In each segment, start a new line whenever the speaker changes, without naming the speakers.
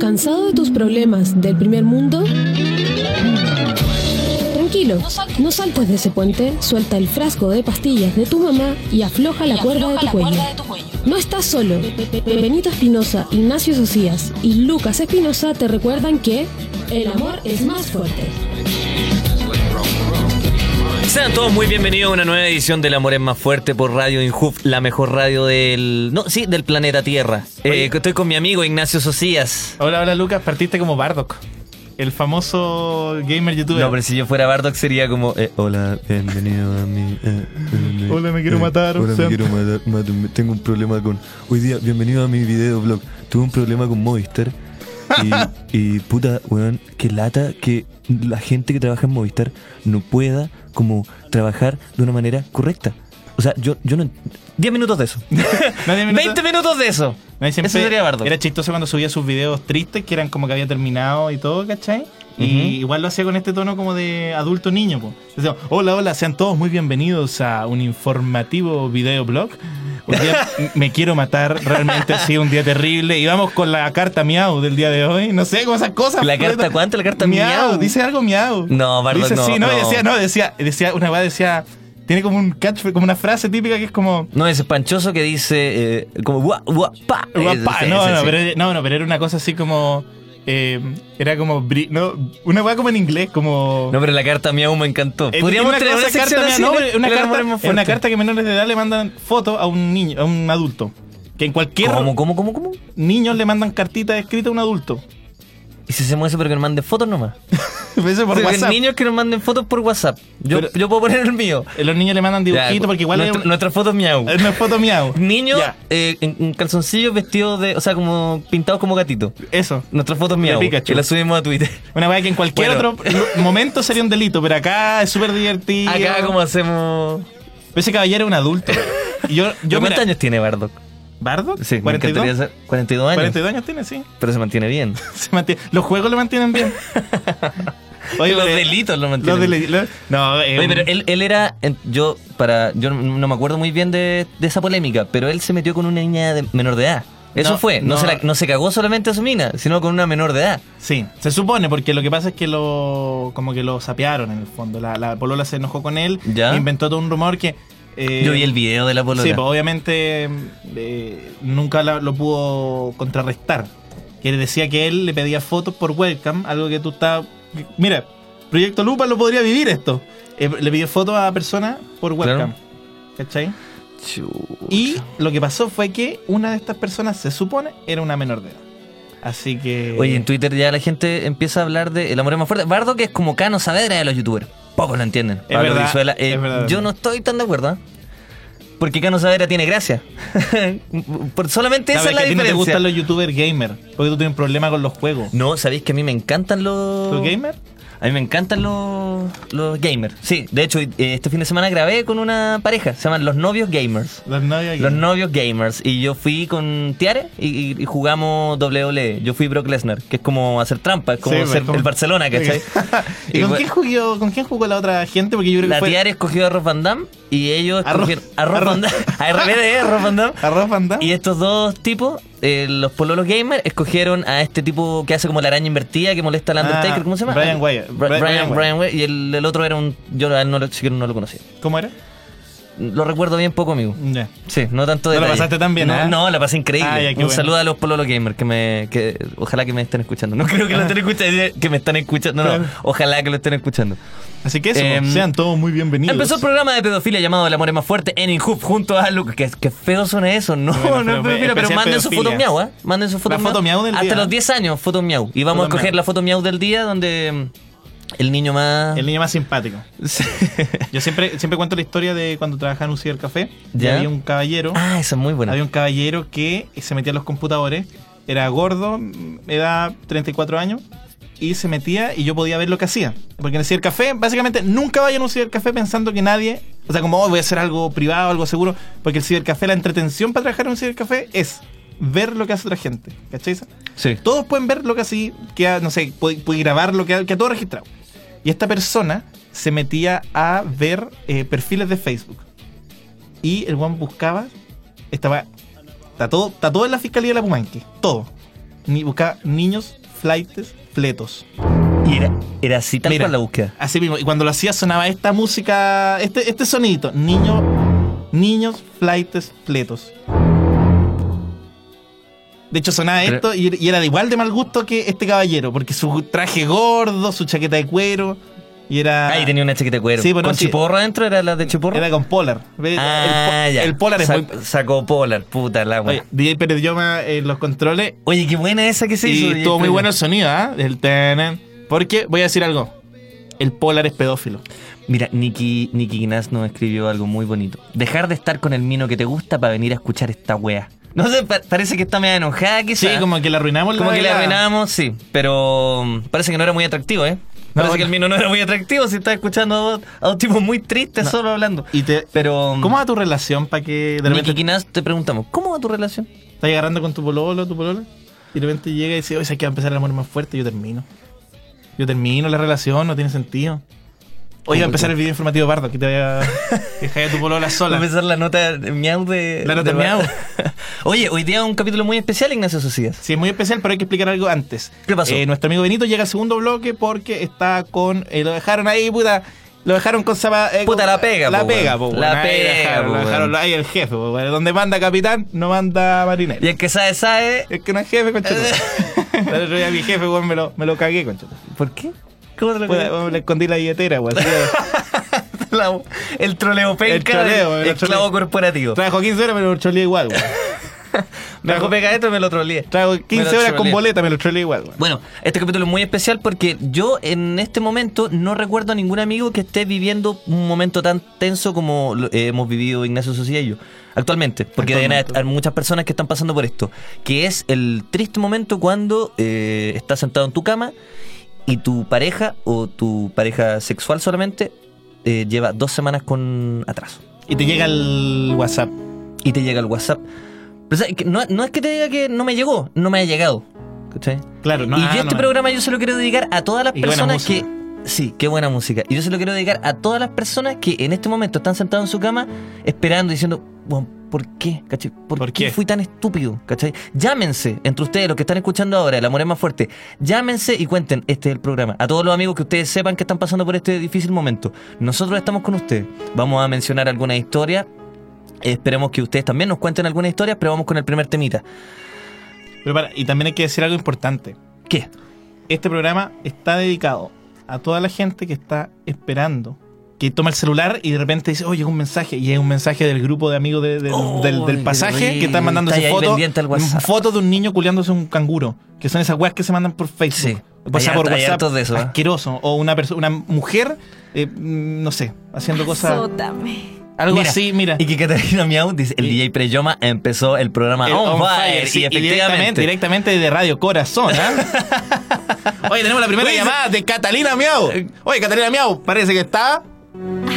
¿Cansado de tus problemas del primer mundo? Tranquilo, no saltes de ese puente, suelta el frasco de pastillas de tu mamá y afloja la cuerda de tu cuello. No estás solo. Benito Espinosa, Ignacio Socias y Lucas Espinosa te recuerdan que el amor es más fuerte.
Sean todos muy bienvenidos a una nueva edición del Amor es más fuerte por Radio Injuf, la mejor radio del. No, sí, del planeta Tierra. Eh, estoy con mi amigo Ignacio Socias.
Hola, hola Lucas, partiste como Bardock, el famoso gamer youtuber.
No, pero si yo fuera Bardock sería como. eh,
Hola, bienvenido a mi. eh, eh,
Hola, me quiero matar,
Hola,
Sam.
me quiero matar. mátenme. Tengo un problema con. Hoy día, bienvenido a mi videoblog. Tuve un problema con Movistar. Y, y puta, weón, qué lata que la gente que trabaja en Movistar no pueda como trabajar de una manera correcta. O sea, yo, yo no.
10 minutos de eso.
Nadie me nota.
20 minutos de eso.
Nadie siempre-
Eso sería Bardock.
Era chistoso cuando subía sus videos tristes, que eran como que había terminado y todo, ¿cachai? Y igual lo hacía con este tono como de adulto niño. po. Decía, hola, hola, sean todos muy bienvenidos a un informativo videoblog. Hoy día me quiero matar, realmente ha sido un día terrible. Y vamos con la carta miau del día de hoy. No sé, como esas cosas.
¿La carta cuánto? ¿La carta miau?
Dice algo miau.
No, Bardock,
Dice
no,
sí, no,
no.
Y decía, no, decía, decía, una weá decía, tiene como un catch, como una frase típica que es como...
No, ese panchoso que dice. eh, como. Guapa. guapa.
Guapa, no, no, pero, no, no, pero era una cosa así como. eh, era como. bri- No, una weá como en inglés, como.
No, pero la carta mía aún me encantó.
Eh,
Podríamos
una
tener
cosa,
una sección
carta,
así.
no,
en el-
una,
en el amor
carta,
es más
una
fuerte.
carta que menores de edad le mandan fotos a un niño, a un adulto. Que en cualquier
¿Cómo, cómo, cómo, cómo?
niños le mandan cartitas escritas a un adulto.
Y si hacemos eso, pero que nos manden fotos nomás.
Eso por
Sí, porque
WhatsApp.
Niños que nos manden fotos por WhatsApp. Yo,
Pero-
yo puedo poner el mío.
Eh, Los niños le mandan dibujitos
Ya,
porque igual
nuestra-
es una,
Nuestras fotos miau.
es una foto miau.
Niños
Ya,
eh, en, en calzoncillos vestidos de. O sea, como pintados como gatito.
Eso.
Nuestras fotos miau.
Pikachu.
Que las subimos a Twitter.
Una weá que en cualquier
Bueno.
otro momento sería un delito, pero acá es súper divertido.
Acá, como hacemos.
Pero ese caballero es un adulto. Y yo, yo
¿Cuántos
mira-
años tiene Bardock?
¿Bardock?
Sí, me encantaría
42,
saber. 42 años.
42 años tiene, sí.
Pero se mantiene bien.
Se mantiene- Los juegos lo mantienen bien.
los
pero-
delitos lo
Los
mantienen.
deli- lo- No, eh,
Oye, pero él, él era. en- Yo para yo no me acuerdo muy bien de, de esa polémica, pero él se metió con una niña de, menor de edad. Eso
No,
fue. No,
no.
Se la- no se cagó solamente a su mina, sino con una menor de edad.
Sí, se supone, porque lo que pasa es que lo. Como que lo sapearon en el fondo. La, la Polola se enojó con él.
Ya.
e Inventó todo un rumor que. eh,
Yo vi el video de la polola.
Sí, pues obviamente eh, nunca la- lo pudo contrarrestar. Que le decía que él le pedía fotos por webcam, algo que tú estás. Mira, Proyecto Lupa lo podría vivir esto. Eh, le pidió fotos a personas por webcam.
Claro.
¿Cachai?
Chu-
Y lo que pasó fue que una de estas personas, se supone, era una menor de edad. Así que.
Oye, en Twitter ya la gente empieza a hablar de el amor es más fuerte. Bardo que es como Cano Saavedra de los youtubers. Pocos lo entienden. Pablo
verdad,
Brizuela, eh,
es verdad, es
yo
verdad.
no estoy tan de acuerdo. ¿eh? Porque Cano Saavedra tiene gracia. Por- solamente esa
Sabes
es la
que a ti
diferencia.
no te gustan los youtubers gamer, porque tú tienes problemas con los juegos.
No, sabéis que a mí me encantan los.
¿Tú gamer?
A mí me encantan los, los gamers. Sí, de hecho, eh, este fin de semana grabé con una pareja. Se llaman Los Novios Gamers.
Los novios gamer.
Los Novios Gamers. Y yo fui con Tiare y, y- y jugamos WWE. Yo fui Brock Lesnar, que es como hacer trampa, es como
Sí, pues,
ser
como-
el Barcelona, ¿cachai?
¿Y,
Y
con,
fue-
quién jugó, con quién jugó la otra gente? Porque yo creo que
La
fue.
Tiare escogió a Rob Van Damme y ellos
A Ro-
escogieron a Rob
a Ro-
Van Damme. A RBD, Rob Van Damme.
Arroz Van Damme.
Y estos dos tipos, eh, los pololos gamers, escogieron a este tipo que hace como la araña invertida que molesta al
Ah,
Undertaker. ¿Cómo se llama?
Brian Wyatt.
Bra-
Bri-
Brian,
Brian Wyatt.
Brian Wyatt. Y el, el otro era un. Yo a él no lo, siquiera no lo conocía.
¿Cómo era?
Lo recuerdo bien poco, amigo.
Ya.
Sí, no tanto
¿No
de.
la pasaste tan bien,
No,
ah?
no, la pasé increíble.
Ah, ya,
un
qué bueno.
saludo a los pololos gamers que me. Que, ojalá que me estén escuchando. No creo que lo estén escuchando. Que me están escuchando. No, no.
Claro.
Ojalá que lo estén escuchando.
Así que eso,
Em,
sean todos muy bienvenidos.
Empezó el programa de pedofilia llamado El amor es más fuerte en Inhub junto a Luke. Que, que feo suena eso. No,
Bueno,
no
pero
es pedofilia, pero
especial
manden sus fotos
pedofilia.
miau, ¿eh? Manden sus fotos
La foto miau del
Hasta
día.
los 10 años, fotos miau. Y vamos
Foto
a escoger
miau.
la foto miau del día donde mm, el niño más.
El niño más simpático. Yo siempre, siempre cuento la historia de cuando trabajaba en un cibercafé. y
Ya.
Había un caballero.
ah, eso es muy bueno.
Había un caballero que se metía a los computadores, era gordo, edad 34 años, y se metía y yo podía ver lo que hacía. Porque en el cibercafé, básicamente, nunca vayan a un cibercafé pensando que nadie, o sea, como "Oh, voy a hacer algo privado, algo seguro, porque el cibercafé, la entretención para trabajar en un cibercafé es ver lo que hace otra gente, ¿cachai?
Sí.
Todos pueden ver lo que así, que ha- no sé, puede, puede grabar lo que ha, que ha todo registrado. Y esta persona se metía a ver eh, perfiles de Facebook. Y el one buscaba, estaba Está todo, está todo en la Fiscalía de la Pumanque. Todo. Ni, buscaba niños, flaites, fletos.
Y era, era así tal
Mira.
cual la búsqueda.
Así mismo. Y cuando lo hacía sonaba esta música, este, este sonidito. Niño, niños, flaites, fletos. De hecho sonaba
Pero-
esto y, y era de igual de mal gusto que este caballero, porque su traje gordo, su chaqueta de cuero, y era...
Ahí Ah, tenía una chaqueta de cuero.
Sí, bueno,
¿Con
sí.
chiporro adentro? ¿Era la de chiporro?
Era con Polar. Ve,
Ah,
el, po-
ya.
el Polar es
Sa-
muy...
Sacó Polar, puta la wea.
Oye,
Oye,
DJ Pérez Dioma en eh, los controles
qué buena esa que se hizo.
y
DJ
estuvo muy
Pérez.
bueno el sonido, ¿ah? Del tenen. Porque, voy a decir algo, el Polar es pedófilo.
Mira, Nicky, Nicky Ignaz nos escribió algo muy bonito. Dejar de estar con el mino que te gusta para venir a escuchar esta wea. No sé, pa- parece que está medio enojada
Sí,
quizás.
como que le arruinamos la
Como que le
velada.
arruinamos, sí. Pero mm, parece que no era muy atractivo, ¿eh? Parece
no.
que el mino no era muy atractivo si estás escuchando a dos, a dos tipos muy tristes solo hablando.
Y te,
Pero. mm,
¿Cómo va tu relación para que de repente
Nicky Ignaz te preguntamos, ¿cómo va tu relación?
estás agarrando con tu pololo, tu polola? Y de repente llega y dice, oye, ¿sabes que va a empezar el amor más fuerte? Yo termino. Yo termino la relación, no tiene sentido. Hoy va a empezar el video informativo pardo, que te vaya a dejar a tu polola
Voy a
sola.
empezar la nota miau de.
La nota
Eh, de-
miau.
Oye, hoy día un capítulo muy especial, Ignacio Socias.
Sí, es muy especial, pero hay que explicar algo antes.
¿Qué pasó?
Eh, nuestro amigo Benito llega al segundo bloque porque está con... eh, lo dejaron ahí, puta... Lo dejaron con... zapa- eh,
Puta,
con-
la pega,
La
po,
pega,
weón.
po,
La
weón. Ahí
pega,
dejaron,
po,
lo dejaron
weón.
ahí el jefe, po, weón. Donde manda capitán, no manda marinero.
Y el que sabe, sabe.
Es que no es jefe, conchetumare. El otro día mi jefe, weón, me lo, me lo cagué, conchetumare.
¿Por qué? ¿Cómo te lo
Weón, weón, Le escondí la billetera, weón. Así que
La- El troleo penca.
El troleo, el
esclavo
troleo.
corporativo.
Trabajo 15 horas, me lo choleé igual, weón.
Me hago pega esto y me lo troleé.
Trabajo
Me lo
15 horas con
troleé.
boleta, me lo choleé igual, weón.
Bueno, este capítulo es muy especial porque yo en este momento no recuerdo a ningún amigo que esté viviendo un momento tan tenso como lo- eh, hemos vivido Ignacio Socia y yo actualmente, porque deben
Actualmente.
haber- hay muchas personas que están pasando por esto, que es el triste momento cuando eh, estás sentado en tu cama y tu pareja o tu pareja sexual solamente eh, lleva dos semanas con atraso
Y te llega el WhatsApp.
y te llega el WhatsApp. Pero, ¿sabes? Que no, no es que te diga que no me llegó, no me ha llegado. ¿Cachai?
Claro, no.
y
ah,
yo este
no,
programa yo se lo quiero dedicar a todas las
Y buena
personas que...
música.
Sí, qué buena música. Y yo se lo quiero dedicar a todas las personas que en este momento están sentados en su cama esperando, diciendo, "Bueno, ¿por qué? ¿Cachai? ¿Por,
¿Por
qué,
qué?
fui tan estúpido? ¿Cachai? Llámense, entre ustedes, los que están escuchando ahora, el amor es más fuerte, llámense y cuenten, este es el programa. A todos los amigos que ustedes sepan que están pasando por este difícil momento, nosotros estamos con ustedes. Vamos a mencionar algunas historias. Esperemos que ustedes también nos cuenten algunas historias, pero vamos con el primer temita.
Pero para, y también hay que decir algo importante.
¿Qué?
Este programa está dedicado a toda la gente que está esperando. Que toma el celular y de repente dice, oye, es un mensaje. Y es un mensaje del grupo de amigos de- del-
Oh,
del, del
qué
pasaje que
rico.
están mandándose
Está ahí
fotos. mm,
pendiente al WhatsApp.
Fotos de un niño culiándose un canguro. Que son esas weas que se mandan por Facebook.
Sí.
O sea,
Hay
por
harto- hay
WhatsApp.
hartos de eso, ¿eh?
asqueroso. O una, perso- una mujer, eh, mm, no sé, haciendo cosas.
Azótame.
Algo así, mira.
Y que Caterina Miau dice, el
Y-
DJ Preyoma empezó el programa
El on
On, Fire.
fire, sí,
y
y
efectivamente.
directamente, directamente de Radio Corazón, ¿ah? Oye, tenemos la primera
Oye, eh,
llamada de Catalina Miau. Oye, Catalina Miau, parece que está.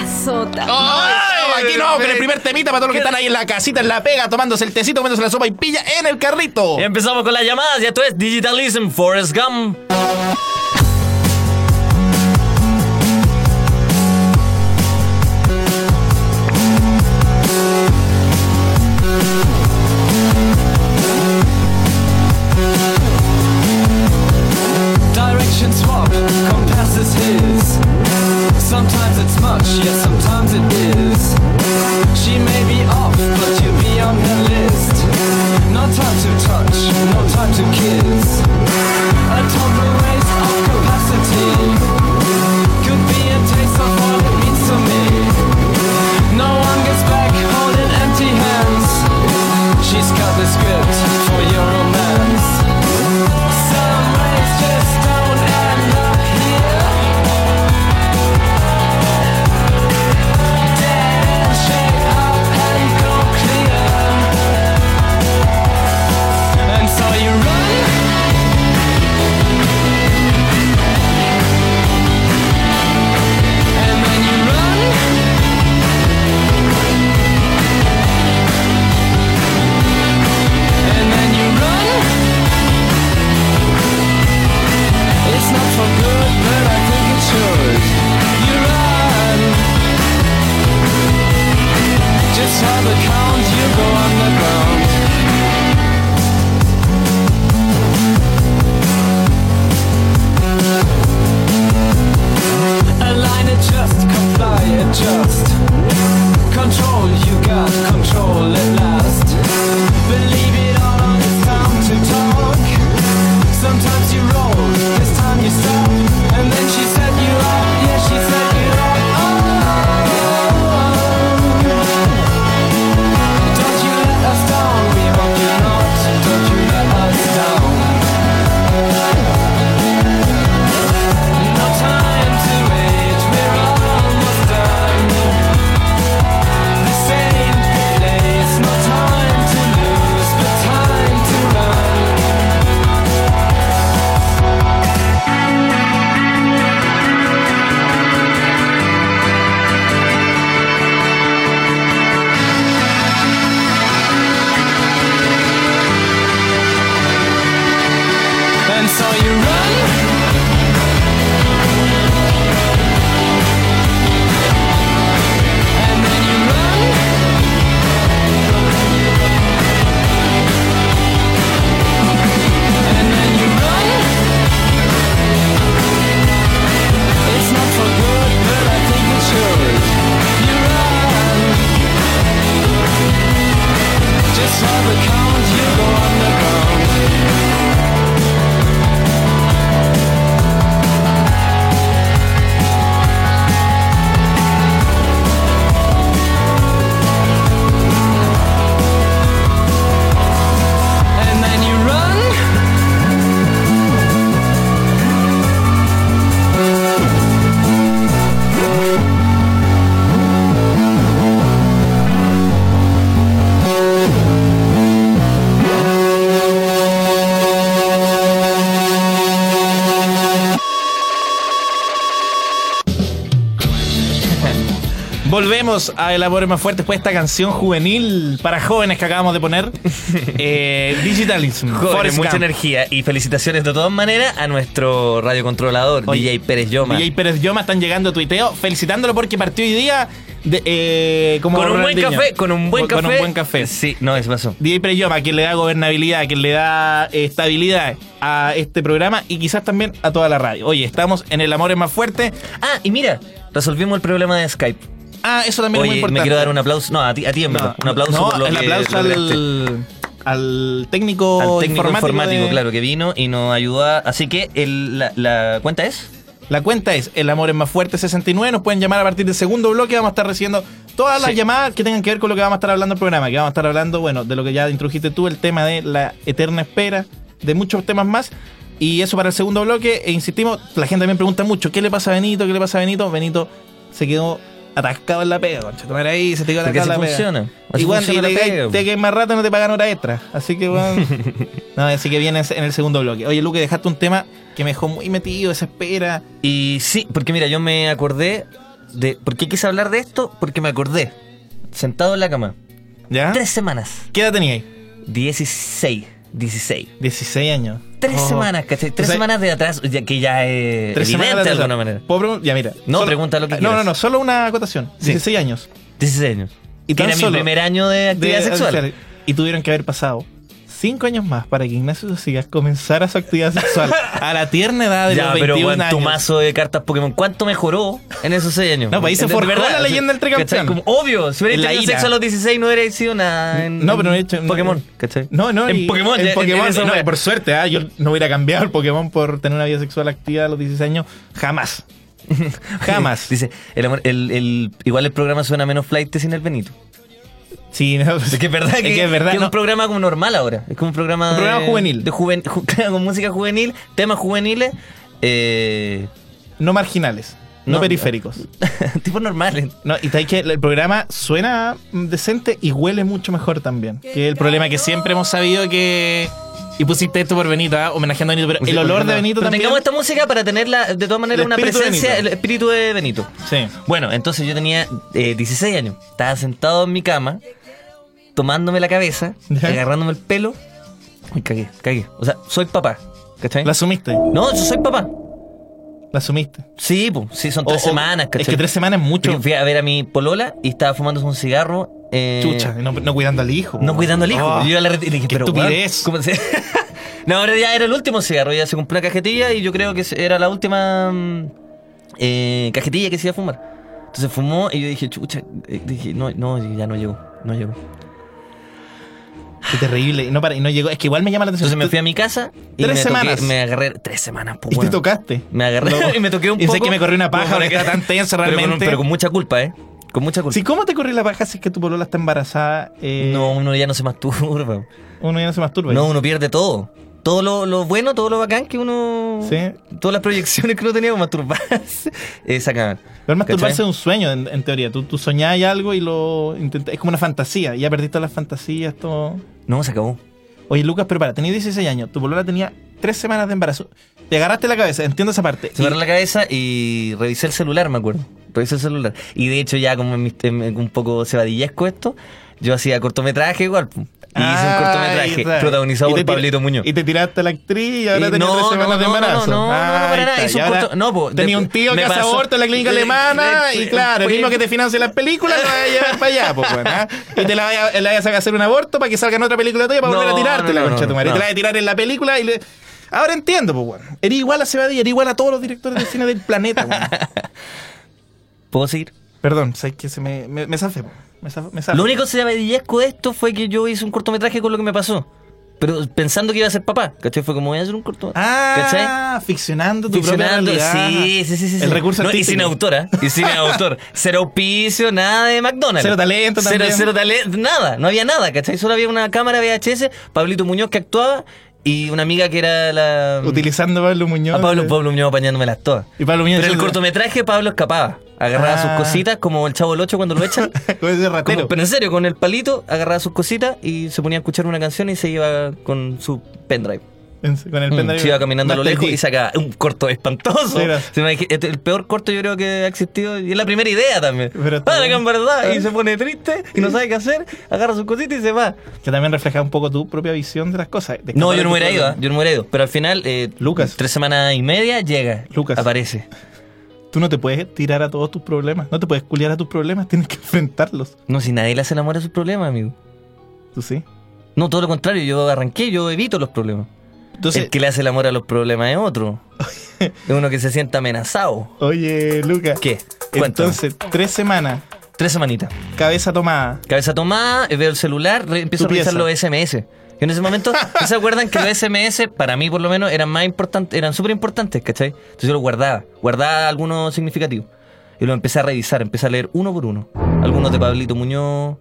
Azótame.
¡Ay, aquí no, con el primer temita para todos los que
¿Qué?
están ahí en la casita, en la pega, tomándose el tecito, comiéndose la sopa y pilla en el carrito.
Empezamos con las llamadas y esto es Digitalism Forest Gump.
Direction swap, compass is his. Sometimes it's much, yet sometimes it is. She may be off, but you'll be on her list. No time to touch, no time to kiss. A total waste of Oh.
Volvemos a El Amor es Más Fuerte después de esta canción juvenil para jóvenes que acabamos de poner. Eh, Digitalism.
Jóvenes,
Forrest
mucha
Gump.
energía y felicitaciones de todas maneras a nuestro radiocontrolador,
Oye,
DJ Pérez Yoma.
DJ Pérez Yoma están llegando a tuiteo felicitándolo porque partió hoy día de, eh, como
con un buen
Ronaldinho.
café, con un buen
Con-
café.
Con un buen café.
Sí, no, eso pasó.
DJ Pérez Yoma, quien le da gobernabilidad, quien le da eh, estabilidad a este programa y quizás también a toda la radio. Oye, estamos en El Amor es Más Fuerte.
Ah, y mira, resolvimos el problema de Skype.
Ah, eso también es muy
Oye, me
importante.
quiero dar un aplauso. No, a ti, a ti en verdad. un aplauso
no,
por lo
el
que
aplauso
lograste.
al, al técnico,
Al técnico informático,
de-
claro, que vino y nos ayudó. a- Así que el- la, la cuenta es.
La cuenta es El Amor es Más Fuerte 69. Nos pueden llamar a partir del segundo bloque. Vamos a estar recibiendo todas las
Sí.
llamadas que tengan que ver con lo que vamos a estar hablando en el programa. Que vamos a estar hablando, bueno, de lo que ya introdujiste tú, el tema de la eterna espera, de muchos temas más. Y eso para el segundo bloque. E insistimos, la gente también pregunta mucho: ¿qué le pasa a Benito? ¿Qué le pasa a Benito? Benito se quedó atascado en la pega, concha. tu madre ahí, se te quedó
Porque
atascado en la
así
pega.
funciona. Así
y bueno,
funciona
y
la
te,
pega.
te quedas más rato y no te pagan hora extra. Así que, bueno. no, así que viene en el segundo bloque. Oye, Luque, dejaste un tema que me dejó muy metido, esa espera.
Y sí, porque mira, yo me acordé de. ¿Por qué quise hablar de esto? Porque me acordé. Sentado en la cama.
¿Ya?
Tres semanas.
¿Qué edad teníais?
16. 16.
16 años.
Tres
Oh.
semanas, ¿cachai?
O
Tres
sea,
semanas de atrás, ya que ya es
Tres
evidente
semanas
de
atrás.
alguna manera.
¿Puedo pregun- ya, mira. Ah,
No, pregunta lo que
no,
quieras.
No, no, solo una acotación.
Sí.
16 años.
16 años.
Y
que
tan
era mi
solo
primer año de actividad
de-
sexual.
Y tuvieron que haber pasado 5 años más para que Ignacio Socias comenzara su actividad sexual a la tierna edad de
Ya,
los 21
pero bueno,
años.
tu mazo de cartas Pokémon, ¿cuánto mejoró en esos 6 años?
No, pues ahí se
De- de
forjó
verdad,
la leyenda del tricampeón.
¿cachai? Como, obvio, si hubierais
La
tenido
ira.
sexo a los 16 no hubierais sido nada Ah, en,
No, pero no he
en
hecho- no-
Pokémon, ¿cachai?
No, no.
en
y-
Pokémon,
en
ya- en-
Pokémon,
en esa
no,
wea.
por suerte, ah, yo no hubiera cambiado el Pokémon por tener una vida sexual activa a los 16 años. Jamás. Jamás.
Dice, el amor- el- el- igual el programa suena menos flight sin el Benito.
Sí, no, pues,
Es que es verdad que,
es verdad.
que es
no.
un programa como normal ahora. Es como un programa.
Un programa
de-
juvenil.
De juven, ju- claro, con música juvenil, temas juveniles. Eh,
no marginales, no,
No,
periféricos.
tipos normales.
No, y sabes que el programa suena mm, decente y huele mucho mejor también. Que el problema que siempre hemos sabido que. Y pusiste esto por Benito, ¿ah? homenajeando a Benito, pero el olor de Benito
Pero
también.
tengamos esta música para tenerla de todas maneras
El
una
espíritu de
presencia, el
Benito.
espíritu de Benito.
Sí.
Bueno, entonces yo tenía eh, 16 años. Estaba sentado en mi cama, tomándome la cabeza,
Ya.
agarrándome el pelo. Y cagué, cagué. O sea, soy papá. ¿Cachai?
La asumiste,
No, yo soy papá.
la asumiste.
Sí, pues, sí, son
O-
tres
o-
semanas, ¿cachai?
Es que tres semanas es
Yo
mucho.
fui a ver a mi polola y estaba fumándose un cigarro. eh,
Chucha, no, no cuidando al hijo.
No cuidando al hijo.
Oh,
yo le, reti- le dije,
qué
pero
estupidez.
weón, ¿cómo se- no, ahora ya era el último cigarro, ya se cumplió la cajetilla y yo creo que se- era la última mm, eh, cajetilla que se iba a fumar. Entonces fumó y yo dije, chucha, eh, dije, no, no, ya no llegó, no llegó.
Qué terrible. Y no, para, y no llegó. Es que igual me llama la atención.
Entonces me fui a mi casa y
Tres
me, toqué-
semanas.
me agarré tres semanas, pues,
Y
weón.
te tocaste.
Me agarré
Loco.
y me toqué un
Y sé
poco.
que me corrió una paja,
Como para
porque estaba tan tensa
pero con-
realmente.
pero con mucha culpa, ¿eh? Con mucha culpa.
Sí, ¿cómo te corrió la paja si es que tu polola está embarazada? Eh,
No, uno ya no se masturba.
Uno ya no se masturba.
No, uno pierde todo. Todo lo, lo bueno, todo lo bacán que uno.
Sí.
Todas las proyecciones que uno tenía con masturbarse. Eh, se acaban.
Pero masturbarse
¿Cachai?
es un sueño, en, en teoría. Tú, tú soñás algo y lo intentas. Es como una fantasía. Ya perdiste todas las fantasías, todo.
No, se acabó.
Oye, Lucas, pero para, tenías 16 años. Tu polola tenía 3 semanas de embarazo. Te agarraste la cabeza, entiendo esa parte.
Se
Y-
me agarró la cabeza y revisé el celular, me acuerdo. Revisé el celular. Y de hecho, ya como en mis- en- en un poco cebadillesco esto, yo hacía cortometraje igual. pum. Y
Ah,
hice un
ahí
cortometraje
está. Y
protagonizado por
te tira-
Pablito Muñoz.
Y te tiraste a la actriz y ahora
Eh,
tenías 3 semanas de embarazo.
No, no, no,
Ah,
para
ahí
nada.
está.
Hice un
Y ahora
corto- no, po,
tenía
de-
un tío que
me
hace
pasó-
aborto en la clínica
Eh,
alemana
eh,
y claro, el
fue-
mismo que te financia las películas lo vaya a llevar para allá, po, weón, ¿ah? Y te la vaya, le vaya a sacar a hacer un aborto para que salga en otra película tuya para
No,
volver a tirarte la
no, no,
concha de tu madre.
no.
Y te la vaya a tirar en la película y le... Ahora entiendo, pues, weón. Era igual a Cebadilla, era igual a todos los directores de cine del planeta, weón.
¿Puedo seguir?
Perdón, sabes que se me, me, me zafé, po. Me zafé, me zafé.
Lo único cebadillesco de esto fue que yo hice un cortometraje con lo que me pasó. Pero pensando que iba a ser papá, ¿cachai? Fue como voy a hacer un cortometraje. ¿cachai?
Ah, ficcionando tu
Ficcionando,
propia realidad.
sí, sí, sí, sí.
El
sí.
recurso
No, Y
artístico.
sin autora, y sin autor. Cero auspicio, nada de McDonald's.
Cero talento
Cero,
también.
cero talento, nada, no había nada, ¿cachai? Solo había una cámara VHS, Pablito Muñoz que actuaba y una amiga que era la... mm,
Utilizando a Pablo Muñoz. eh.
a Pablo, Pablo Muñoz apañándomelas todas.
Y Pablo Muñoz
Pero el
diciendo-
cortometraje Pablo escapaba, agarraba
Ah.
sus cositas como el Chavo del Ocho cuando lo echan.
Con ese
Como-
ratero.
pero en serio, con el palito agarraba sus cositas y Mm, se ponía a escuchar una canción y se iba con su pendrive.
en- con el pendrive.
Sí, iba caminando a lo
No
lejos
entendí.
y saca un corto espantoso.
Sí, gracias.
Se me imagi- este es el peor corto yo creo que ha existido y es la primera idea también.
Pero está
Para que
bueno.
en verdad y se pone triste y no sabe qué hacer, agarra sus cositas y se va.
Que también refleja un poco tu propia visión de las cosas. de escapar
No, yo
de tu
no me hubiera ido,
problema.
¿ah? yo no me hubiera ido. Pero al final, eh,
Lucas.
tres semanas y media llega,
Lucas.
aparece.
Tú no te puedes tirar a todos tus problemas. No te puedes culiar a tus problemas. Tienes que enfrentarlos.
No, si nadie le hace el amor a sus problemas, amigo.
Tú sí.
No, todo lo contrario, yo arranqué, yo evito los problemas.
Entonces,
el que le hace el amor a los problemas es otro. es uno que se siente amenazado.
oye, Lucas.
¿Qué? Cuéntame.
Entonces, tres semanas,
Tres semanitas.
cabeza tomada.
Cabeza tomada, eh, veo el celular, re- empiezo a
Tu
revisar
pieza.
los SMS. Y en ese momento, ¿no se acuerdan que los SMS, para mí por lo menos, eran más importantes, eran súper importantes, ¿cachai? Entonces yo los guardaba, guardaba algunos significativos. Y los empecé a revisar, empecé a leer uno por uno. Algunos de Pablito Muñoz.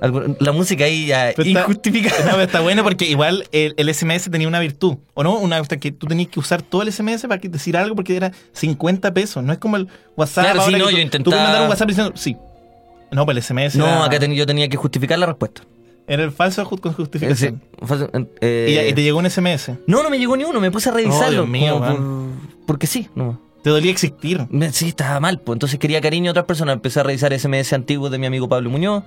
algo- la música ahí ya
Pero está-
injustificada.
No, pero está bueno porque igual el, el SMS tenía una virtud, ¿o no? Una hasta que tú tenías que usar todo el SMS para que- decir algo porque era 50 pesos. No es como el WhatsApp.
Claro, sí,
ahora que tú-
no, yo
Tú puedes
intentaba-
mandar un WhatsApp diciendo, sí. No, pero el SMS
No,
era,
acá ten- yo tenía que justificar la respuesta.
era el falso ju- con
Ese-
justificación.
fue- eh,
Y, ya- y te llegó un SMS.
No, no me llegó ni uno, me puse a revisarlo.
Oh, Dios mío,
como por- porque sí, no.
Te dolía existir.
Me- Sí, estaba mal, pues. Entonces quería cariño a otras personas. Empecé a revisar SMS antiguos de mi amigo Pablo Muñoz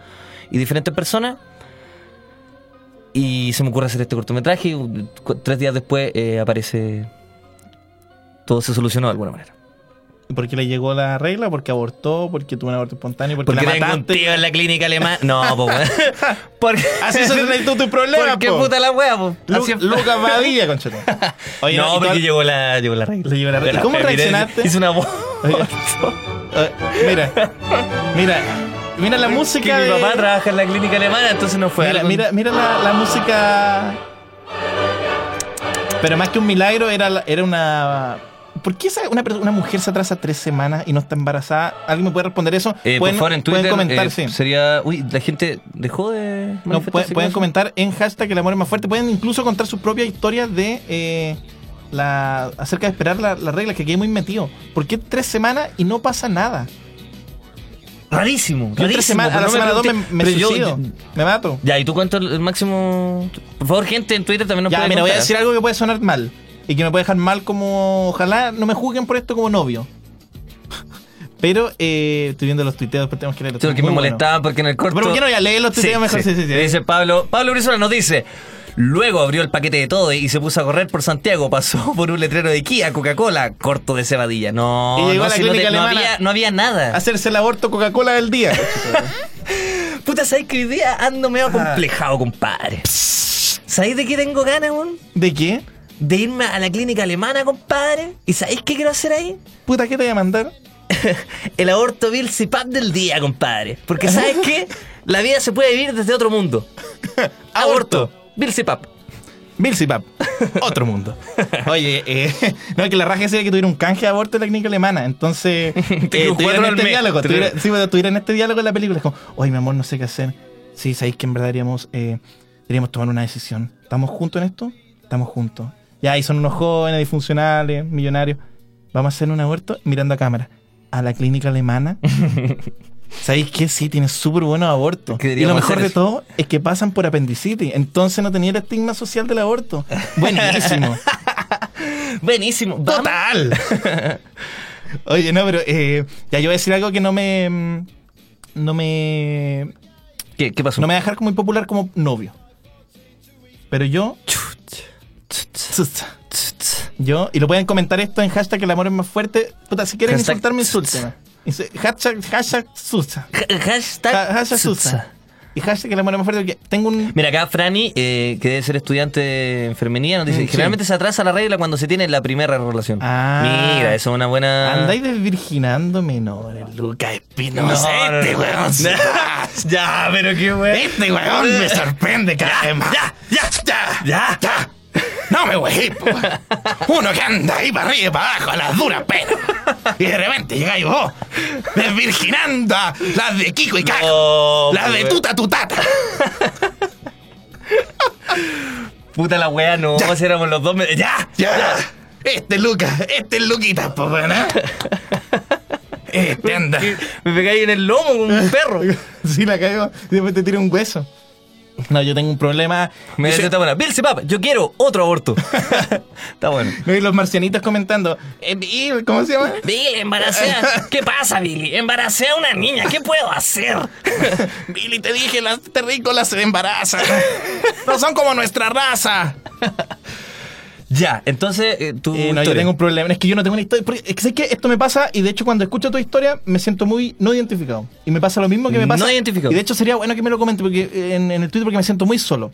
y diferentes personas. Y se me ocurre hacer este cortometraje. y, uh, cu- Tres días después eh, aparece. Todo se solucionó de alguna manera.
Porque le llegó la regla, porque abortó, porque tuvo un aborto espontáneo, porque,
Porque
Pues la
tengo un
mataste. Ah,
tío en la clínica alemana. No, pues. Porque.
Así solucionas tú tus problemas,
Porque
po.
puta la wea, pues.
Lu- Lucas Badilla, conchetón. Oye,
no,
y tú-
porque llegó la, llegó la regla.
Le llegó la regla. ¿Y cómo
Mira,
reaccionaste?
Hice una voz.
Oye, eh, mira, mira, mira la música.
Que mi
de-
papá trabaja en la clínica alemana, entonces no fue.
Mira,
algo-
mira, mira la, la música. Pero más que un milagro, era, la- era una. ¿Por qué esa- una, per- una mujer se atrasa tres semanas y no está embarazada? ¿Alguien me puede responder eso?
Eh, por
Pueden-
favor, en Twitter
Pueden comentar,
eh,
sí.
sería... Uy, la gente dejó de...
No,
manifestarse
pueden,
con
pueden
eso.
comentar en hashtag el amor es más fuerte. Pueden incluso contar su propia historia de eh, la acerca de esperar la- las reglas, que quedé muy metido. ¿Por qué tres semanas y no pasa nada?
Rarísimo,
Yo
rarísimo,
tres semanas, a la
pero no me
semana dos me,
pregunté-
me
pero yo-
suicido, me mato.
Ya, ¿y tú cuánto el, el máximo...? Por favor, gente, en Twitter también nos
ya,
puede
mira, voy a
contar.
decir algo que puede sonar mal. Y que me puede dejar mal como... Ojalá no me juzguen por esto como novio. Pero eh, estoy viendo los tuiteos, después tenemos que leerlos.
Sí, porque
Muy
me
bueno.
molestaba porque en el corto...
Pero ¿por qué no voy a leer los tuiteos mejor? Sí, sí, sí.
Dice Pablo... Pablo Brizola nos dice... Luego abrió el paquete de todo y se puso a correr por Santiago. Pasó por un letrero de Kia, Coca-Cola, corto de cebadilla. No,
Y llegó
no,
a la
si no,
clínica
no
alemana.
había, no había nada.
Hacerse el aborto Coca-Cola del día.
Puta, ¿sabes que hoy día ando medio
Ah.
complejado, compadre? ¿Sabéis de qué tengo ganas, weón?
¿De qué?
De irme a la clínica alemana, compadre. ¿Y sabéis qué quiero hacer ahí?
Puta, ¿qué te voy a mandar?
El aborto Bill Cipap del día, compadre. Porque ¿sabes qué? La vida se puede vivir desde otro mundo. Aborto. Bill Cipap.
Milsipap, otro mundo. Oye, eh, no, que la raja sería que tuviera un canje de aborto en la clínica alemana. Entonces, eh,
Tengo cuatro
tuviera en
al
este
mes.
diálogo.
Tres.
Tuviera, sí, pero tuviera en este diálogo en la película. Es como, oye, mi amor, no sé qué hacer. Sí, sabéis que en verdad deberíamos, eh, deberíamos tomar una decisión. ¿Estamos juntos en esto? Estamos juntos. Ya, y son unos jóvenes, disfuncionales, millonarios. Vamos a hacer un aborto mirando a cámara. A la clínica alemana. ¿Sabéis qué? Sí, tienen súper buenos abortos.
Que
Y
deberíamos
lo mejor
hacer
de
eso.
todo es que pasan por apendicitis. Entonces no tenía el estigma social del aborto. Buenísimo.
Buenísimo. Vamos.
¡Total! Oye, no, pero eh, ya yo voy a decir algo que no me. mm, No me.
¿Qué, qué pasó?
No me va a dejar como impopular como novio. Pero yo. Yo, y lo pueden comentar esto en hashtag el amor es más fuerte. Puta, si quieren
Hashtag
insultarme, insúltenme. Insu- Hashtag, hashtag, susa.
Ha-
Ha-
Hashtag.
Hashtag
Susa.
Susa. Y hashtag el amor es más fuerte porque tengo un.
Mira, acá Franny, eh, que debe ser estudiante de enfermería, nos dice:
Mm, sí.
generalmente se atrasa la regla cuando se tiene la primera relación.
Ah.
Mira, eso es una buena.
Andáis desvirginando menores, Lucas Espinosa.
No, no,
este
no.
weón. se pasa. ya, pero qué weón. Este weón me sorprende cada vez más. Ya, ya, ya, ya, No me weí, po, weón. Uno que anda ahí para arriba y para abajo a las duras penas. Y de repente llegáis vos, desvirginando a las de Kiko y Caco.
Oh,
las de
weón.
tuta tutata.
Puta la wea, no, si éramos los dos. me- ¡Ya!
Ya, Este Lucas, este es Luquita, po, weón. ¿eh? Este anda.
Me pegáis en el lomo como un perro.
Sí, la caigo. Después te tira un hueso. No, yo tengo un problema.
Me
Yo soy-
está buena. Bill Cepap, yo quiero otro aborto. está bueno.
No, y los marcianitos comentando. "Eh, Bill, ¿Cómo se llama?
Billy, embaracé. ¿Qué pasa, Billy? Embaracé a una niña. ¿Qué puedo hacer?
Billy, te dije, las terrícolas se embarazan. No son como nuestra raza.
Ya, entonces eh, tú.
Eh, no, yo
historia.
tengo un problema. Es que yo no tengo una historia. porque- Es que, sé que esto me pasa y de hecho cuando escucho tu historia me siento muy no identificado. Y me pasa lo mismo que me pasa.
No identificado.
Y de hecho sería bueno que me lo comente porque, eh, en, en el Twitter porque me siento muy solo.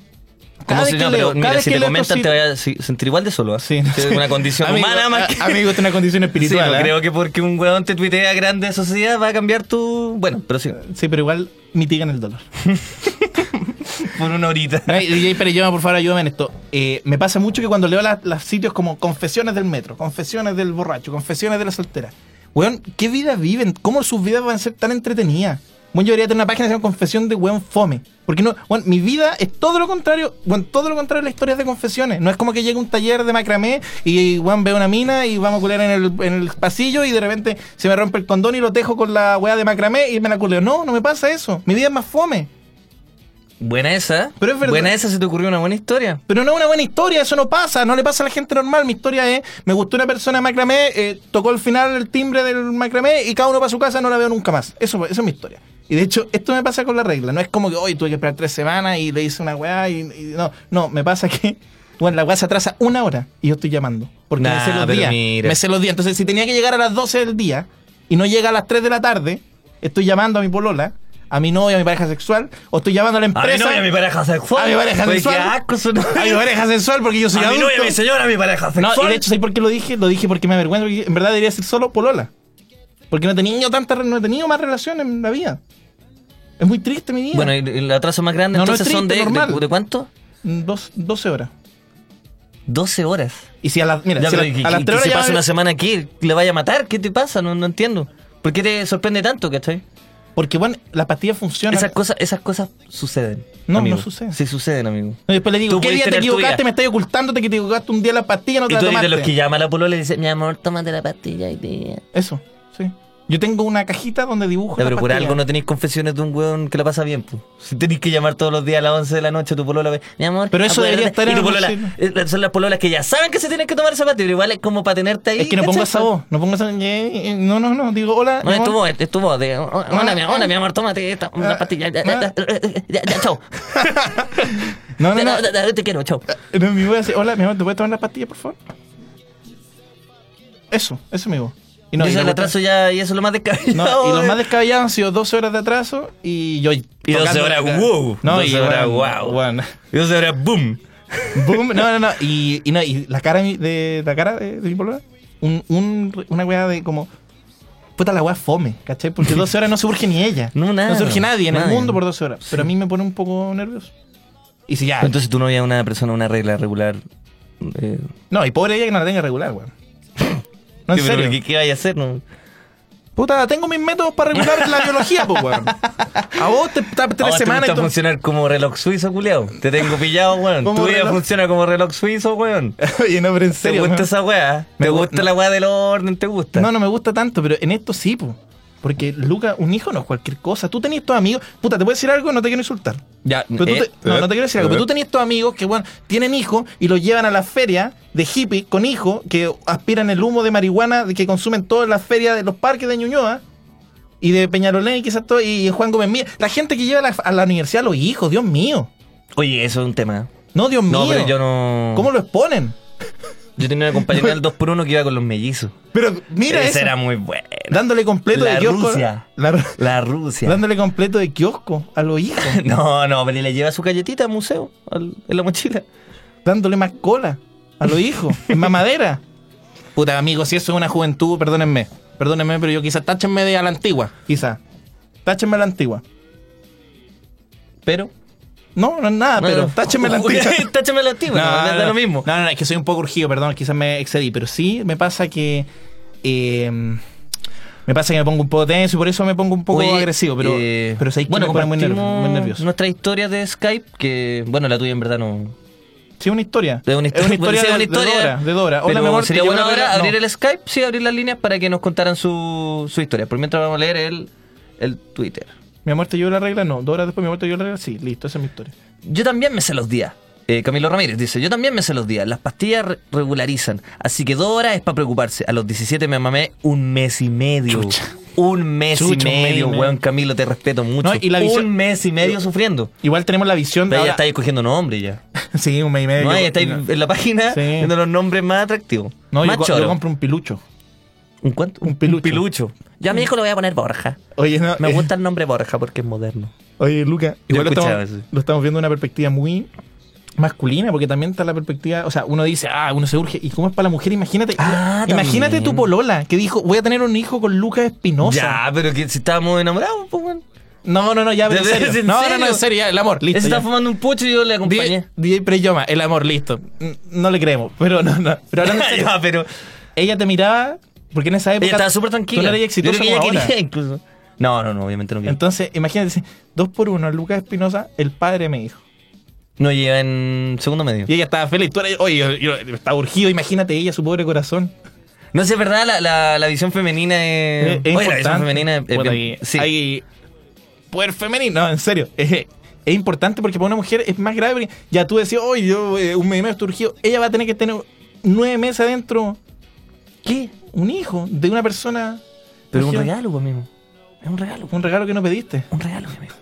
¿Cómo
Cada
se
vez que
llama? Pero
leo- cada
mira,
vez
si
que
te
leo
comentan,
cosas-
te vas a si- sentir igual de solo. ¿ah?
Sí,
Es una condición
Amigo,
humana más que.
a- Amigo, es una condición
Sí,
espiritual.
no
¿eh?
creo que porque un weón te tuitea grande sociedad va a cambiar tu. Bueno, pero sí,
Sí, pero igual mitigan el dolor.
por una horita.
Ay, DJ Pérez, llama, por favor, ayúdame en esto. Eh, me pasa mucho que cuando leo las las sitios como confesiones del metro, confesiones del borracho, confesiones de la soltera. Weón, ¿qué vida viven? ¿Cómo sus vidas van a ser tan entretenidas? Bueno, yo debería tener una página que se llama Confesión de Weón Fome. Porque no, weón, mi vida es todo lo contrario, weón, todo lo contrario a las historias de confesiones. No es como que llegue un taller de macramé y weón ve una mina y vamos a culear en el, en el pasillo y de repente se me rompe el condón y lo tejo con la weá de macramé y me la culeo. No, no me pasa eso. Mi vida es más fome.
Buena esa. ¿ah?
Pero es verdad.
Buena esa, se te ocurrió una buena historia.
Pero no es una buena historia, eso no pasa, no le pasa a la gente normal. Mi historia es, me gustó una persona de macramé, eh, tocó al final el timbre del macramé y cada uno para su casa, no la veo nunca más. Eso, esa es mi historia. Y de hecho, esto me pasa con la regla. No es como que hoy tuve que esperar tres semanas y le hice una weá y, y no. No, me pasa que, bueno, la weá se atrasa una hora y yo estoy llamando. Porque me
Nah,
sé los
pero
días.
mira.
Me sé los días. Entonces, si tenía que llegar a las 12 del día y no llega a las 3 de la tarde, estoy llamando a mi polola, a mi novia, a mi pareja sexual, o estoy llamando a la
A mi
empresa.
novia, a mi pareja sexual.
A mi pareja
Oye,
sexual.
qué asco su novia.
A mi pareja sexual porque yo soy
A mi
adulto.
novia, a mi señora, a mi pareja
no,
sexual.
y de hecho, ¿sabes por qué lo dije? Lo dije porque me avergüenza. porque en verdad debería ser solo polola. Porque no he tenido tanta, re- no he tenido más relaciones en la vida. Es muy triste mi vida.
Bueno, y el atraso más grande
No, no es
entonces son de,
triste,
de,
normal. Mm,
de cuánto?
Dos, 12 horas.
12 horas.
Y si a las, mira,
Ya,
si a,
pero
la-
que-
a las 3
que- que
horas
se
ya
pase
me-
una semana aquí, le vaya a matar, ¿qué te pasa? No, no entiendo. ¿Por qué te sorprende tanto, cachai?
Porque bueno, la pastilla funciona.
Esas cosas, esas cosas suceden.
No,
amigo.
no suceden.
Sí suceden, amigo.
No, y después le
Tú
digo, ¿qué
puedes
día te
tener tu
equivocaste?
vida.
Me estás ocultando que te equivocaste un día la pastilla, no te
Y
la
tú eres
tomaste.
de los que llama a la polola y le dice, mi amor, tómate la pastilla y te...
Eso, sí. Yo tengo una cajita donde dibujo.
Ya,
las
pero por
pastillas.
algo no tenéis confesiones de un weón que la pasa bien, pues. Si tenéis que llamar todos los días a las 11 de la noche a tu polola, ve, mi amor.
Pero eso debería
acuérdate".
estar en
Y tu
algún
polola, eh, Son las pololas que ya saben que se tienen que tomar esa pastilla, pero igual es como para tenerte ahí.
Es que no
¿cachai?
pongo esa voz, no pongo esa. eh, eh, No, no, no, digo hola.
No,
mi
es tu
amor.
voz, es tu voz. de, "Oh, hola, mi, hola, mi amor, tómate esta
Ah,
una pastilla. Ya, ya, ya, ya, ya, chao.
No, no,
Te-
no. Eh,
no, te- te quiero, chao.
No, mi voz es, hola, mi amor, ¿te puedes tomar la pastilla, por favor? Eso, eso es mi voz. Y
y eso
la
es el
cuestión-
atraso ya, y eso es lo más
no,
descabellado.
y los
eh.
más descabellados han sido 12 horas de atraso y yo. Y
12 horas, wow.
No,
12
y
horas,
bueno,
wow.
bueno.
Y eso era boom.
Boom, no, no, no. Y, y no, y la cara mi- de, la cara de, de mi polola, un, un- una weá de como. Puta la weá fome, ¿cachai? Porque 12 horas no surge ni ella.
No, nada,
No surge nadie en el
nadie.
mundo por 12 horas. Pero a mí me pone un poco nervioso. Y si ya.
Entonces tú no veías una persona, una regla regular. Eh,
no, y pobre ella que no la tenga regular, weón. No, en
sí, pero
serio.
¿Qué, qué vaya a hacer? No?
Puta, tengo mis métodos para regular la biología, pues, weón. A vos te está
¿A
tres
vos
semanas
te
y
gusta
tú-
funcionar como reloj suizo, culiao. Te tengo pillado, weón.
Como
Tu vida
reloj.
funciona como reloj suizo, weón.
Oye, no, pero en serio.
¿Te
weón.
gusta esa weá?
Me
¿Te
gu-
gusta la weá del orden? ¿Te gusta?
No, no me gusta tanto, pero en esto sí, pues. Porque, Luca, un hijo no es cualquier cosa. Tú tenías estos amigos. Puta, te puedo decir algo, no te quiero insultar.
Ya,
Pero tú
eh,
te- no,
eh,
no te quiero decir algo. Pero tú tenías estos amigos que, bueno, tienen hijos y los llevan a la feria de hippies con hijos que aspiran el humo de marihuana que consumen todas las ferias de los parques de Ñuñoa. Y de Peñalolén y quizás todo, y Juan Gómez Mía. La gente que lleva a la, a la universidad a los hijos, Dios mío.
Oye, eso es un tema.
No, Dios mío.
No, pero yo no.
¿Cómo lo exponen?
Yo tenía una compañera del 2x1 que iba con los mellizos.
Pero mira
Esa
eso.
era muy buena.
Dándole completo
La
de kiosco.
Rusia.
La-
La Rusia.
dándole completo de kiosco a los hijos.
No, no, pero le lleva su galletita al museo al- en la mochila.
dándole más cola a los hijos. en mamadera. Puta, amigo, si eso es una juventud, perdónenme. Perdónenme, pero yo quizás táchenme de a la antigua. Quizás. Táchenme a la antigua.
Pero.
No, no es nada, pero táchenme a la antigua.
Táchame la antigua. No, da lo mismo.
No, no, no, es que soy un poco urgido, perdón, quizás me excedí, pero sí me pasa que. eh, me pasa que me pongo un poco tenso y por eso me pongo un poco
Oye,
agresivo, pero,
eh,
pero sabéis que me pone muy, nerv-
compartimos
muy nervioso.
Nuestra historia de Skype, que bueno, la tuya en verdad no.
Sí, una historia.
Es una historia,
historia,
sí, es una
de-
historia.
de Dora. De Dora. Hola,
Pero
mi amor.
Sería
te llevo
bueno
la
ahora
regla-
abrir
no.
el Skype, sí, abrir las líneas para que nos contaran su, su historia. Por mientras vamos a leer el, el Twitter.
Mi amor te llevo la regla, no. Dos horas después mi amor te llevo la regla, sí, listo, esa es mi historia.
Yo también me sé los días. Eh, Camilo Ramírez dice, yo también me sé los días. Las pastillas re- regularizan. Así que dos horas es para preocuparse. A los 17 me mamé un mes y medio. Un mes
Chucha, un
y
mes y
medio,
medio.
weón, Camilo, te respeto mucho.
No, y la visión-
Un mes y medio sufriendo.
Igual tenemos la visión de.
Pero ya
ahora-
estáis escogiendo nombre ya.
sí, un mes y medio.
No,
Yo-
ya estáis
no.
en la página
Sí.
viendo los nombres más atractivos.
No, yo,
más
co- yo
choros.
compro un pilucho.
¿Un cuánto?
un pelucho.
Yo a mi hijo le voy a poner Borja.
Oye, no,
Me
eh,
gusta el nombre Borja porque es moderno.
Oye, Luca,
Yo
igual lo
escuchaba
estamos,
eso.
lo estamos viendo de una perspectiva muy masculina, porque también está la perspectiva, o sea, uno dice, ah, uno se urge, ¿y cómo es para la mujer? Imagínate,
Ah,
imagínate
también.
tu polola, que dijo, voy a tener un hijo con Lucas Espinosa.
ya, pero que si estábamos enamorados, pues bueno.
No, no, no, ya, pero en
¿De- de-
serio.
en
no, no,
serio?
no, en serio, ya, el amor, listo.
Ese
ya.
estaba fumando un pucho y yo le acompañé.
DJ, DJ Preyoma, el amor, listo. Mm, No le creemos, pero no, no. Pero hablando en serio,
Ya, pero
ella te miraba, porque en esa época.
ella estaba súper
Tú
tranquila.
no eras
Yo
exitosa
creo que ella
como ahora.
quería incluso. No, no, no, obviamente no quería.
Entonces, imagínate, dos por uno, Lucas Espinosa, el padre me dijo.
no llega en segundo medio. Eh,
Y ella estaba feliz. Tú eres, eh, oye, yo, yo- estaba urgido, imagínate ella, su pobre corazón.
No sé, es verdad, la, la, la visión femenina es.
eh, Es- es
Oye, la visión
importante.
femenina es. es
Bueno,
bien-
y
sí.
hay poder femenino, no, en serio. Es, es importante porque para una mujer es más grave. porque Ya tú decías, oye, yo eh, un mes y medio estoy urgido. Ella va a tener que tener nueve meses adentro. ¿Qué? Un hijo de una persona.
pero es un
Imagínate,
regalo, pues mismo. Es un regalo.
Un regalo que no pediste.
Un regalo, amigo.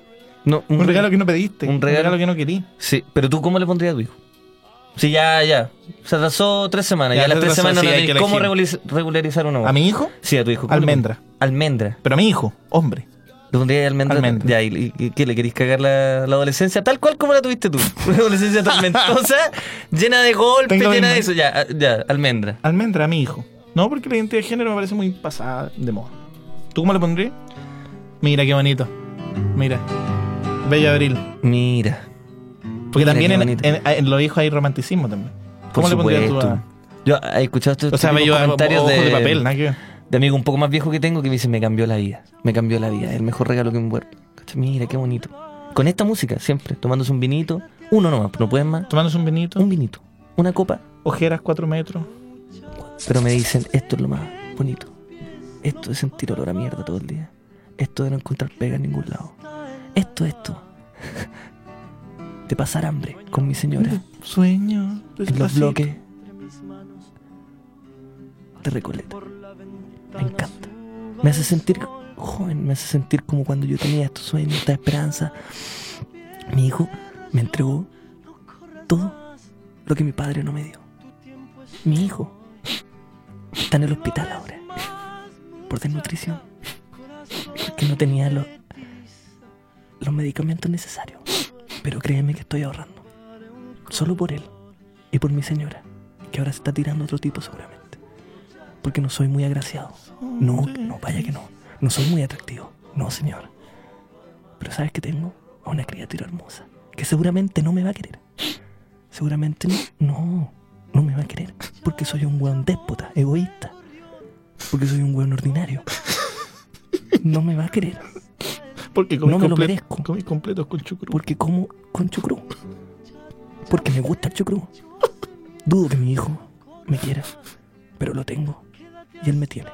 No,
Un regalo que no pediste.
Un regalo-
que no querí.
Sí, pero tú, ¿cómo le pondrías a tu hijo? Sí, ya, ya. Se atrasó tres semanas. Ya,
Ya,
las
se
tres
atrasó,
semanas
sí,
no
hay
tenés
que
¿Cómo
elegir.
regulariz- regularizar una voz?
¿A mi hijo?
Sí, a tu hijo. ¿Cómo le
Almendra.
pon- Almendra.
Pero a mi hijo, hombre.
¿Le pondrías almendra?
Almendra.
Ya, ¿y, y- y qué? ¿Le querís cagar la, la adolescencia? Tal cual como la tuviste tú. Una adolescencia tormentosa, llena de golpes,
Tengo
llena de
mismo.
eso. Ya, a- ya, almendra.
Almendra, a mi hijo. No, porque la identidad de género me parece muy pasada de moda. ¿Tú cómo le pondrías? Mira qué bonito. Mira. Bella Abril.
Mira.
Porque
Mira
también
qué
en,
bonito.
en- en los hijos hay romanticismo también. ¿Cómo
por
le pondrías tú
supuesto.
a-
Yo he escuchado estos
O sea,
típicos
bello
comentarios
ojos
de,
de... papel, nada que ver.
de amigo un poco más viejo que tengo que me dice, me cambió la vida. Me cambió la vida. El mejor regalo que me puedo. ¿Cachai? Mira, qué bonito. Con esta música, siempre. Tomándose un vinito. Uno nomás, no pueden más.
Tomándose un vinito,
Un vinito. Una copa.
ojeras cuatro metros.
Pero me dicen, esto es lo más bonito. Esto es sentir olor a mierda todo el día. Esto de no encontrar pega en ningún lado. Esto, esto. De pasar hambre con mi señora.
Sueño.
En los
despacito.
bloques. De Recoleta. Me encanta. Me hace sentir joven. Me hace sentir como cuando yo tenía estos sueños, esta esperanza. Mi hijo me entregó todo lo que mi padre no me dio. Mi hijo está en el hospital ahora por desnutrición porque no tenía los los medicamentos necesarios pero créeme que estoy ahorrando solo por él y por mi señora que ahora se está tirando otro tipo seguramente porque no soy muy agraciado
Oh,
no no vaya que no no soy muy atractivo no señor pero sabes que tengo a una criatura hermosa que seguramente no me va a querer seguramente no no no me va a querer porque soy un weón déspota egoísta porque soy un weón ordinario. No me va a querer,
Porque comí
No me lo
completo-
merezco.
comí completos con chucrú.
porque como con chucrú. Porque me gusta el chucrú. Dudo que mi hijo me quiera, pero lo tengo y él me tiene.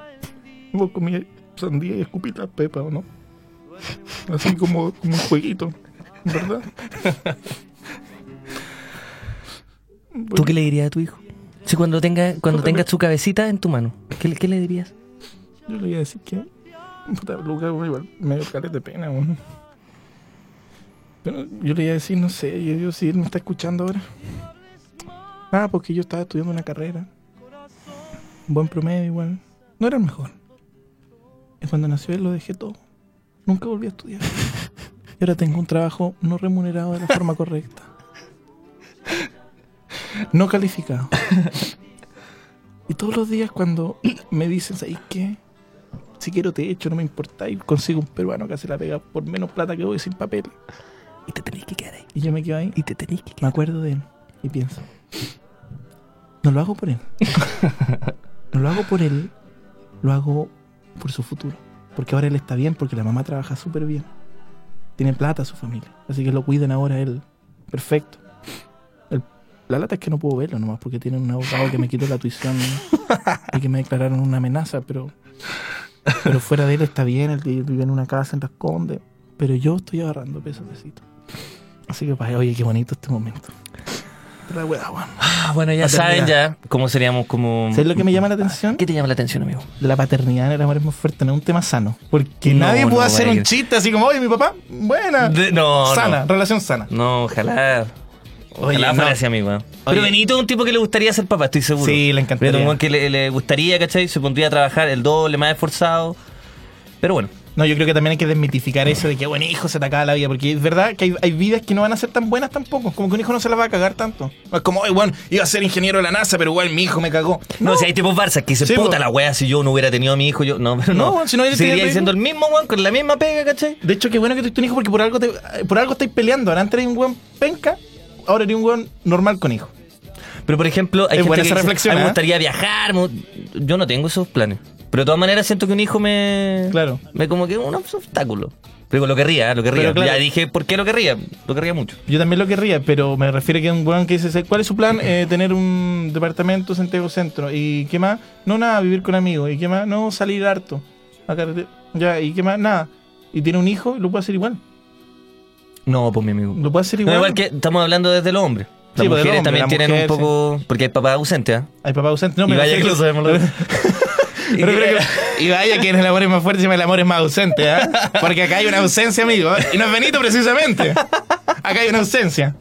Vos comías sandía y escupí la pepa, ¿o no? Así como, como un jueguito, ¿verdad?
¿Tú qué le dirías a tu hijo? Si cuando tenga cuando tengas su cabecita en tu mano, ¿qué, le- qué le dirías?
Yo le iba a decir que. Puta, Lucas, güey, igual medio caleta de pena, güey. Pero yo le iba a decir, no sé, yo digo, si él me está escuchando ahora. Ah, porque yo estaba estudiando una carrera. Buen promedio, igual. No era el mejor. Y cuando nació él lo dejé todo. Nunca volví a estudiar. Y ahora tengo un trabajo no remunerado de la forma correcta. No calificado. Y todos los días cuando me dicen, ¿sabes qué? Si quiero te echo, no me importa. Y consigo un peruano que hace la pega por menos plata que voy sin papel.
Y te tenés que quedar ahí.
Y yo me quedo ahí.
Y te tenés que
Me
quedar.
acuerdo de él y pienso, no lo hago por él. No lo hago por él, lo hago por su futuro. Porque ahora él está bien, porque la mamá trabaja súper bien. Tiene plata su familia. Así que lo cuidan ahora a él. Perfecto. El- la lata es que no puedo verlo nomás, porque tienen un abogado que me quitó la tuición y que me declararon una amenaza, pero, pero fuera de él está bien, él vive en una casa en Las Condes. pero yo estoy agarrando peso a pesito. Así que, pa, oye, qué bonito este momento. La weá, weón.
Ah, bueno, ya saben ya cómo seríamos como...
¿Sabes lo que me llama la atención?
¿Qué te llama la atención, amigo?
La paternidad en el amor es muy fuerte, no es un tema sano. Porque
No,
nadie
no,
puede hacer
Valeria.
un chiste así como, oye, mi papá, buena.
De- no,
sana,
no.
relación sana.
No, ojalá...
Oye,
Ojalá
no.
fuera así, amigo. ¿eh? Pero
¿eh? Oye.
Benito es un tipo que le gustaría ser papá, estoy seguro.
Sí, le encantaría.
Pero un weón que le, le gustaría, ¿cachai? Se pondría a trabajar el doble, más esforzado. Pero bueno,
No, yo creo que también hay que desmitificar eso de que, bueno, hijo, se te acaba la vida. Porque es verdad que hay, hay vidas que no van a ser tan buenas tampoco. Como que un hijo no se las va a cagar tanto. No es como, oye, bueno, iba a ser ingeniero de la NASA, pero igual mi hijo me cagó.
No, si hay tipos Barça que se
Sí,
puta
po.
la wea si yo no hubiera tenido a mi hijo, yo. No, pero
No,
no.
weón, si no hubiera
Seguiría
tenido-
diciendo el mismo weón con la misma pega, ¿cachai?
De hecho, qué bueno que tuviste un hijo porque por algo, te- por algo estáis peleando. Ahora antes era un weón penca, ahora eres un weón normal con hijo.
Pero por ejemplo, hay
Es buena
gente que
esa
dice,
reflexión,
"Ay, me
¿eh?
gustaría viajar. me gust-". Yo no tengo esos planes. Pero de todas maneras siento que un hijo me.
Claro.
Me como que es un obstáculo. Pero lo querría, ¿eh? lo querría.
Pero claro.
Ya dije, ¿por qué lo querría? Lo querría mucho.
Yo también lo querría, pero me refiero a que un weón que dice, ¿cuál es su plan? Eh, tener un departamento Santiago Centro. ¿Y qué más? No, nada, vivir con amigos. ¿Y qué más? No, salir harto. A carretera. Ya, ¿y qué más? Nada. Y tiene un hijo, lo puede hacer igual.
No, pues mi amigo.
Lo puede hacer
No,
igual.
igual que estamos hablando desde el hombre. Las
Sí, pues, del
mujeres
hombre,
también
la
tienen
mujer,
un poco. Porque hay papás ausentes, ¿ah?
Ay, papá ausente. No,
Y
me
vaya
refiero-
que lo sabemos los dos.
Pero creo que- y vaya que en el amor es más fuerte y en el amor es más ausente, ¿ah? Porque acá hay una ausencia, amigo. ¿eh? Y no es Benito precisamente. Acá hay una ausencia.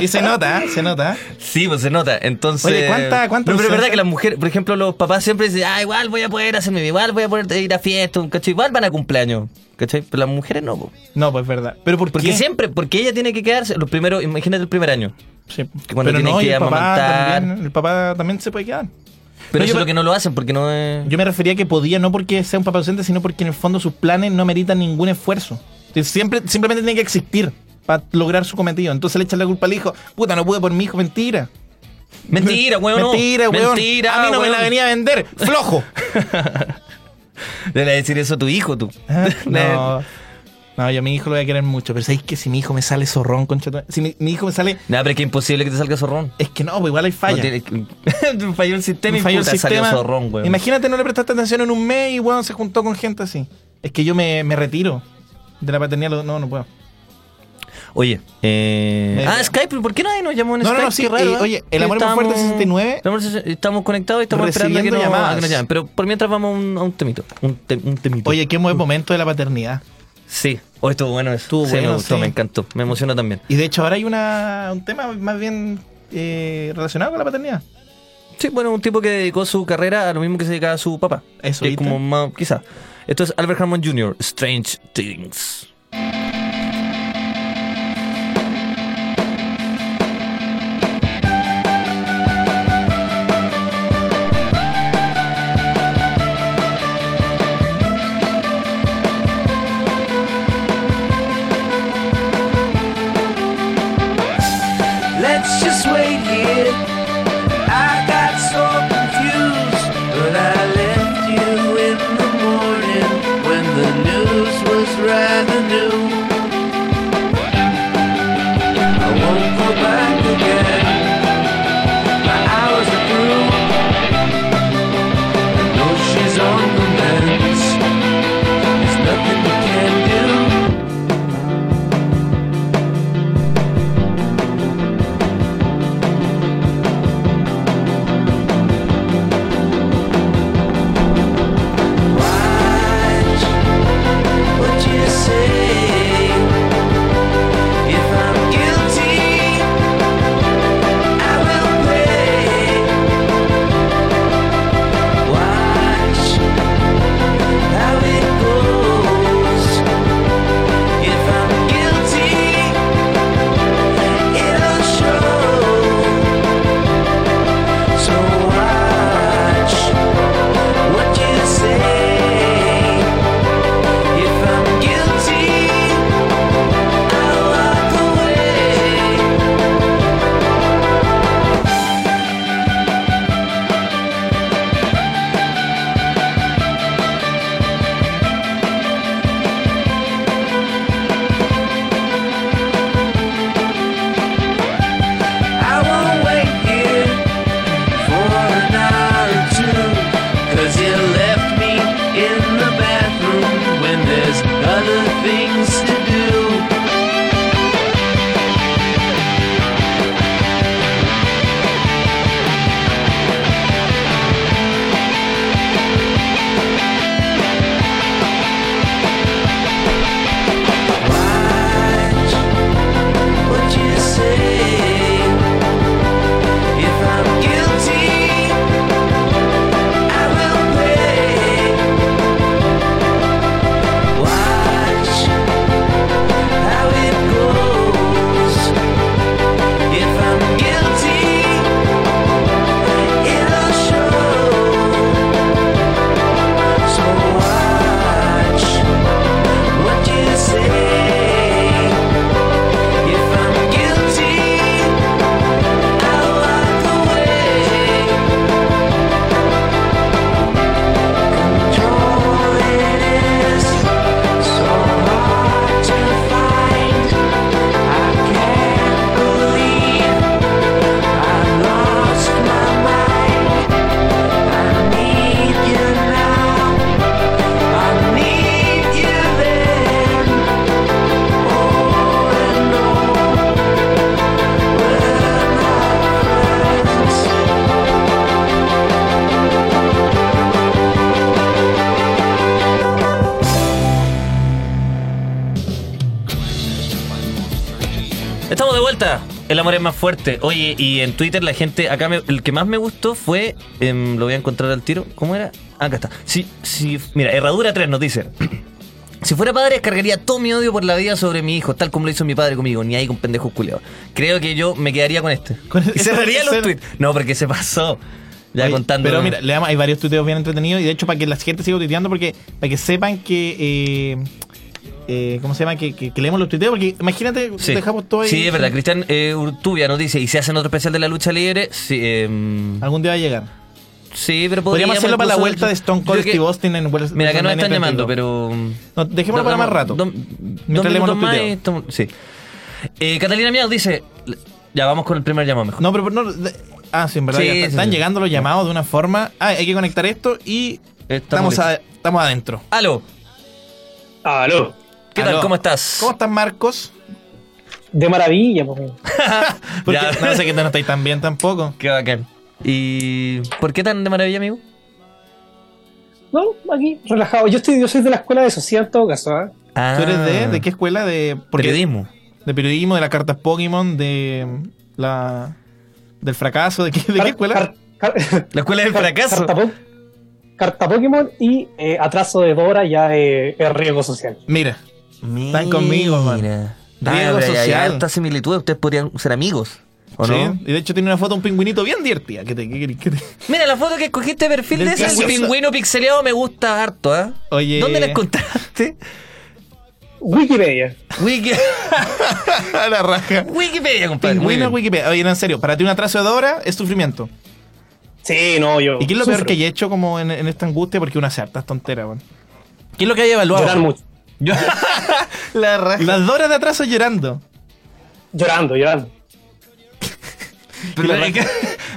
Y se nota, ¿ah? se nota. ¿ah?
Sí, pues se nota. Entonces.
Oye, ¿cuánta- cuánta
Pero, pero es
ausencia?
verdad que las mujeres, por ejemplo, los papás siempre dicen, ah, igual voy a poder hacerme, vida, igual voy a poder ir a fiestas, ¿cachai? Igual van a cumpleaños, ¿cachai? Pero las mujeres no, po.
No, pues verdad. Pero ¿por
Porque
qué?
siempre, porque ella tiene que quedarse, los primeros, imagínate el primer año.
Sí.
Que cuando
Pero
tienen
no, y
que
el papá,
amamantar.
también, el papá también se puede quedar.
Pero
No, yo
eso es lo
me-
que no lo hacen, porque no es.
Yo me refería que podía, no porque sea un papá ausente, sino porque en el fondo sus planes no meritan ningún esfuerzo. Entonces, Siempre, simplemente tiene que existir para lograr su cometido. Entonces le echan la culpa al hijo. Puta, no pude por mi hijo, mentira.
Mentira, weón. no.
Mentira, weón.
Mentira,
a mí no
weón.
me la venía a vender. Flojo.
Debe decir eso a tu hijo, tú.
no. No, yo a mi hijo lo voy a querer mucho, pero ¿sabéis que si mi hijo me sale zorrón, concha? tu- Si mi, mi hijo me sale.
Nah, pero es que es imposible que te salga zorrón.
Es que no, pues igual hay
No
falla.
tiene- falló el sistema y
Falló el
puta,
sistema.
salió zorrón, weón.
Imagínate, no le prestaste atención en un mes y weón se juntó con gente así. Es que yo me, me retiro de la paternidad. lo- No, no puedo.
Oye, eh...
Me-
Ah, Skype, ¿pero ¿por qué nadie nos llamó en
No, no,
Skype?
no, sí,
Qué raro,
eh,
¿eh?
oye, el amor es este más fuerte, 69.
el amor es- Estamos conectados y estamos esperando a que,
Recibiendo
nos,
llamadas.
a que nos llamen. Pero por mientras vamos a un, a un temito. Un, te- un temito.
Oye, qué buen momento de la paternidad.
Sí. Hoy estuvo bueno eso.
Estuvo
sí, me
bueno,
gustó,
sí.
me encantó. Me emocionó también.
Y de hecho, ahora hay una, un tema más bien eh, relacionado con la paternidad.
Sí, bueno, un tipo que dedicó su carrera a lo mismo que se dedicaba a su papá.
Eso,
Que es
¿viste?
como más, quizás. Esto es Albert Hammond Jr., Strange Things.
Let's just wait here. I got so confused, but I left you in the morning when the news was rather
El amor es más fuerte. Oye, y en Twitter la gente, acá me- el que más me gustó fue, em, lo voy a encontrar al tiro, ¿cómo era? Ah, Acá está. Sí, sí, mira, Herradura 3 nos dice, si fuera padre, descargaría todo mi odio por la vida sobre mi hijo, tal como lo hizo mi padre conmigo, ni ahí con pendejos culiados. Creo que yo me quedaría con este.
Con el-
y cerraría
ese-
los tweets. No, porque se pasó. Ya
Oye,
contando.
Pero mira, leamos, hay varios tuiteos bien entretenidos y de hecho para que la gente siga tuiteando porque para que sepan que eh, eh, ¿cómo se llama? Que, que- que leemos los tuiteos porque imagínate
Sí.
dejamos todo ahí.
Sí, es verdad. Cristian eh, Urtubia nos dice, ¿y se hacen otro especial de la lucha libre? Sí, em,
Algún día va a llegar.
sí pero
Podríamos hacerlo para la
incluso-
vuelta de Stone
Yo
Cold
que-
Steve Austin en Wel-
Mira, acá nos están
WrestleMania 35.
llamando, pero...
No, dejémoslo para más rato.
Dos, dos
leemos
minutos
los
más y
tuiteos.
estamos- sí. Eh, Catalina Miau dice... Ya vamos con el primer llamado mejor.
No, pero no de- Ah, sí, en verdad.
Sí,
ya está.
sí,
están
sí.
llegando los llamados de una forma. Ah, hay que conectar esto y
Estamos
estamos, a- estamos adentro.
Aló,
Aló.
¿qué
Aló.
tal? ¿Cómo estás?
¿Cómo estás, Marcos?
De maravilla, pues. amigo.
Porque
Ya.
no sé que no estáis tan bien tampoco.
Qué bacán. ¿Y por qué tan de maravilla, amigo?
No, aquí, relajado. Yo, estoy, yo soy de la escuela de sociedad en todo caso, ¿ah?
Ah,
¿Tú eres de, de qué escuela? De porque-
Periodismo.
De periodismo, de las cartas Pokémon, de mm, la del fracaso, ¿de qué, de qué
Car-
escuela?
car- car-
La escuela del
car-
fracaso.
Carta, po- carta Pokémon y eh, atraso de Dora ya eh, es riesgo social.
Mira,
Están
conmigo, man.
Ah,
Riesgo social.
Esta similitud, ustedes podrían ser amigos. ¿O
sí,
no?
y de hecho tiene una foto de un pingüinito bien divertida. Que te, que- que te-
Mira, la foto que escogiste de perfil de
Del
ese
pingüino.
pingüino pixeleado me gusta harto, ¿ah?
Oye.
¿Dónde la encontraste?
Wikipedia.
Wiki-
A la raja.
Wikipedia, compadre. muy
Pingüino
bien.
Wikipedia. Oye, no, en serio, para ti un atraso de Dora es sufrimiento.
Sí, no, yo.
¿Y qué es lo peor
sufro.
que he hecho como en, en esta angustia? Porque una cierta es tontera, weón. ¿Qué es lo que hay evaluado?
Llorar mucho.
La raja. Las Doras de atraso llorando.
Llorando, llorando.
Pero,
Y la raja.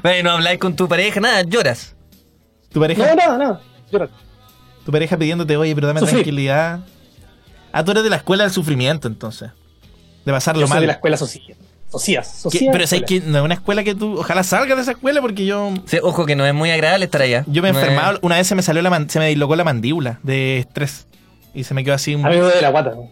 Oye, no habláis con tu pareja, nada, lloras.
Tu pareja,
No, nada, nada. Llorando.
tu pareja pidiéndote, oye, pero dame
Sufrir.
tranquilidad. Ah, tú eres de la escuela del sufrimiento, entonces. De pasarlo
Yo
mal.
soy de la escuela sociedad. Sociedad,
Que-
sociedad.
pero es
escuela.
que no es una escuela que tú. Ojalá salgas de esa escuela porque yo.
Sí, ojo que no es muy agradable estar allá.
Yo me
No es-
enfermaba. Una vez se me salió la man- se me dislocó la mandíbula de estrés. Y se me quedó así un.
A mí me duele la guata. ¿no?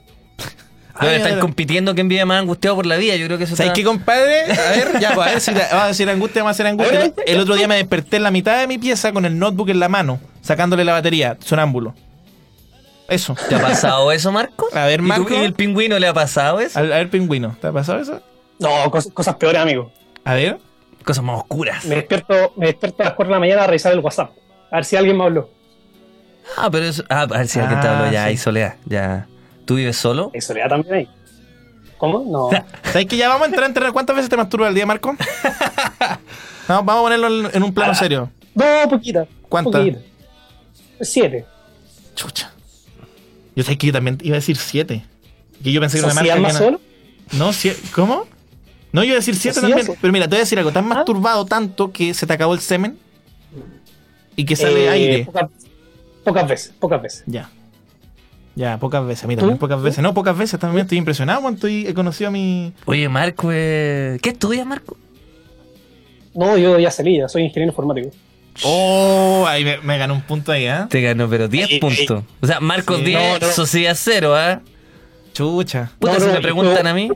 Ahora
Ay,
están
ay, ay.
compitiendo quién vive más angustiado por la vida. Yo creo que eso
¿Sabes
está...
qué, compadre? A ver, ya, pues, a ver si la- vamos a decir angustia, vamos a hacer angustia. El, el otro día me desperté en la mitad de mi pieza con el notebook en la mano, sacándole la batería, sonámbulo. Eso.
¿Te ha pasado eso, Marcos?
A ver,
¿Y tú-
Marco.
¿Y, el pingüino le ha pasado eso?
A, a ver, pingüino, ¿te ha pasado eso?
No, cos- cosas peores, amigo.
A ver.
Cosas más oscuras.
Me despierto, me despierto a las 4 de la mañana a revisar el WhatsApp. A ver si alguien me habló.
Ah, pero eso... Ah, a ver si alguien te
Ah,
habló ya.
sí.
Ahí, Soledad, ya. ¿Tú vives solo?
En soledad también ahí. ¿Cómo? No.
¿Sabes que ya vamos a entrar en terreno? ¿Cuántas veces te masturbas al día, Marco? No, vamos a ponerlo en, en un plano serio.
Ah, No, poquita.
¿Cuánta?
Poquita. Siete.
Chucha. Yo sé que yo también iba a decir siete. Que yo pensé que era una
¿Sociedad
marca.
más
que
solo?
era- No, sie- ¿Cómo? No, yo iba a decir siete
Así
también.
es.
Pero mira, te voy a decir algo. Te
Ah.
has masturbado tanto que se te acabó el semen y que sale
Eh,
aire.
poca- pocas veces, pocas veces.
Ya. Ya, pocas veces. A mí también
¿Tú?
pocas veces. No, pocas veces también. Estoy impresionado. cuando Estoy, he conocido a mi...
Oye, Marco, eh, ¿qué estudias, Marco?
No, yo ya salí, ya soy ingeniero informático.
Oh, ahí me, me ganó un punto ahí, ¿eh?
Te ganó, pero 10
Ey,
puntos. O sea, Marcos
Sí.
10,
No, no.
Sociedad 0, ¿ah?
Chucha.
Puta,
No,
si
no,
me
y
preguntan
juego-
a mí,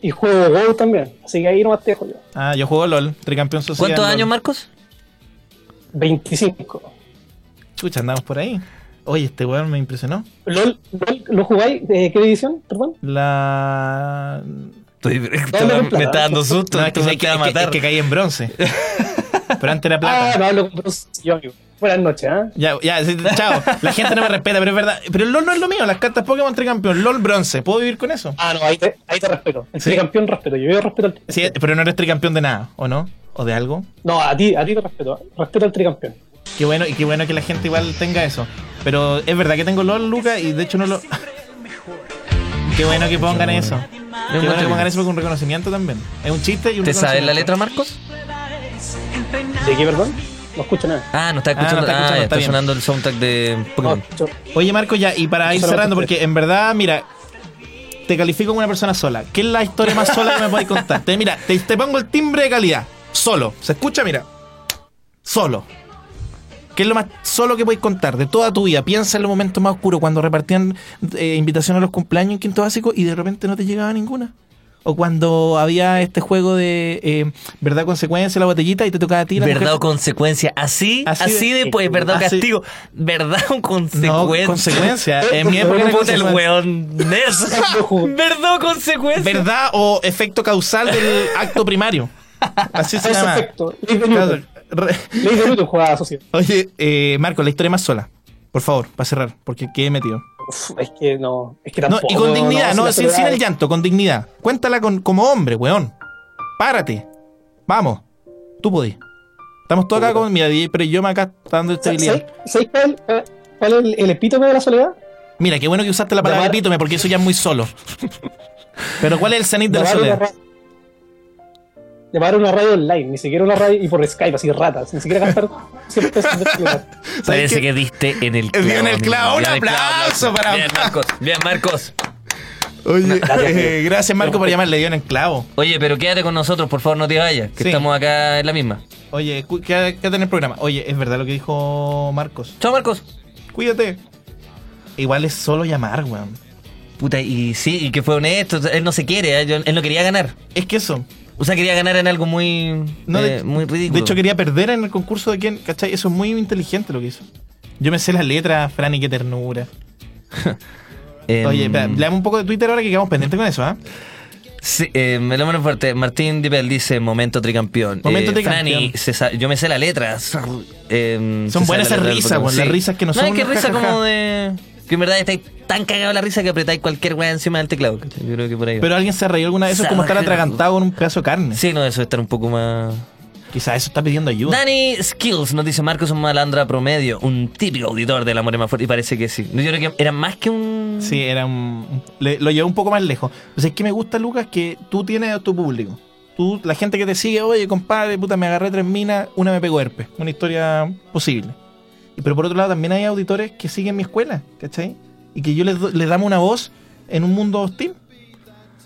Y juego Go también. Así que ahí nomás te dejo yo.
Ah, yo juego LOL. Tricampeón social.
¿cuántos
LOL.
años,
Ah,
Marcos?
25.
Chucha, andamos por ahí. Oye, este weón me impresionó.
¿LOL, LOL, ¿Lo jugáis? ¿De qué división? Perdón.
La...
Estoy- me
plata.
está dando susto,
No, es que,
tú me
es que-
vas a
es que-
matar.
es que caí en bronce. Pero antes era plata.
Ah, no hablo con Bruce, yo, amigo. Buenas noches, ¿ah?
Ya, ya, sí, chao. La gente no me respeta, pero es verdad. Pero el LOL no es lo mío. Las cartas Pokémon tricampeón. LOL bronce. ¿Puedo vivir con eso?
Ah, no, ahí te, ahí te respeto. El
Sí.
tricampeón respeto. Yo, yo respeto al tricampeón.
Sí, pero no eres tricampeón de nada, ¿o no? ¿O de algo?
No, a ti, a ti te respeto. Respeto al tricampeón.
Qué bueno, y qué bueno que la gente igual tenga eso. Pero es verdad que tengo LOL, Luca, y de hecho no lo. Qué bueno que pongan eso. Qué bueno que pongan eso porque un reconocimiento también. Es un chiste y un
¿Te sabes la
reconocimiento.
letra, Marcos?
¿De qué, perdón? No escucho nada.
Ah, no está escuchando.
está escuchando,
Ah, ya
está
está,
bien.
sonando el soundtrack de
No
Pokémon.
escucho.
Oye, Marco, ya, y para ir
Solo
cerrando,
contesto.
porque en verdad, mira, te califico como una persona sola. ¿Qué es la historia más sola que me podéis contar? Te, mira, te, te pongo el timbre de calidad. Solo. ¿Se escucha? Mira. Solo. ¿Qué es lo más solo que podéis contar de toda tu vida? Piensa en los momentos más oscuros, cuando repartían eh, invitaciones a los cumpleaños en quinto básico y de repente no te llegaba ninguna. O cuando había este juego de eh, verdad consecuencia, la botellita y te tocaba a ti la
Verdad o
mujer-
consecuencia. Así,
Así
así,
de-
de, pues, verdad o
así-
castigo. Verdad o consecuencia.
No, consecuencia. En mi época era
Puta el
consecuencia.
weón nerd. Verdad o consecuencia.
Verdad o efecto causal del acto primario. Así se
Ese
llama.
efecto, ley de Newton.
Re-
Ley de Newton jugaba asociado.
Oye, eh, Marco, la historia más sola. Por favor, para cerrar, porque quedé metido.
Uf, es que no, es que
No,
tampoco.
y con dignidad, no,
la
sin, sin
soledad
el
es-
llanto, con dignidad. Cuéntala con, como hombre, weón. Párate. Vamos. Tú podés. Estamos todos acá con. Mira, DJ, pero yo me acá está dando
¿Sabes
estabilidad.
sabes cuál, eh, cuál es el, el epítome de la soledad?
Mira, qué bueno que usaste la palabra
Llamar-
epítome, porque eso ya es muy solo. pero ¿cuál es el cenit de la
Llamar a una
soledad?
ra- Llamar a una radio online, ni siquiera una radio y por Skype, así ratas, ni siquiera gastar 100 pesos de celular.
¿Sabes
Parece
qué?
que, diste en el
Dio
clavo.
en el
amigo.
clavo.
Dio
Un
en el clavo.
aplauso para-
Bien, Marcos. Bien, Marcos.
Oye, eh,
tío.
gracias, Marco, por llamarle. Dio en el clavo.
Oye, pero quédate con nosotros, por favor, no te vayas. Que
Sí.
estamos acá en la misma.
Oye, cu- ¿qué qué en el programa? Oye, es verdad lo que dijo Marcos.
Chao, Marcos.
Cuídate. Igual es solo llamar, weón.
Puta, y sí, y que fue honesto. Él no se quiere, ¿eh? Yo- él no quería ganar.
Es que eso.
O sea, quería ganar en algo muy,
No,
eh,
de-
muy ridículo.
De hecho, quería perder en el concurso de quién, ¿cachai? Eso es muy inteligente lo que hizo. Yo me sé las letras, Fran, y qué ternura.
Em,
Oye, espera, leamos un poco de Twitter ahora que quedamos pendientes con eso, ¿ah?
Sí, eh, me lo mano fuerte. Martín Dipel dice: Momento tricampeón.
Momento
Eh,
tricampeón.
Franny, se sa- yo me sé la letra. Eh, se
Son buenas
sabe
esas
la letra del
risas,
botón.
weón, las risas que no
No,
son
es que
unos
risa
jajaja.
como de. Que en verdad estáis tan cagados la risa que apretáis cualquier weá encima del teclado. ¿cachai? Yo creo que por ahí. va.
Pero alguien se reído alguna vez, eso es como estar atragantado con un pedazo de carne.
sí, no, eso de estar un poco más.
Quizás eso está pidiendo ayuda.
Danny Skills nos dice Marcos un malandra promedio, un típico auditor de la Morema Fuerte. Y parece que sí. Yo creo que era más que un.
Sí, era un, le- lo llevó un poco más lejos. Pues es que me gusta, Lucas, que tú tienes a tu público. Tú, la gente que te sigue, oye, compadre, puta, me agarré tres minas, una me pegó herpes. Una historia posible. Y- Pero por otro lado, también hay auditores que siguen mi escuela, ¿cachai? Y que yo les, do- les damos una voz en un mundo hostil.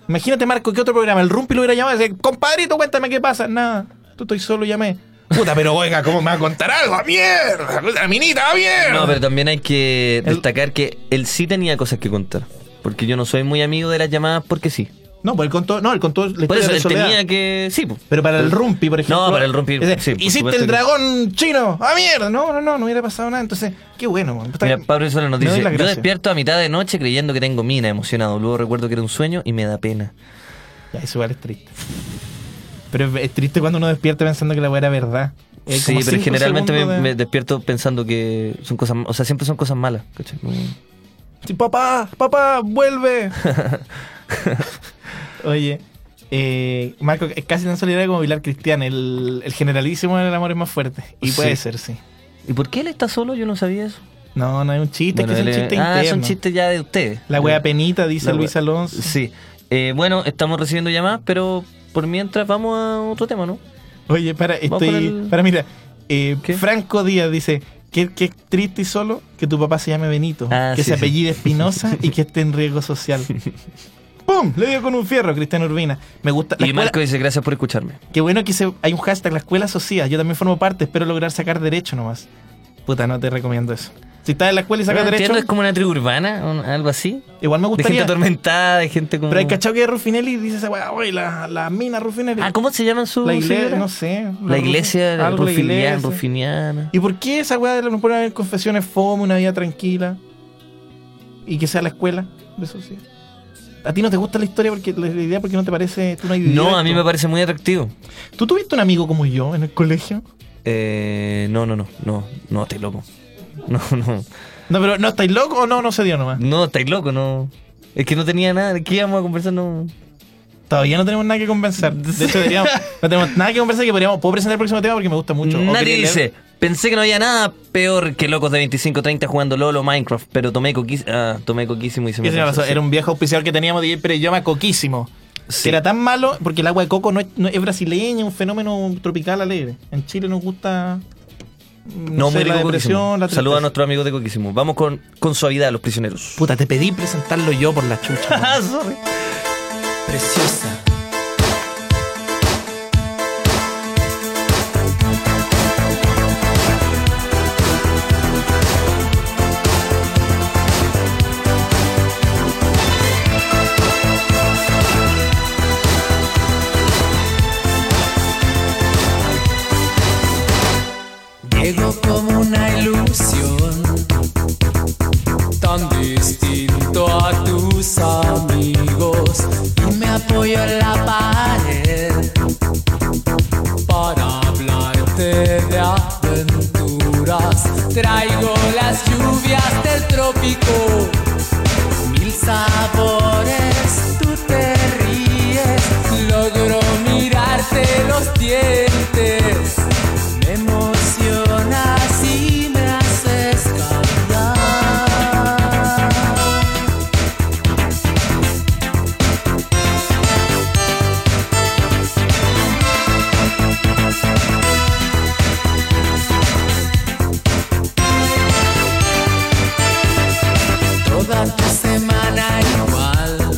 Imagínate, Marco, que otro programa, el Rumpi lo hubiera llamado y decir, compadrito, cuéntame qué pasa. Nada, tú estoy solo, llamé. Puta, pero oiga, ¿cómo me va a contar algo? ¡A mierda! ¡La minita, a mierda!
No, pero también hay que
El-
destacar que él sí tenía cosas que contar. Porque yo no soy muy amigo de las llamadas porque sí.
No, pues él contó, no, él contó la
Por
historia
eso
de
él
soledad.
tenía que. Sí, po.
Pero para el Rumpi, por ejemplo.
para el Rumpi,
es-
sí, por
Hiciste
supuesto
el
que-
dragón chino. ¡Ah, mierda! No, no, no, no hubiera pasado nada. Entonces, qué bueno. man. Está-
Mira, Pablo Isola nos
Me doy
dice:
las
Yo
gracias".
despierto a mitad de noche creyendo que tengo mina, emocionado. Luego recuerdo que era un sueño y me da pena.
Ya, eso igual es triste. Pero es, es triste cuando uno despierta pensando que la weá era verdad. Hay
sí,
como
pero
cinco
generalmente me,
segundos de-
me despierto pensando que son cosas. O sea, siempre son cosas malas. ¿cachai? Como-
Sí, papá, papá, vuelve. Oye, eh, Marco, es casi tan solidario como Vilar Cristian. El, el generalísimo en el amor es más fuerte. Y puede
Sí.
ser, sí.
¿Y por qué él está solo? Yo no sabía eso.
No, no es un chiste,
Bueno,
es que es
él
un
es-
chiste
ah,
interno.
son chistes ya de ustedes.
La
wea
weá penita, dice
La
Luis
wea-
Alonso.
Sí. Eh, bueno, estamos recibiendo llamadas, pero por mientras vamos a otro tema, ¿no?
Oye, para,
Vamos
estoy.
con el-
Para, mira. eh,
¿Qué?
Franco Díaz dice: que, que es triste y solo que tu papá se llame Benito,
Ah,
que
sí,
se
sí.
apellide Espinosa y que esté en riesgo social. ¡Pum! Le dio con un fierro, Cristian Urbina. Me gusta. La
Y
escuela-
Marco dice, gracias por escucharme.
Qué bueno que se- hay un hashtag, la escuela asocia. Yo también formo parte, espero lograr sacar derecho nomás. Puta, no te recomiendo eso. Si estás en la escuela y sacas
No
derecho,
entiendo, es como una tribu urbana, un- algo así.
igual me
De gente
gustaría.
atormentada, de gente como...
Pero hay cachado que Rufinelli dice esa weá, oye, la, la mina Rufinelli.
Ah, ¿cómo se llaman su
la iglesia,
señora?
no sé.
La iglesia ah,
algo la
rufiniana,
iglesia.
rufiniana.
¿Y por qué esa weá de no poner en confesiones fome, una vida tranquila? Y que sea la escuela de sociedad. ¿A ti no te gusta la historia porque la idea porque no te parece tú no, has vivido
No, a mí
esto?
me parece muy atractivo.
¿Tú tuviste un amigo como yo en el colegio?
Eh, no, no, no, no, no, estáis loco. No, no,
No, pero ¿no estáis loco o no? No se dio nomás.
no, estáis loco, no. Es que no tenía nada, ¿de qué íbamos a conversar? No.
Todavía no tenemos nada que conversar. De hecho, deberíamos, no tenemos nada que conversar que podríamos. Puedo presentar el próximo tema porque me gusta mucho. ¿O
Nadie
queréis leer?
dice, pensé que no había nada peor que locos de 25 30 jugando LOL o Minecraft, pero tomé, coquis- ah, tomé coquísimo y se me
Sí, tenía
pasó".
razón. Era un viejo auspiciador que teníamos de pero yo me coquísimo.
Sí.
Que era tan malo porque el agua de coco no es, no es brasileña, un fenómeno tropical alegre. En Chile nos gusta mm, no
No,
sé,
muy
la
rico
depresión, la
Coquísimo. Saluda a
tristeza.
nuestros amigos de Coquísimo. Vamos con, con suavidad a los prisioneros.
Puta, te pedí presentarlo yo por la chucha.
Sorry.
Preciosa. Llegó como una ilusión, tan distinto a tus amigos. Y me apoyo en la pared para hablarte de aventuras. Traigo las lluvias del trópico, mil sabores, tú te ríes. Logro mirarte los dientes. Me emocionas y me haces cambiar. Toda tu semana igual.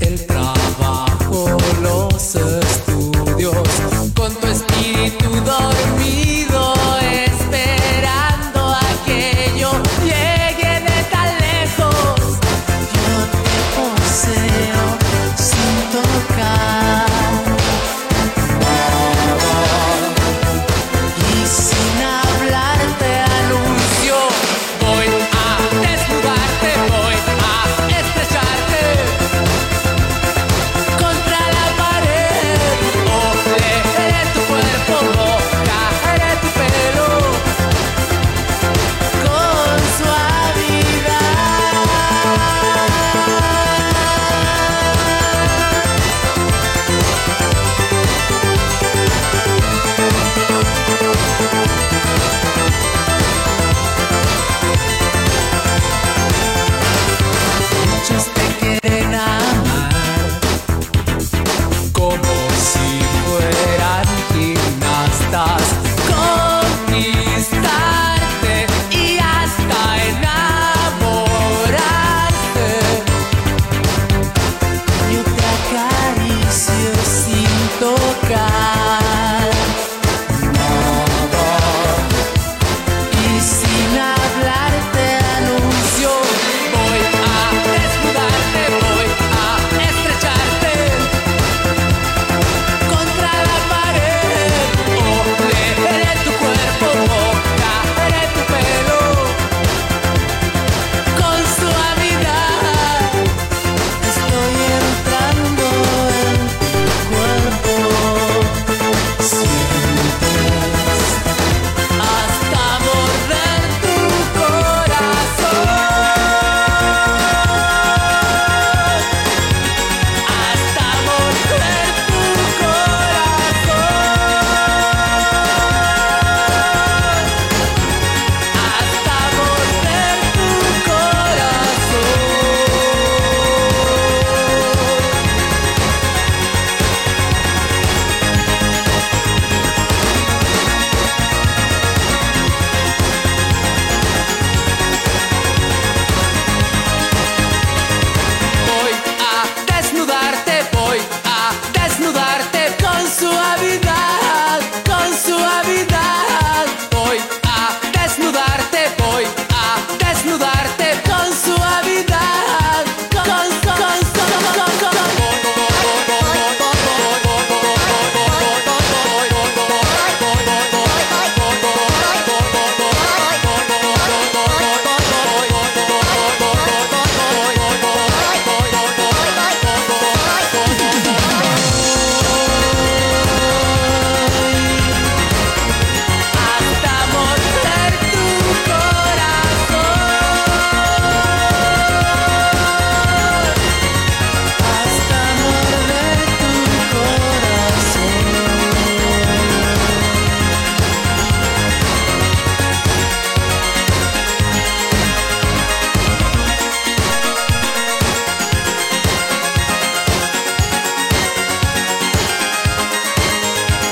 El trabajo, los estudios, con tu espíritu dormido, esperando a que yo llegue de tan lejos. Yo te poseo sin tocar y sin hablarte anuncio. Voy a desnudarte, voy a estrecharte. Contra la pared, ofreceré tu cuerpo, mojaré tu pelo con suavidad. Muchos te quieren amar como si fueran gimnastas. Conquistarte y hasta enamorarte. Yo te acaricio sin tocar. Nada. Y sin hablarte anuncio, voy a desnudarte, voy a estrecharte contra la pared, oleeré tu cuerpo, mojaré tu pelo con suavidad. Estoy entrando en tu cuerpo, sientes hasta morder tu corazón. Hasta morder tu corazón. Hasta morder tu corazón. Voy a desnudarte, voy a desnudarte con suavidad, con suavidad. Voy a desnudarte, voy a desnudarte con suavidad, con Hasta morder tu corazón. Hasta morder tu corazón.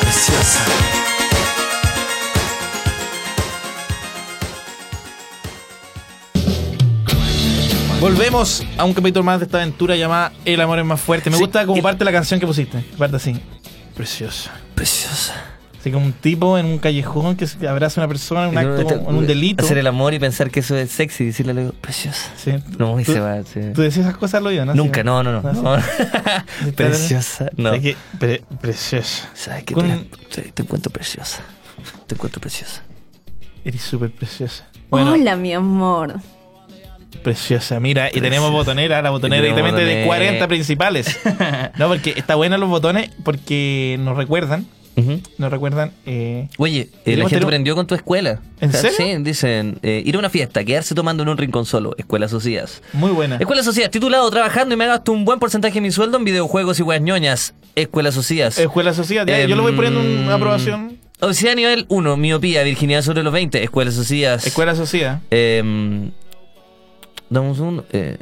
Preciosa.
Volvemos a un capítulo más de esta aventura llamada El amor es más fuerte. Me
Sí,
gusta como
y-
parte de la canción que pusiste. Parte así. Preciosa.
Preciosa.
Así como un tipo en un callejón que se abraza a una persona en un acto, en un delito.
Este Hacer el amor y pensar que eso es sexy y decirle algo preciosa.
Sí.
No, y
¿Tú-
se va. sí.
Tú decías esas cosas al oído, ¿no?
Nunca, no, no, no.
No.
no. preciosa. No.
Es que pre- preciosa.
¿Sabes qué?
Con-
Te, te encuentro preciosa. Te te encuentro preciosa.
Eres súper preciosa. Bueno,
Hola, mi amor.
preciosa, mira, y tenemos botonera, la botonera
tenemos
directamente de
botonera.
40 principales. no, porque está buena los botones, porque nos recuerdan, nos recuerdan, eh,
Oye, eh, la
Queremos
gente
tener-
aprendió con tu escuela.
¿En
O sea,
serio?
Sí, dicen, eh, ir a una fiesta, quedarse tomando en un rincón solo. Escuela Socias.
muy buena.
Escuela Socias, titulado Trabajando y me gasto un buen porcentaje de mi sueldo en videojuegos y weas ñoñas. Escuela Socias.
Escuela Social, ya, yo le voy poniendo
Em,
una aprobación.
Obesidad nivel 1, miopía, virginidad sobre los 20. Escuela Socias.
Escuela Social,
Em, dame un segundo. eh.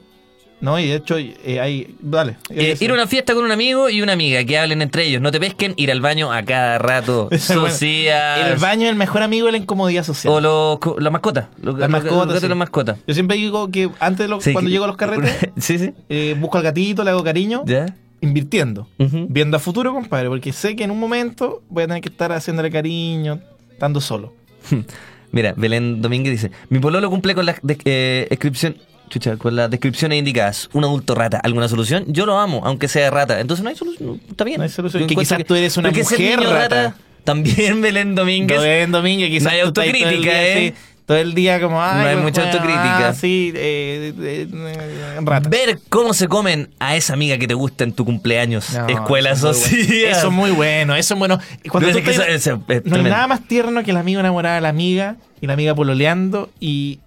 no, y de hecho, eh, ahí, dale.
Eh, ir a una fiesta con un amigo y una amiga, que hablen entre ellos, no te pesquen, ir al baño a cada rato.
Bueno,
Socias.
El baño es el mejor amigo de la incomodidad social.
O los co- la mascota. Los,
La
los-
mascota,
los gatos
sí.
y las mascotas.
Yo siempre digo que antes de los-
Sí,
cuando
que-
llego a los carretes,
sí, sí.
eh, busco al gatito, le hago cariño,
¿Ya? Mm.
invirtiendo.
Ujú.
Viendo a futuro, compadre, porque sé que en un momento voy a tener que estar haciéndole cariño, estando solo.
Mira, Belén Domínguez dice: Mi pololo cumple con las de- eh, descripción- chucha, con las descripciones indicadas. Un adulto rata. ¿Alguna solución? Yo lo amo, aunque sea rata. Entonces no hay solución. Está bien.
No hay solución.
Yo
Que
encuentro
quizás tú eres una
porque ser
mujer
niño
rata.
También Belén Domínguez.
Belén Domínguez, quizás
No hay
tú estás todo el
autocrítica,
día
¿eh?
así, todo el día como, ay,
No hay
pues,
mucha
bueno,
autocrítica.
ah, sí, eh, eh, eh, rata.
Ver cómo se comen a esa amiga que te gusta en tu cumpleaños.
No,
Escuela
eso es muy bueno.
social.
Eso es muy bueno, eso es bueno. Y Cuando tú
Pero es que
estás-
eso- eso es
no hay
tremendo.
nada más tierno que el amigo enamorado de la amiga y la amiga pololeando y,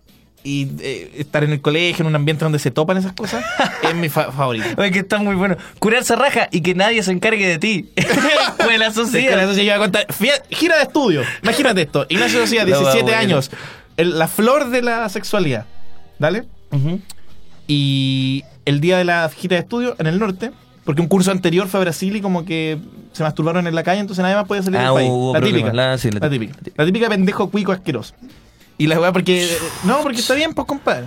y, eh, estar en el colegio, en un ambiente donde se topan esas cosas, es mi fa- favorito.
Oye, que está muy bueno. Curarse raja y que nadie se encargue de ti. Escuela
Sí, con
social.
eso se iba a contar. Fie- Gira de estudio. Imagínate esto. Ignacio Sociedad,
No, va,
17
bueno. Ah,
años. El- la flor de la sexualidad. ¿Dale?
Ujú.
Y el día de la gira de estudio en el norte, porque un curso anterior fue a Brasil y como que se masturbaron en la calle, entonces nadie más podía salir
Ah,
del país.
hubo
la
problemas.
típica.
La- sí, la
la,
típica.
típica. La típica pendejo cuico asqueroso. Y la weá porque... No, porque está bien, pues compadre.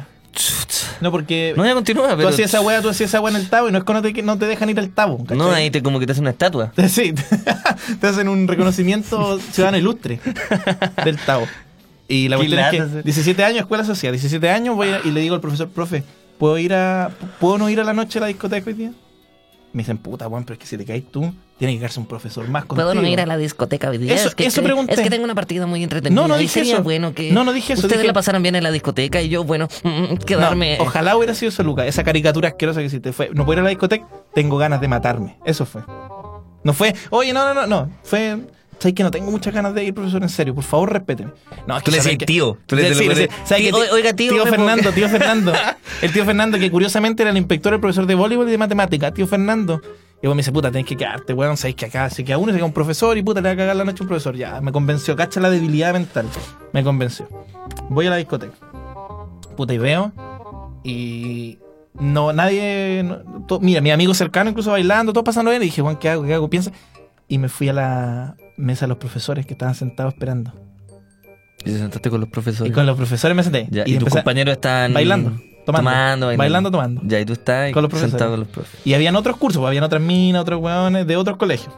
No, porque...
No, ya continúa,
Tú
pero.
hacías esa weá, tú hacías esa weá en el tabo y no es que no te, no te dejan ir al tabo. ¿cachai?
No, ahí te, como que te hacen una estatua.
Sí, te hacen un reconocimiento ciudadano ilustre del Tao. Y la
Qué
cuestión es
lata, sí.
que 17 años, escuela social, 17 años voy a- y le digo al profesor, profe, ¿puedo ir a puedo no ir a la noche a la discoteca hoy día? Me dicen, puta, Juan, pero es que si te caes tú, tiene que quedarse un profesor más contigo.
¿Puedo no ir a la discoteca hoy día?
Eso-
es que,
eso pregunté.
Es que tengo una partida muy entretenida.
No, no
y
dije
sería
eso.
bueno que
No, no dije eso,
Ustedes
dije-
la pasaran bien en la discoteca y yo, bueno, mm,
No,
quedarme...
ojalá hubiera sido eso, Luca, esa caricatura asquerosa que hiciste. Fue, no puedo ir a la discoteca, tengo ganas de matarme. Eso fue. No fue, oye, no, no, no, no. Fue, sabes que no tengo muchas ganas de ir, profesor, en serio, por favor, respéteme. No, es
Tú le
sabes
decís tío, tú le-
Sí,
te lo
sí,
pones-
sí. ¿Sabes
Tío,
qué? Ti-
oiga, tío, me
Fernando,
pongo-
tío Fernando. El tío Fernando, que curiosamente era el inspector, el profesor de voleibol y de matemática, tío Fernando. Y vos me dice, puta, tenés que quedarte, weón, sabés que acá se queda uno, se queda un profesor y puta, le va a cagar la noche a un profesor. Ya, me convenció, cacha la debilidad mental. Me convenció. Voy a la discoteca. Puta, y veo. Y no, nadie. no, to- mira, mi amigo cercano, incluso bailando, todo pasando bien. Y dije, Juan, ¿qué hago? ¿Qué hago? Piensa. Y me fui a la mesa de los profesores que estaban sentados esperando.
Y te sentaste con los profesores.
Y con los profesores me senté.
Ya, y, tus
empecé-
compañeros están.
bailando, tomando,
bailando.
bailando, tomando.
Ya, y tú estás
Con los profesores.
sentado con los profes.
Y habían otros cursos, pues, habían otras minas, otros hueones de otros colegios.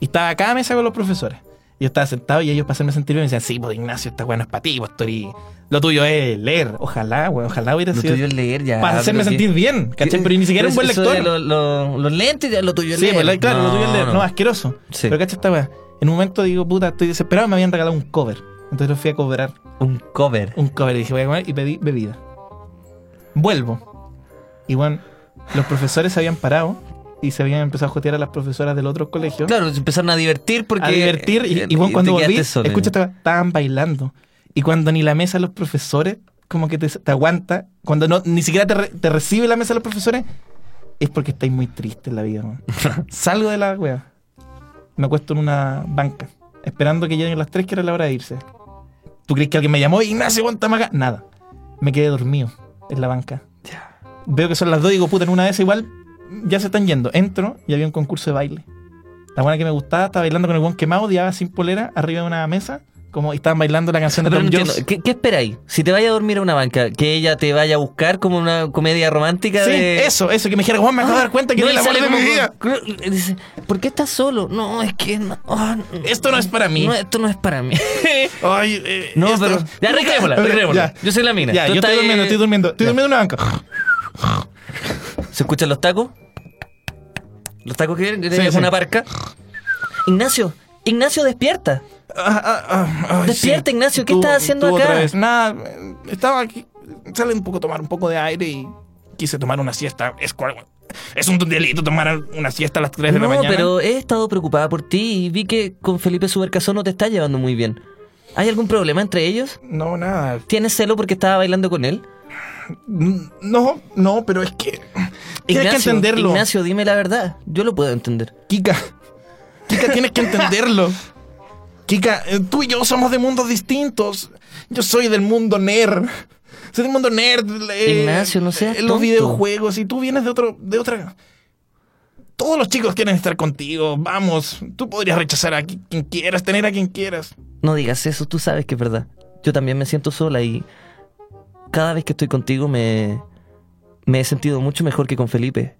Y estaba cada mesa con los profesores. Yo estaba sentado y ellos para hacerme sentir bien me decían, sí, pues Ignacio, esta hueá no es para ti, pues tú eres- Lo tuyo es leer. Ojalá, weón, ojalá hubiera
Lo
sido.
tuyo es leer ya.
para hacerme
pero
sentir
que-
bien, ¿cachai?
que-
Pero ni siquiera un buen
eso
lector.
de lo- lo- los lentes, ya, lo tuyo es
Sí,
leer.
pues la- claro, lo tuyo es leer. No, asqueroso.
Sí.
Pero ¿cachai esta weá? En un momento digo, puta, estoy desesperado, me habían regalado un cover. Entonces lo fui a cobrar.
Un cover.
un cover y dije voy a comer y pedí bebida. Vuelvo. Y bueno, los profesores se habían parado y se habían empezado a jotear a las profesoras del otro colegio.
Claro, se empezaron a divertir porque.
a
eh,
divertir. Y, y bueno,
te
cuando
quedaste
volví,
solo.
escucha, esta- estaban bailando. Y cuando ni la mesa de los profesores, como que te, te aguanta, cuando no, ni siquiera te, re- te recibe la mesa de los profesores, es porque estáis muy triste en la vida. weón. Salgo de la wea. Me acuesto en una banca, esperando que lleguen las 3, que era la hora de irse. ¿Tú crees que alguien me llamó? Ignacio, aguántame acá. Nada. Me quedé dormido en la banca. Veo que son las 2 y digo, puta, en una de esas igual ya se están yendo. Entro y había un concurso de baile. La buena que me gustaba estaba bailando con el buen quemado, odiaba sin polera, arriba de una mesa, como y estaban bailando la canción de
Pero no
Tom
entiendo,
Jones.
¿qué, qué esperáis? Si te vaya a dormir a una banca, que ella te vaya a buscar como una comedia romántica
Sí,
de. Ah,
eso, eso, que me dijera, Juan, me acabo de dar cuenta que no,
No,
es
y
la
sale
de mi
como
vida.
con- con- dice, ¿Por qué estás solo? No, es que. No, ah, no,
Esto no es para mí.
no, esto no es para mí.
Ay, eh,
No,
esto-
pero. Ya, recrémosla,
Ok,
recrémosla.
ya.
Yo soy la mina.
Ya,
Tú
yo estoy
estás ahí-
durmiendo, estoy durmiendo. Estoy
Ya.
durmiendo en una banca.
¿Se escuchan los tacos? Los tacos que vienen, que
Sí,
es
sí.
una parca. Ignacio, Ignacio despierta.
Ah, ah, ah, ay,
Despierta, Ignacio, ¿qué estás haciendo
otra
acá?
vez. Nada, eh, estaba aquí. Sale un poco a tomar un poco de aire y quise tomar una siesta. Es, cual- es un delito tomar una siesta a las 3 de la
No,
mañana.
pero eh. he estado preocupada por ti y vi que con Felipe Subercaso no te estás llevando muy bien. ¿Hay algún problema entre ellos?
No, nada. Mm.
¿Tienes celo porque estaba bailando con él?
N- No, no, pero es que. Tienes que
Ignacio,
entenderlo.
Ignacio, dime la verdad. Yo lo puedo entender.
Kika. Kika, tienes que entenderlo. Kika, eh, tú y yo somos de mundos distintos. Yo soy del mundo nerd. Soy del mundo nerd. eh,
Ignacio, no seas
eh, Los
tonto.
videojuegos. Y tú vienes de otro, de otra. Todos los chicos quieren estar contigo. Vamos. Tú podrías rechazar a qui- quien quieras, tener a quien quieras.
No digas eso, tú sabes que es verdad. Yo también me siento sola y cada vez que estoy contigo me, me he sentido mucho mejor que con Felipe.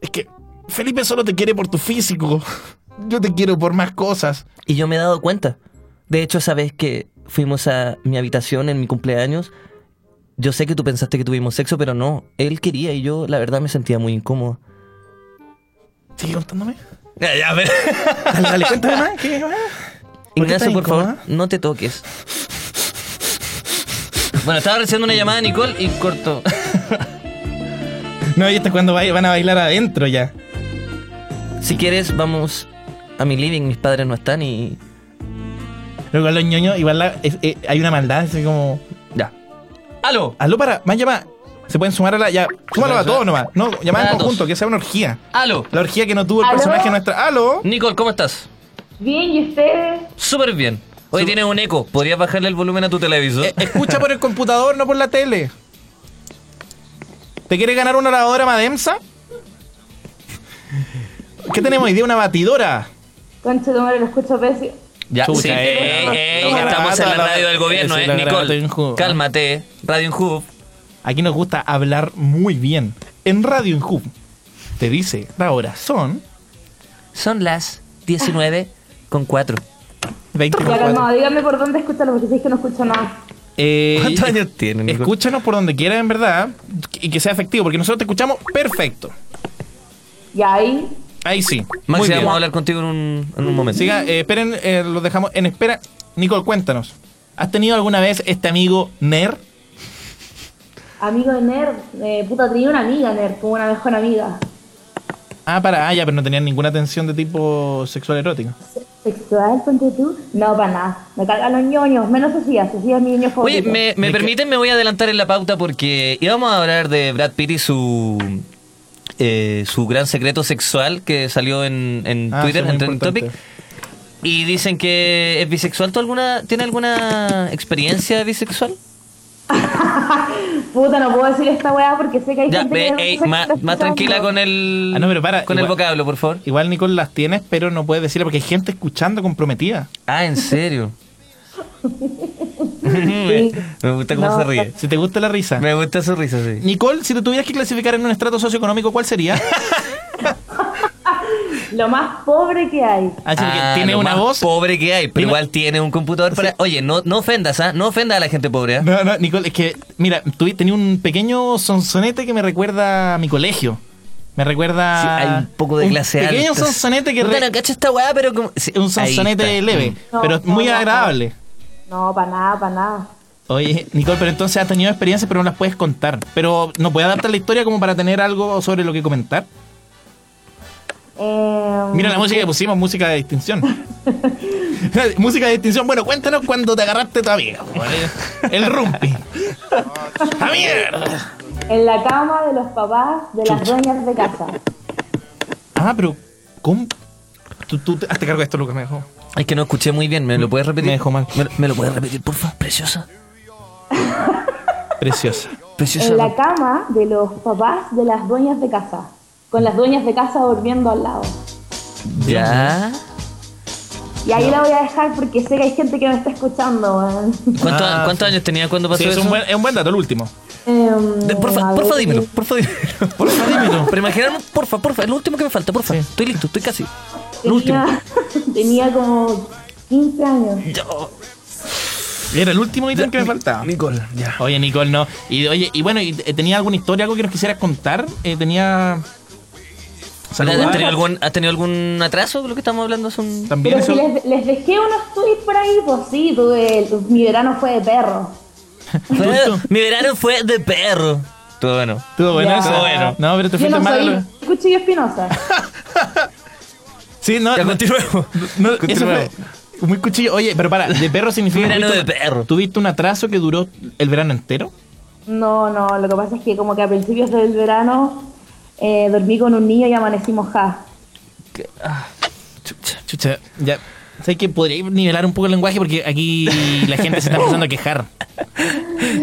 Es que Felipe solo te quiere por tu físico. Yo te quiero por más cosas.
Y yo me he dado cuenta. De hecho, esa vez que fuimos a mi habitación en mi cumpleaños, yo sé que tú pensaste que tuvimos sexo, pero no, él quería y yo la verdad me sentía muy incómodo.
¿Sigue contándome? Ya, ya, ver. Dale, dale, cuéntame más. ¿Qué más? ¿Por qué estás
Ignacio, por favor,
incómoda?
no te toques.
Bueno, estaba recibiendo una llamada de Nicole y corto.
No, y esto es cuando vai- van a bailar adentro ya.
Si quieres, vamos a mi living, mis padres no están y...
Luego los ñoños, igual la- es- eh, hay una maldad, así como.
Ya. ¡Aló!
Aló para, más llamada. Se pueden sumar a la. Ya, súmalo a todos nomás. No, llamada
A
en
dos.
conjunto, que sea una orgía.
¡Aló!
La orgía que no tuvo el
¿Aló?
personaje nuestra. ¡Aló!
Nicole, ¿cómo estás?
Bien, ¿y ustedes?
Súper bien. Hoy tienes un eco. ¿Podrías bajarle el volumen a tu televisor?
Eh, escucha por el computador, no por la tele. ¿Te quieres ganar una lavadora Mademsa? ¿Qué tenemos hoy día? Una batidora.
Concha de madre, lo escucho pésimo.
ya,
chucha,
sí.
eh,
Ey, ey,
no, no,
estamos
no,
en la
no, no,
radio del gobierno,
eso,
¿eh?
la
Nicole,
radio Enju-
cálmate. eh. Radio Enju.
Aquí nos gusta hablar muy bien. En Radio Inhub te dice la hora son
Son las 19 con 4.
20
Ya calmado, díganme por dónde escucharlo, porque si es que no escucho nada.
Eh,
¿Cuántos años tiene, Nicole?
Escúchanos por donde quiera, en verdad, y que sea efectivo, porque nosotros te escuchamos perfecto.
Y ahí,
Ahí sí. Muy
Maxi,
bien.
vamos a hablar contigo en un, en un momento.
Siga, eh, esperen, eh, los dejamos en espera. Nicole, cuéntanos. ¿Has tenido alguna vez este amigo Ner?
amigo de Nerd, eh, puta, tenía una amiga Nerd, como una mejor amiga
Ah, para, ah, ya, pero no tenían ninguna tensión de tipo sexual erótico.
sexual, ponte tú. No, para nada. Me cargan los ñoños, menos Sofía, Sofía es mi niño
Oye,
favorito.
¿me, me permiten? Me voy a adelantar en la pauta porque íbamos a hablar de Brad Pitt y su, eh, su gran secreto sexual que salió en, en
Ah,
Twitter,
sí, muy
en Trending
importante.
Topic. Y dicen que es bisexual. ¿Tú alguna, tiene alguna experiencia bisexual?
Puta, no puedo decir esta weá porque sé que hay
Ya,
gente
ve, eh.
que...
ey, más, más tranquila con el,
Ah, no, pero para,
con el
igual-
vocablo, por favor.
Igual, Nicole, las tienes, pero no puedes decirlo porque hay gente escuchando comprometida.
Ah, ¿en serio? me, me gusta cómo
No.
se ríe.
Si te gusta la risa.
Me gusta su risa, sí.
Nicole, si te tuvieras que clasificar en un estrato socioeconómico, ¿cuál sería?
Lo más pobre que hay.
Así
Ah,
que tiene
lo
una
más
voz.
pobre que hay, pero
Dime-
igual tiene un computador para... Oye, no, no ofendas, ¿ah? No ofendas a la gente pobre, ¿ah?
No, no, Nicole, es que, mira, tuve, tenía un pequeño sonsonete que me recuerda a mi colegio. Me recuerda.
Sí, hay un poco de clase alta.
Pequeño sonsonete que.
No te
re-
la cacho esta weá, pero como... Sí,
un
ahí
sonsonete
Mm.
está. Mm.
leve,
No,
pero
no,
muy
no, no.
agradable.
No, para nada, para nada.
Oye, Nicole, pero entonces has tenido experiencias, pero no las puedes contar. Pero no puedes adaptar la historia como para tener algo sobre lo que comentar.
Eh,
Mira la música que pusimos, música de distinción. música de distinción. Bueno, cuéntanos cuando te agarraste tu amiga. ¿vale? El rumpi. ¡A mierda!
En la cama de los papás de las dueñas de casa.
Ah, pero ¿cómo? Tú, tú te- hazte cargo de esto, Lucas, me dejó. Mm,
Es que no escuché muy bien, ¿me lo puedes repetir?
Me dejó mal.
¿Me, me lo puedes repetir, por favor? Preciosa.
Preciosa.
Preciosa.
En la cama de los papás de las dueñas de casa. Con las dueñas de casa durmiendo al lado.
Ah,
Ya.
Y ahí la voy a dejar porque sé que hay gente que me está escuchando. weón.
¿Cuánto-
Ah,
¿Cuántos años tenía cuando pasó
Sí, es,
eso?
un buen, es un buen dato, el último.
Em,
De- porfa,
a ver.
porfa,
eh,
dímelo, porfa, dímelo.
Porfa, dímelo.
Pero imaginarme, porfa, porfa, es lo último que me falta, porfa. Estoy listo, estoy casi. Lo último.
Tenía, tenía como 15 años.
Era el último ítem que me faltaba.
Nicole, ya.
Oye, Nicole, no. Y oye, y bueno, y, eh, ¿tenía alguna historia, algo que nos quisieras contar? Eh, tenía. Saludos.
¿Has tenido, algún, ¿Has tenido algún atraso? Lo que estamos hablando es un...
También
Pero si
eso.
les, les dejé unos tweets por ahí, pues sí, tuve, mi verano fue de perro.
Fue- mi verano fue de perro. Todo bueno.
Todo bueno,
Ya.
eso. No, pero te
Yo
fuiste
no
mal.
soy Cuchillo Espinosa.
Sí, no.
Ya
no-
continuemos.
no, eso
Continuemos.
fue muy cuchillo. Oye, pero para, de perro significa.
Verano
tuviste
de
un-
perro.
¿Tuviste un atraso que duró el verano entero?
No, no, lo que pasa es que como que a principios del verano eh, dormí con un niño y amanecí mojada.
Chucha, chucha. Ya. ¿Sabes que podría nivelar un poco el lenguaje? Porque aquí la gente se está empezando a quejar.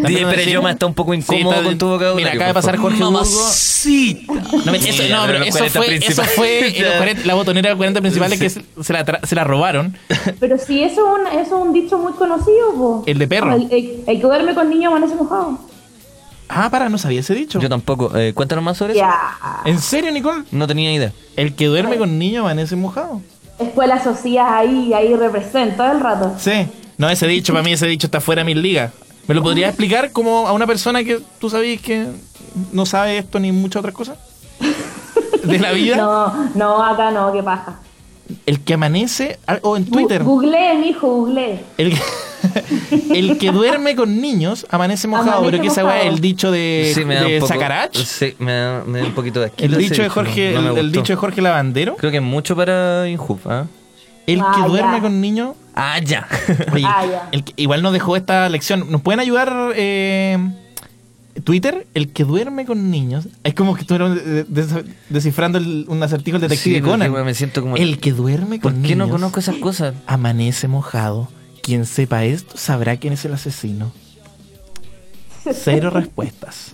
DJ Pérez Yoma está un poco incómodo
está-
con tu vocabulario.
Mira, acaba de
por
pasar
favor.
Jorge Hugo.
Mamacita.
No, me- eso,
Sí,
no,
ya,
pero
los
eso
40
fue, eso
principales.
fue en los
Ya.
40 la botonera de los 40 principales que se, se la tra- se la robaron.
Pero sí, eso es un, eso es un dicho muy conocido, po.
El de perro.
El, el- el que duerme con niño amanece mojado.
Ah, para, no sabía ese dicho.
Yo tampoco. Eh, cuéntanos más sobre
Ya.
eso.
¿En serio, Nicole?
No tenía idea.
El que duerme con niño amanece mojado.
Escuelas socias ahí, ahí representa todo el rato.
Sí. No, ese dicho, para mí ese dicho está fuera de mis ligas. ¿Me lo podría explicar como a una persona que tú sabes que no sabe esto ni muchas otras cosas? ¿De la vida?
No, no, acá no, qué paja.
El que amanece... ah, O en
Gu-
Twitter.
Googleé, mijo, googleé.
El que, el que duerme con niños amanece mojado.
Amanece
pero que esa weá es
mojado.
el dicho de,
Sí, me da
Eh, de
un poco-
Sacarach.
Sí, me da, me da un poquito de asquito
El
ese
dicho de
dicho,
Jorge,
no me
el, el
gustó.
dicho de Jorge Lavandero.
Creo que es mucho para Inhub, ¿ah?
El que
Ah, ya.
duerme con niños
Ah, ya.
Oye,
Ah, ya.
el que- igual nos dejó esta lección. ¿Nos pueden ayudar eh, Twitter? El que duerme con niños. Es como que estuvieron eh, des- descifrando el- un acertijo del detective
Sí, porque,
Conan.
güey, me siento como-
El que duerme
¿Por
con
qué
niños.
no conozco esas cosas?
Amanece mojado. Quien sepa esto sabrá quién es el asesino. Cero respuestas.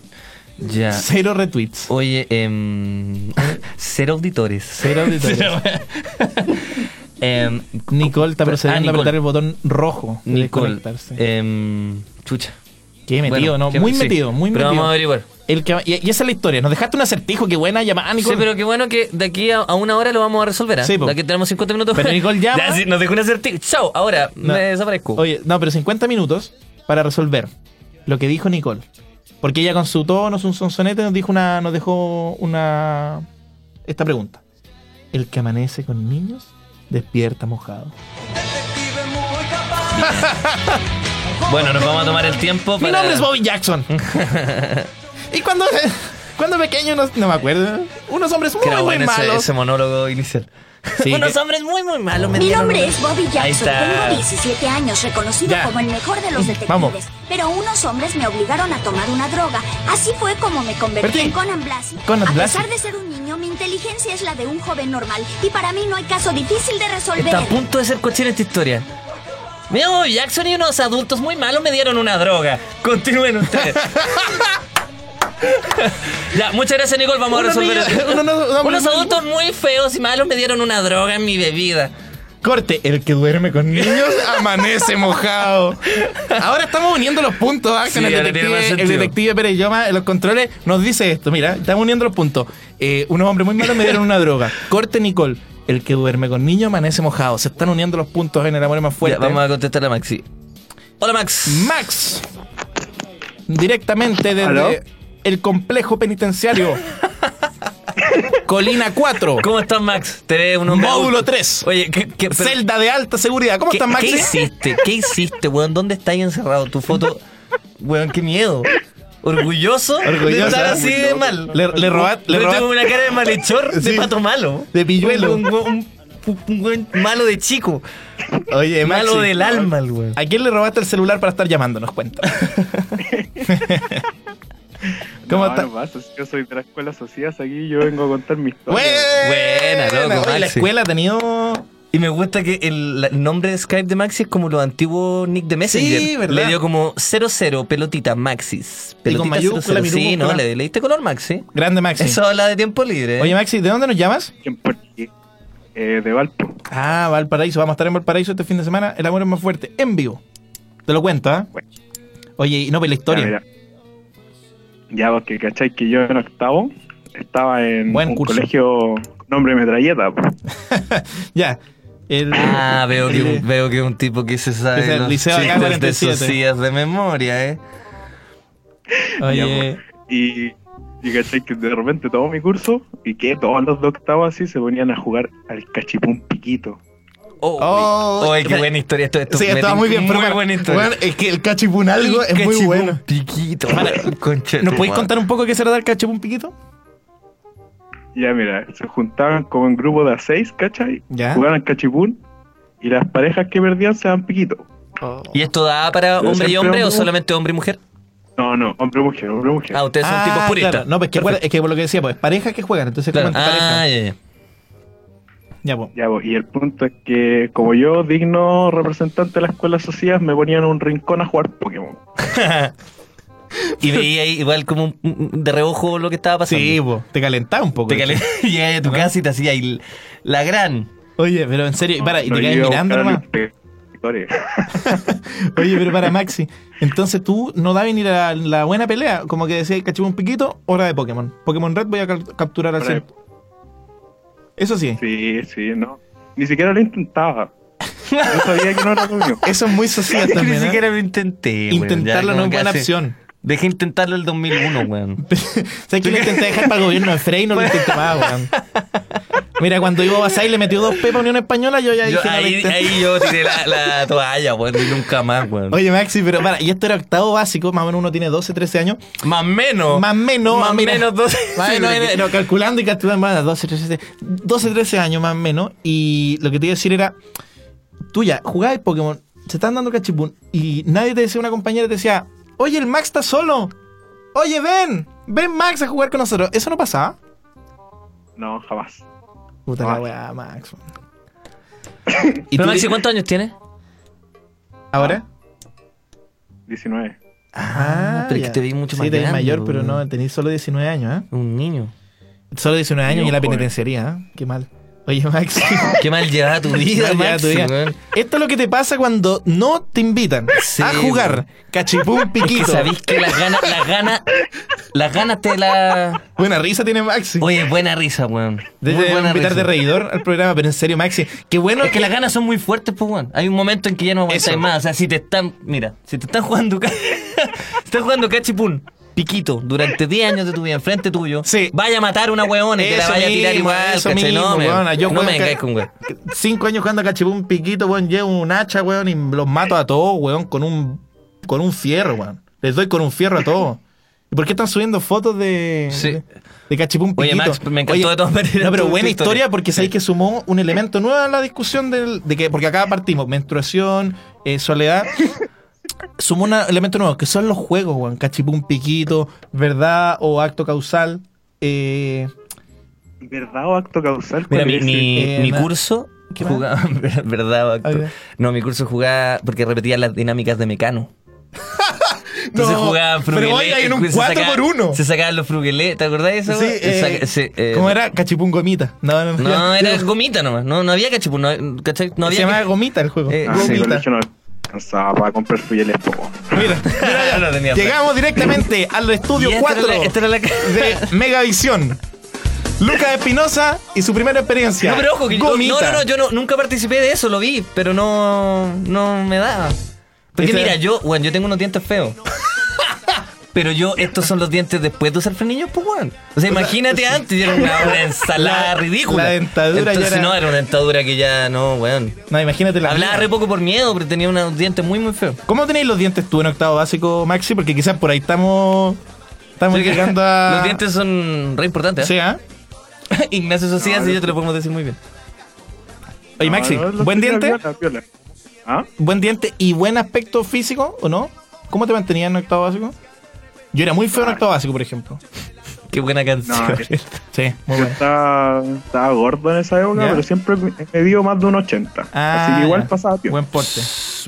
Ya.
Cero retweets.
Oye, em, cero auditores.
Cero auditores.
Em,
Nicole está
Ah,
procediendo a
Nicole.
apretar el botón rojo. de
Nicole.
desconectarse.
em, chucha.
Qué metido,
Bueno,
¿no?
qué-
Muy
sí.
metido, muy
Pero
metido.
vamos a averiguar.
El que- y, y esa es la historia. Nos dejaste un acertijo. Qué buena llamada, Nicole.
Sí, pero qué bueno que de aquí a, a una hora lo vamos a resolver. ¿ah?
Sí, po.
De aquí tenemos 50 minutos.
Pero Nicole llama.
Ya, sí, nos dejó un acertijo. Chao, ahora
No.
me desaparezco.
Oye, no, pero 50 minutos para resolver lo que dijo Nicole. Porque ella con su tono, su sonsonete, nos dijo una. nos dejó una. esta pregunta. El que amanece con niños despierta mojado.
Bueno, nos vamos a tomar el tiempo para.
Mi nombre es Bobby Jackson. y cuando. Cuando pequeño, no, no me acuerdo. Unos hombres muy,
Que era
muy
bueno ese,
malos.
ese monólogo inicial.
Sí,
Unos
que-
hombres muy, muy malos. me
Mi
dieron
nombre
una-
es Bobby
Ahí
Jackson,
está.
tengo 17 años, reconocido
Ya. Mm,
como el mejor de los detectives.
Vamos.
Pero unos hombres me obligaron a tomar una droga. Así fue como me convertí
Bertín.
en Conan Blasi.
Conan
a
Blasi.
pesar de ser un niño, mi inteligencia es la de un joven normal. Y para mí no hay caso difícil de resolver.
Está a punto de ser cochina esta historia. Mi nombre es Jackson y unos adultos muy malos me dieron una droga. Continúen ustedes. ya, muchas gracias, Nicole. Vamos a
Unos
resolver
niños-
esto.
unos- unos hombres
Unos
muy-
adultos muy feos y malos me dieron una droga en mi bebida.
Corte, el que duerme con niños amanece mojado. Ahora estamos uniendo los puntos, ¿ah?
Sí,
Con el,
ahora tiene más
detective, el
sentido.
detective Pérez Lloma en los controles nos dice esto, mira, estamos uniendo los puntos. Eh, unos hombres muy malos me dieron una droga. Corte, Nicole, el que duerme con niños amanece mojado. Se están uniendo los puntos en el amor es más fuerte.
Ya, vamos a contestar a Maxi. Hola, Max.
Max, directamente desde
¿Aló?
el complejo penitenciario. Colina 4,
¿Cómo estás, Max? Te ve un hombre.
módulo
adulto.
3,
Oye, ¿qué, qué, pero-
celda de alta seguridad. ¿Cómo
¿qué-
estás, Maxi?
¿Qué hiciste? ¿Qué hiciste, weón? ¿Dónde estás encerrado? Tu foto. Weón, qué miedo. Orgulloso, de
Orgulloso.
estar así de mal.
Le, le robaste, le
Yo
robaste-
tengo una cara de malhechor, de
Sí.
pato malo.
De pilluelo.
Un, un- un- un buen malo de chico.
Oye, Maxi,
malo del alma, el güey.
¿A quién le robaste el celular para estar llamándonos? Cuenta. ¿Cómo
no,
está?
no pasa, si yo soy de la escuela socias aquí, yo vengo a contar mi historia.
Buena,
Buena, loco,
Oye, La
Maxi.
escuela ha tenido.
Y me gusta que el, la- el nombre de Skype de Maxi es como los antiguos nick de Messenger.
Sí, ¿verdad?
Le dio como 00, pelotita, Maxis.
Y con
Pelotita
mayúscula,
00. Sí,
minúscula.
no, le, le diste color, Maxi.
Grande Maxi.
Eso habla de tiempo libre. ¿eh?
Oye, Maxi, ¿de dónde nos llamas?
¿Quién por qué? Eh, de Valpo.
Ah, Valparaíso. Vamos a estar en Valparaíso este fin de semana. El amor es más fuerte. En vivo. Te lo cuento, ¿ah?
Bueno.
Oye, y no, ve la historia.
Ya, mira. Ya, porque cachai que yo en octavo estaba en
Buen
un
curso.
colegio con nombre metralleta. po.
Ya. El-
Ah, veo que,
el-
un, veo que un tipo que se
Es
sabe
el
los
Liceo acá,
chistes de
47.
socias de memoria, ¿eh?
Oye.
Y Y cachai que de repente tomó mi curso y que todos los de octavo así se ponían a jugar al cachipún piquito.
Oh,
Oh,
oye, qué
me-
buena historia esto. esto
Sí,
me
estaba muy
tinca-
bien, pero bueno,
buena historia.
bueno, eh, es que el cachipún algo es muy
Cachipún
bueno.
Piquito.
¿Nos podéis contar un poco qué será dar cachipún piquito?
Ya, mira, se juntaban como en grupo de a seis, ¿cachai?
Ya.
Jugaban al cachipún y las parejas que perdían se daban piquito.
¿Y esto da para
Pero
hombre y
siempre
hombre o
hombre-
solamente hombre y mujer?
No, no, hombre mujer, hombre mujer.
Ah, ustedes son tipos puristas.
claro. No, pues que,
Perfecto.
es que por lo que decía, pues parejas que juegan, entonces
Claro.
como entre
Ah,
parejas.
ya, ya.
Ya, pues.
Ya, pues, y el punto es que, como yo, digno representante de la escuela social, me ponían en un rincón a jugar Pokémon.
Y veía ahí igual como un- un- de reojo lo que estaba pasando.
Sí, pues, te calentaba un poco.
Te calen- Llegabas a tu casa y te hacía ahí la gran.
Oye, pero en serio, y para, y
No
te quedas
iba a
mirando
buscar a
nomás.
mis peores.
Oye, pero para Maxi, entonces tú no da venir a la, la buena pelea, como que decía cachipún un piquito, hora de Pokémon. Pokémon Red voy a cal- capturar al
Hora de-
100. Eso sí,
Sí, sí, no. Ni siquiera lo intentaba. Yo sabía que no era lo mío.
eso es muy social
Ni
también. ¿eh?
siquiera lo intenté. weón, ya,
Intentarlo no
como
es
que
buena
hace-
opción.
Dejé intentarlo el 2001, weón.
¿Sabes que lo intenté dejar para el gobierno de Frey y no lo intenté más, weón? Mira, cuando Ivo Basay le metió dos pepas a Unión Española, yo ya
Yo-
dije. no lo
ahí,
intento.
ahí yo tiré la, la toalla, weón, y nunca más, weón.
Oye, Maxi, pero para, y esto era octavo básico, más o menos uno tiene 12, 13 años.
más menos.
Más o menos,
Más
mira.
menos 12.
Más o
Sí,
menos,
porque-
era- no, calculando y calculando más, 12, 13, 12, 13 años más o menos. Y lo que te iba a decir era, tú ya jugabas Pokémon, se están dando cachipún y nadie te decía, una compañera te decía, oye, el Max está solo. Oye, ven, ven Max a jugar con nosotros. Eso no pasaba.
No, jamás.
Puta
Ah.
la weá, Max.
¿Y
tú
tú, Maxi,
dices-
cuántos años tienes?
¿Ahora?
19.
Ah,
pero es que
ya.
te veis mucho más
Sí, te veis
grande,
mayor, pero
weón.
no, tenés solo 19 años, ¿eh?
Un niño.
Solo 19 años
Sí,
y en la
ojo, eh.
penitenciaría, ¿eh? Qué mal. Oye, Max.
Qué mal llevaba tu
Ya,
vida,
ya,
Maxi,
tú digas.
weón.
Esto es lo que te pasa cuando no te invitan
Sí,
a jugar cachipún
Que
piquito.
sabéis que las ganas, las ganas, las ganas te la.
Buena risa tiene Maxi.
Oye, buena risa, weón. Muy
Debe
buena
invitar de reidor al programa, pero en serio, Maxi, qué bueno
Es que las ganas son muy fuertes, pues, weón. Hay un momento en que ya no aguantáis
Eso.
más. O sea, si te están. Mira, si te están jugando. ca- están jugando cachipún, piquito, durante 10 años de tu vida enfrente tuyo.
Sí.
Vaya a matar una weona y te la
Eso
vaya a tirar
mismo,
igual,
eso
¿cachai?
mismo,
no, me-
weona, yo
no
juego
me
ca-
vengáis con weón.
Cinco años jugando a cachipún piquito, weón, llevo un hacha, weón, y los mato a todos, weón, con un, con un fierro, weón. Les doy con un fierro a todos. ¿Y por qué están subiendo fotos de,
Sí.
de, de cachipún
Oye,
piquito?
Max, me encantó de todas maneras
No, pero
tu- tu
buena
historia.
historia, porque sabéis que sumó un elemento nuevo a la discusión del, de que, porque acá partimos, menstruación, eh, soledad. Sumó un elemento nuevo, que son los juegos, weón. Cachipún piquito, verdad o acto causal. Eh,
¿Verdad o acto causal?
Mira,
¿Cuál
mi,
es
mi-
Eh,
mi
na-
curso
¿Qué más?
jugaba, ¿verdad?
Ah,
actor?
ya.
No, mi curso jugaba porque repetía las dinámicas de Mecano. Entonces jugaban
pero
frugelé,
hoy hay en un
se
4
sacaban-
por 1.
Se sacaban los frugelé, ¿te acordás de eso?
Sí,
Se
eh,
saca- se- eh,
¿Cómo era? Cachipún Gomita. No, no,
No,
ya.
era
Se
gomita nomás. No, no había cachipún. No, ¿cachai? no había
llamaba
que-
Gomita el juego.
Eh,
Ah, sí, el
Gomita.
colegio no alcanzaba para comprar fuyeles, po.
Mira, mira ya.
No tenía plata.
Llegamos directamente al estudio
Y esta
4
era la- esta era la-
de Megavisión. Lucas Espinosa y su primera experiencia.
No, pero ojo, que yo-
Gomita.
no, no, no, yo no- nunca participé de eso, lo vi, pero no, no me daba. Porque
Esa-
mira, yo, bueno, yo tengo unos dientes feos. Pero yo, estos son los dientes después de usar frenillos, pues, weón. O sea, imagínate antes, era una, una ensalada
la-
ridícula.
la dentadura ya
Entonces,
era-
no, era una dentadura que ya, no, weón.
No, imagínate la.
Hablaba
mía.
re poco por miedo, pero tenía unos dientes muy, muy feos.
¿Cómo tenéis los dientes tú en octavo básico, Maxi? Porque quizás por ahí estamos. Estamos
Así que
llegando a.
Los dientes son re importantes,
Sí,
¿eh?
¿ah?
Ignacio Socias
No,
y
no-
yo te lo podemos decir muy bien.
Oye, Maxi,
No, no, no,
¿buen
viola,
diente?
viola, viola. ¿Ah?
buen diente y buen aspecto físico, ¿o no? ¿Cómo te mantenías en octavo básico? Yo era muy feo en octavo básico, por ejemplo.
Qué buena canción.
Ah. No, yo
Sí, muy
yo
bueno.
estaba, estaba gordo en esa época,
Ya.
pero siempre me dio más de un 80. así que igual pasaba tiempo.
Ah, Buen porte.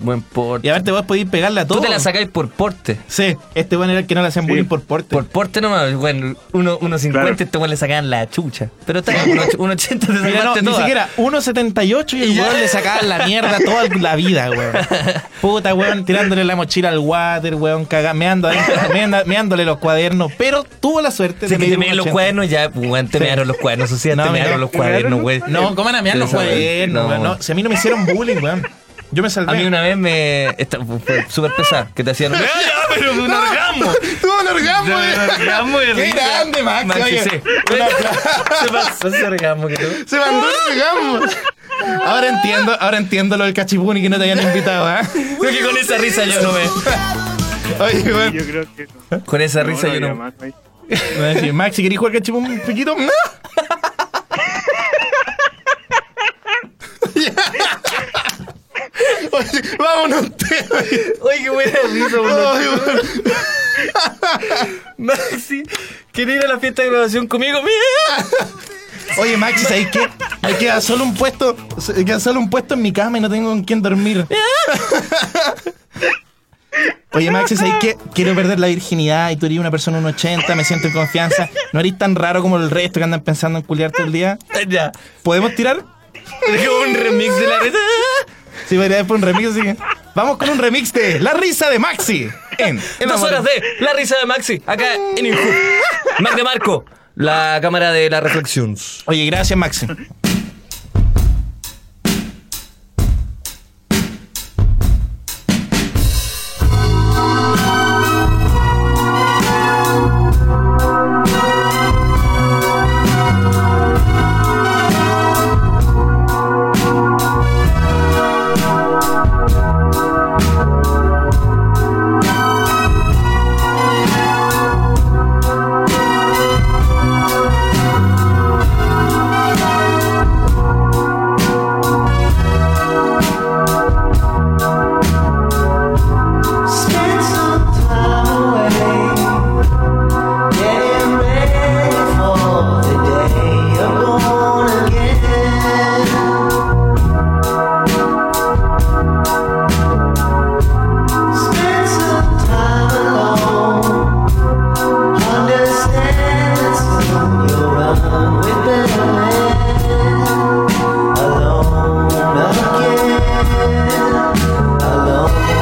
Buen
Y
porte.
aparte vos podís pegarle a todo.
Tú te la sacáis por porte.
Sí, este bueno era el que no le hacían
Sí.
bullying por porte.
Por porte nomás, bueno, uno- 1.50
Claro.
este weón le sacaban la chucha. Pero está bien, 1.80 te
Mira, no,
sacaste
ni
toda.
siquiera 1.78 y el weón le sacaban la mierda toda la vida, weón. Puta, weón, tirándole la mochila al water, weón, cagameando meándole los cuadernos. Pero tuvo la suerte
O sea, que
medir
te mean los
1.80.
cuadernos ya, weón, te
Sí.
mearon los cuadernos, o sea,
No,
te
me
mearon los cuadernos, weón.
No, ¿cómo van a mear los
Esa weón,
cuadernos, weón? No, si a mí no me hicieron bullying, weón. Yo me salvé.
A mí una vez me. esta- Fue súper pesada. Que te hacían.
Ya, ya, pero un orgasmo.
Tuvo un orgasmo.
Ya, un orgasmo de
Qué
risa.
grande, Max.
Maxi,
oye.
sí.
Un aplauso.
Se pasó ese orgasmo que tuvo.
Se mandó el orgasmo.
Ahora entiendo, ahora entiendo lo del cachipuni que no te hayan invitado, ¿ah? Porque con esa risa yo no me. Oye, bueno.
Yo creo que no.
Con esa
No,
risa
no
yo
había
no.
más, ahí.
Me va a decir, Maxi, ¿querés jugar cachipún un piquito? ¡No!
Oye, vámonos usted.
Oye, qué buena risa, Maxi, ¿quieres ir a la fiesta de graduación conmigo? ¡Mira!
Oye, Maxi, ¿sabes qué? Me queda solo un puesto, me queda solo un puesto en mi cama y no tengo con quién dormir. Oye, Maxi, ¿sabes qué? Quiero perder la virginidad y tú eres una persona un 80, me siento en confianza. No eres tan raro como el resto que andan pensando en culiar todo el día.
Ya.
¿Podemos tirar?
un remix de la risa.
Sí, podría haber un remix, así que- Vamos con un remix de La risa de Maxi. En, en
Dos horas de La risa de Maxi, acá en Inju. Mac de Marco, la cámara de la reflexión.
Oye, gracias, Maxi.
Spend some time away, getting ready for the day you're born again. Spend some time alone, understand that soon you'll run with the man alone again.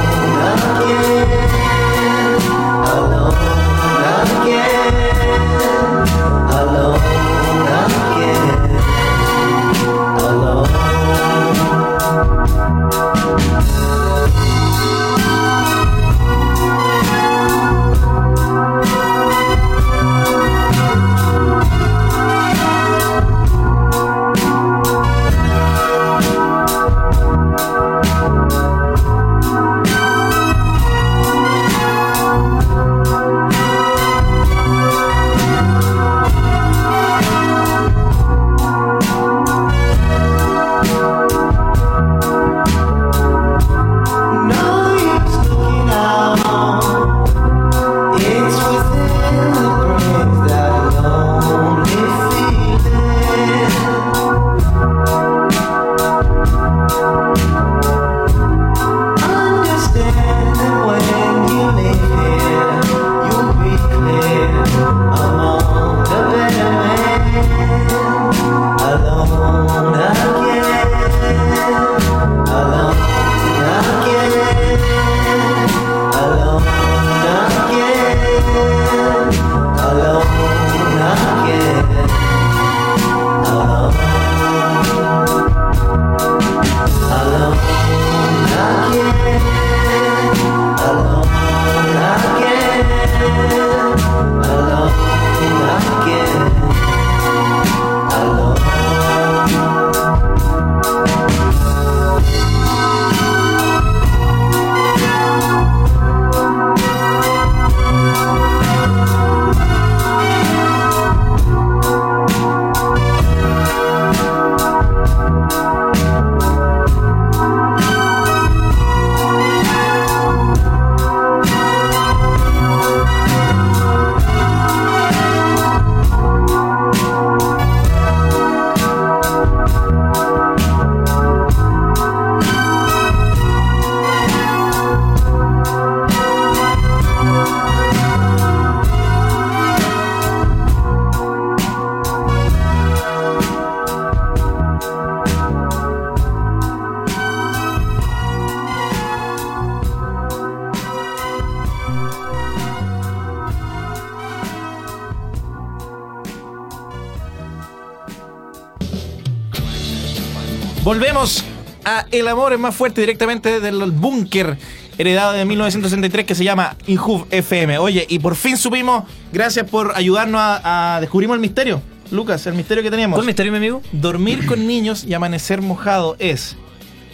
Volvemos a El amor es más fuerte directamente desde el búnker heredado de 1963 que se llama Injuv FM. Oye, y por fin supimos, gracias por ayudarnos a, a descubrimos el misterio. Lucas, el misterio que teníamos.
¿Cuál misterio, mi amigo?
Dormir con niños y amanecer mojado es.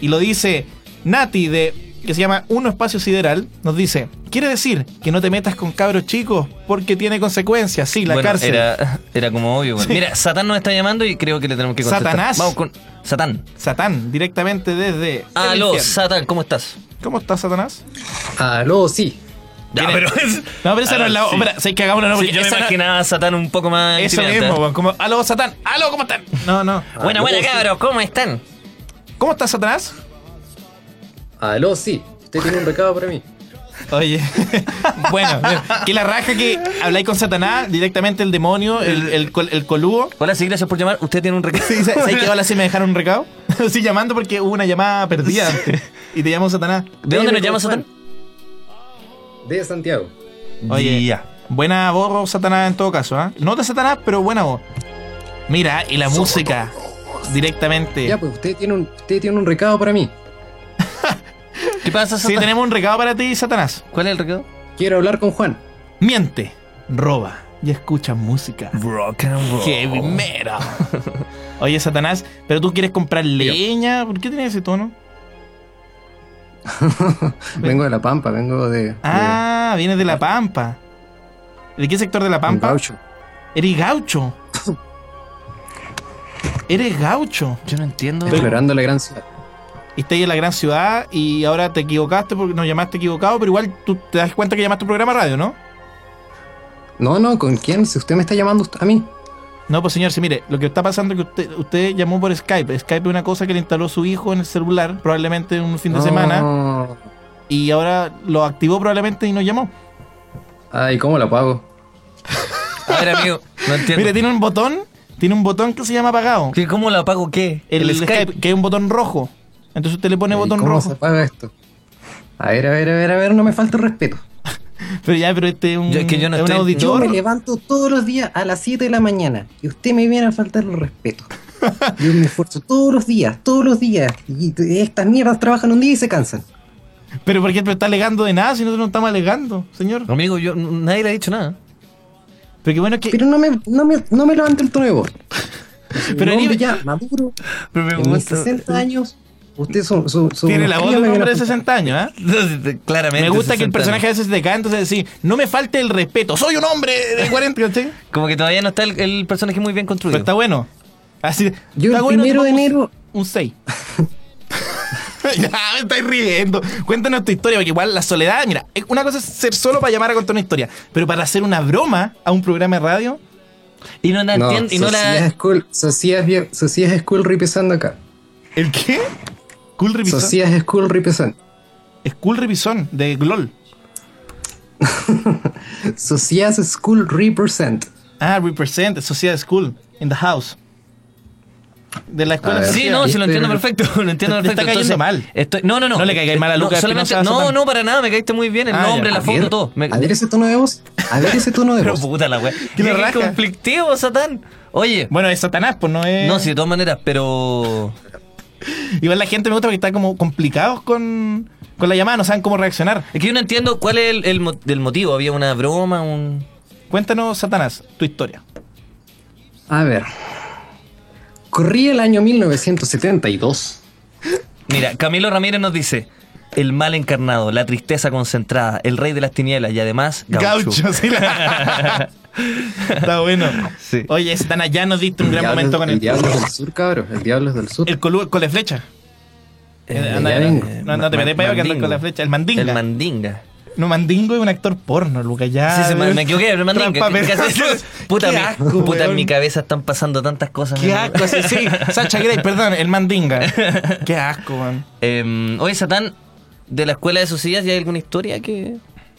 Y lo dice Nati de que se llama Uno Espacio Sideral, nos dice, quiere decir que no te metas con cabros chicos porque tiene consecuencias, sí, la
Bueno,
cárcel.
Era, era como obvio. bueno.
Sí.
Mira, Satán nos está llamando y creo que le tenemos que contestar.
Satanás.
Vamos con Satán.
Satán, directamente desde. el
Aló,
infierno.
Satán, ¿cómo estás?
¿Cómo estás, Satanás?
Aló, sí.
Ya, pero es-
No, pero esa
Ah,
no es la.
sí.
Espera, sé que hagamos una no,
Sí,
porque
yo me
esa no-
imaginaba a Satán un poco más.
Eso
intimidante, Ah,
mismo,
¿eh?
weón, como, aló Satán, aló, ¿cómo están? No, no.
Buena, buena, cabros, ¿cómo están?
¿Cómo estás, Satanás?
Aló, sí. Usted tiene un recado para mí.
Oye, bueno, bien. que la raja que habláis con Satanás, directamente el demonio, el, el, col- el colugo.
Hola, sí, gracias por llamar. Usted tiene un recado.
Sí, ¿Sabes que ahora sí me dejaron un recado? Estoy llamando porque hubo una llamada perdida antes. Y te llamó Satanás.
¿De dónde nos llama Satán?
De Santiago.
Oye, buena voz Satanás en todo caso, ¿ah? No de Satanás, pero buena voz. Mira, y la música directamente.
Ya, pues usted tiene un, usted tiene un recado para mí.
¿Qué pasa,
Sí,
Satán?
tenemos un recado para ti, Satanás.
¿Cuál es el recado?
Quiero hablar con Juan.
Miente, roba y escucha música.
Rock and roll.
Heavy metal. Oye, Satanás, pero tú quieres comprar leña. ¿Por qué tienes ese tono?
vengo de La Pampa, vengo de, de
Ah, vienes de La Pampa. ¿De qué sector de La
un
Pampa?
gaucho.
Eres gaucho. Eres gaucho.
Yo no entiendo.
Explorando la gran ciudad.
Y estás en la gran ciudad y ahora te equivocaste porque nos llamaste equivocado, pero igual tú te das cuenta que llamaste un programa de radio, ¿no?
No, no, ¿con quién? Si usted me está llamando a mí.
No, pues señor, sí, mire, lo que está pasando es que usted, usted llamó por Skype. Skype es una cosa que le instaló su hijo en el celular, probablemente un fin de
No.
semana, y ahora lo activó probablemente y nos llamó.
Ay, Ah, ¿cómo la pago?
A ver, amigo, no entiendo.
Mire, tiene un botón, tiene un botón que se llama apagado.
¿Qué- ¿Cómo la apago qué?
El, Skype, que hay un botón rojo. Entonces usted le pone
Ay,
botón
¿Cómo
rojo.
se paga esto? A ver, a ver, a ver, a ver, no me falte el respeto.
Pero ya, pero este es un,
Yo- es que yo no
es un
estoy-
Yo
auditor.
me levanto todos los días a las 7 de la mañana y usted me viene a faltar el respeto. Yo me esfuerzo todos los días, todos los días. Y t- estas mierdas trabajan un día y se cansan.
Pero por ejemplo, está alegando de nada si nosotros no estamos alegando, señor.
Amigo, yo, n- nadie le ha dicho nada.
Pero qué bueno que.
Pero no me, no me, no me levanto el tono de voz.
Pero
Pero
ni-
ya maduro,
Pero me
en mis
gusta.
60 años, usted son, son- son
Tiene
unos
la voz de
críos,
un
me
hombre de
viene a
60 años, ¿eh? Me
Claramente.
gusta que el
60
personaje a veces se te cae, entonces decís, no me falte el respeto, soy un hombre de 40, ¿cachai?
años. Como que todavía no está el, el personaje muy bien
Pero
construido.
está bueno. Así,
Yo
está
el
bueno, te
primero de
pongo un-
enero-
Un 6. ya, me estáis riendo. Cuéntanos tu historia, porque igual la soledad, mira, es- una cosa es ser solo para llamar a contar una historia, pero para hacer una broma a un programa de radio,
Y no la
No,
entiendo. Y no
Sociedad
la.
School, Sociedad vie- Sociedad School ripesando acá.
¿el qué? Cool Revisón.
Sociedad School ripesando.
Es Cool Revisón de GLOL.
Sociedad School represent.
Ah, Represent, Sociedad School, in the house. De la
A
escuela.
ver.
Ah, Sí,
social.
no,
Este-
sí lo entiendo perfecto. Lo entiendo
Te está
perfecto.
cayendo mal.
Estoy, no, no, no.
No le caigáis mal a Lucas
No, solamente-
Espinosa,
no,
Satán.
no, para nada. Me caíste muy bien. El
Ah,
nombre,
ya.
la
A ver,
foto, todo. Me-
a ver ese tono de voz. A ver ese tono de
Pero
voz.
puta la wea.
Que la
Qué
raja.
conflictivo, Satán. Oye.
Bueno, es Satanás, pues no es.
No, sí, de todas maneras, pero.
Igual la gente me gusta porque está como complicados con, con la llamada, no saben cómo reaccionar.
Es que yo no entiendo cuál es el, el mo- del motivo. Había una broma, un.
Cuéntanos, Satanás, tu historia.
A ver. Corría el año 1972.
Mira, Camilo Ramírez nos dice. El mal encarnado, la tristeza concentrada, el rey de las tinieblas y además gaucho.
sí. la- está bueno.
Sí.
Oye, Satanás, ya nos diste un gran
Diablos-
momento con
el,
el.
Diablo del Sur, cabrón. El Diablo es del Sur.
El colu- con la flecha.
Eh,
Eh, anda,
ya
no,
vengo.
no, no te
Ma-
metas para allá que andas
mandingo.
con la flecha. El mandinga.
El mandinga.
no, mandingo es un actor porno, Lucas. Ya.
Sí, se me, me equivoqué, el mandinga.
Ah, Trampa,
¿Qué- qué
pero-
haces? puta,
Qué
mi,
asco,
puta en
weón.
mi cabeza están pasando tantas cosas.
Qué
mira.
asco, sí, sí. Sacha Grey, perdón, el mandinga. Qué asco, man.
Em, oye, Satán, de la escuela de sus sillas, ¿ya hay alguna historia que...?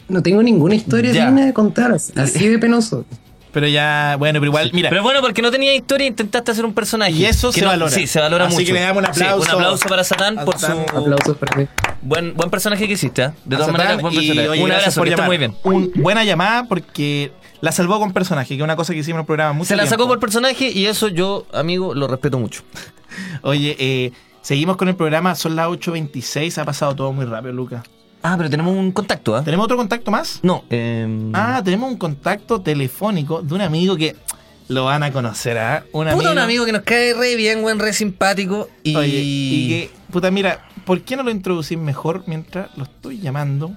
No tengo ninguna historia
Ya.
digna de contar. Así de penoso.
Pero ya, bueno, pero igual, mira.
Pero bueno, porque no tenía historia, intentaste hacer un personaje.
Y eso
Que
se
no-
valora.
Sí, se valora
Así
mucho.
que le damos un
Sí,
aplauso.
un aplauso para Satán por su...
Satán.
Aplausos para mí.
Buen, buen personaje que hiciste, ¿eh? De todas
Satán,
maneras, buen
y,
personaje.
oye,
un
gracias
abrazo,
por
que esté
llamar.
muy bien.
Un- buena llamada porque la salvó con personaje, que es una cosa que hicimos en el programa mucho
Se la sacó por
tiempo.
personaje y eso yo, amigo, lo respeto mucho.
Oye, eh, Seguimos con el programa, son las 8.26, ha pasado todo muy rápido, Lucas.
Ah, pero tenemos un contacto, ¿ah?
¿Tenemos otro contacto más?
No. em,
Ah, tenemos un contacto telefónico de un amigo que lo van a conocer, ¿ah? Un
puta, un amigo que nos cae re bien, buen re simpático. Y.
Oye, y que, puta, mira, ¿por qué no lo introducís mejor mientras lo estoy llamando?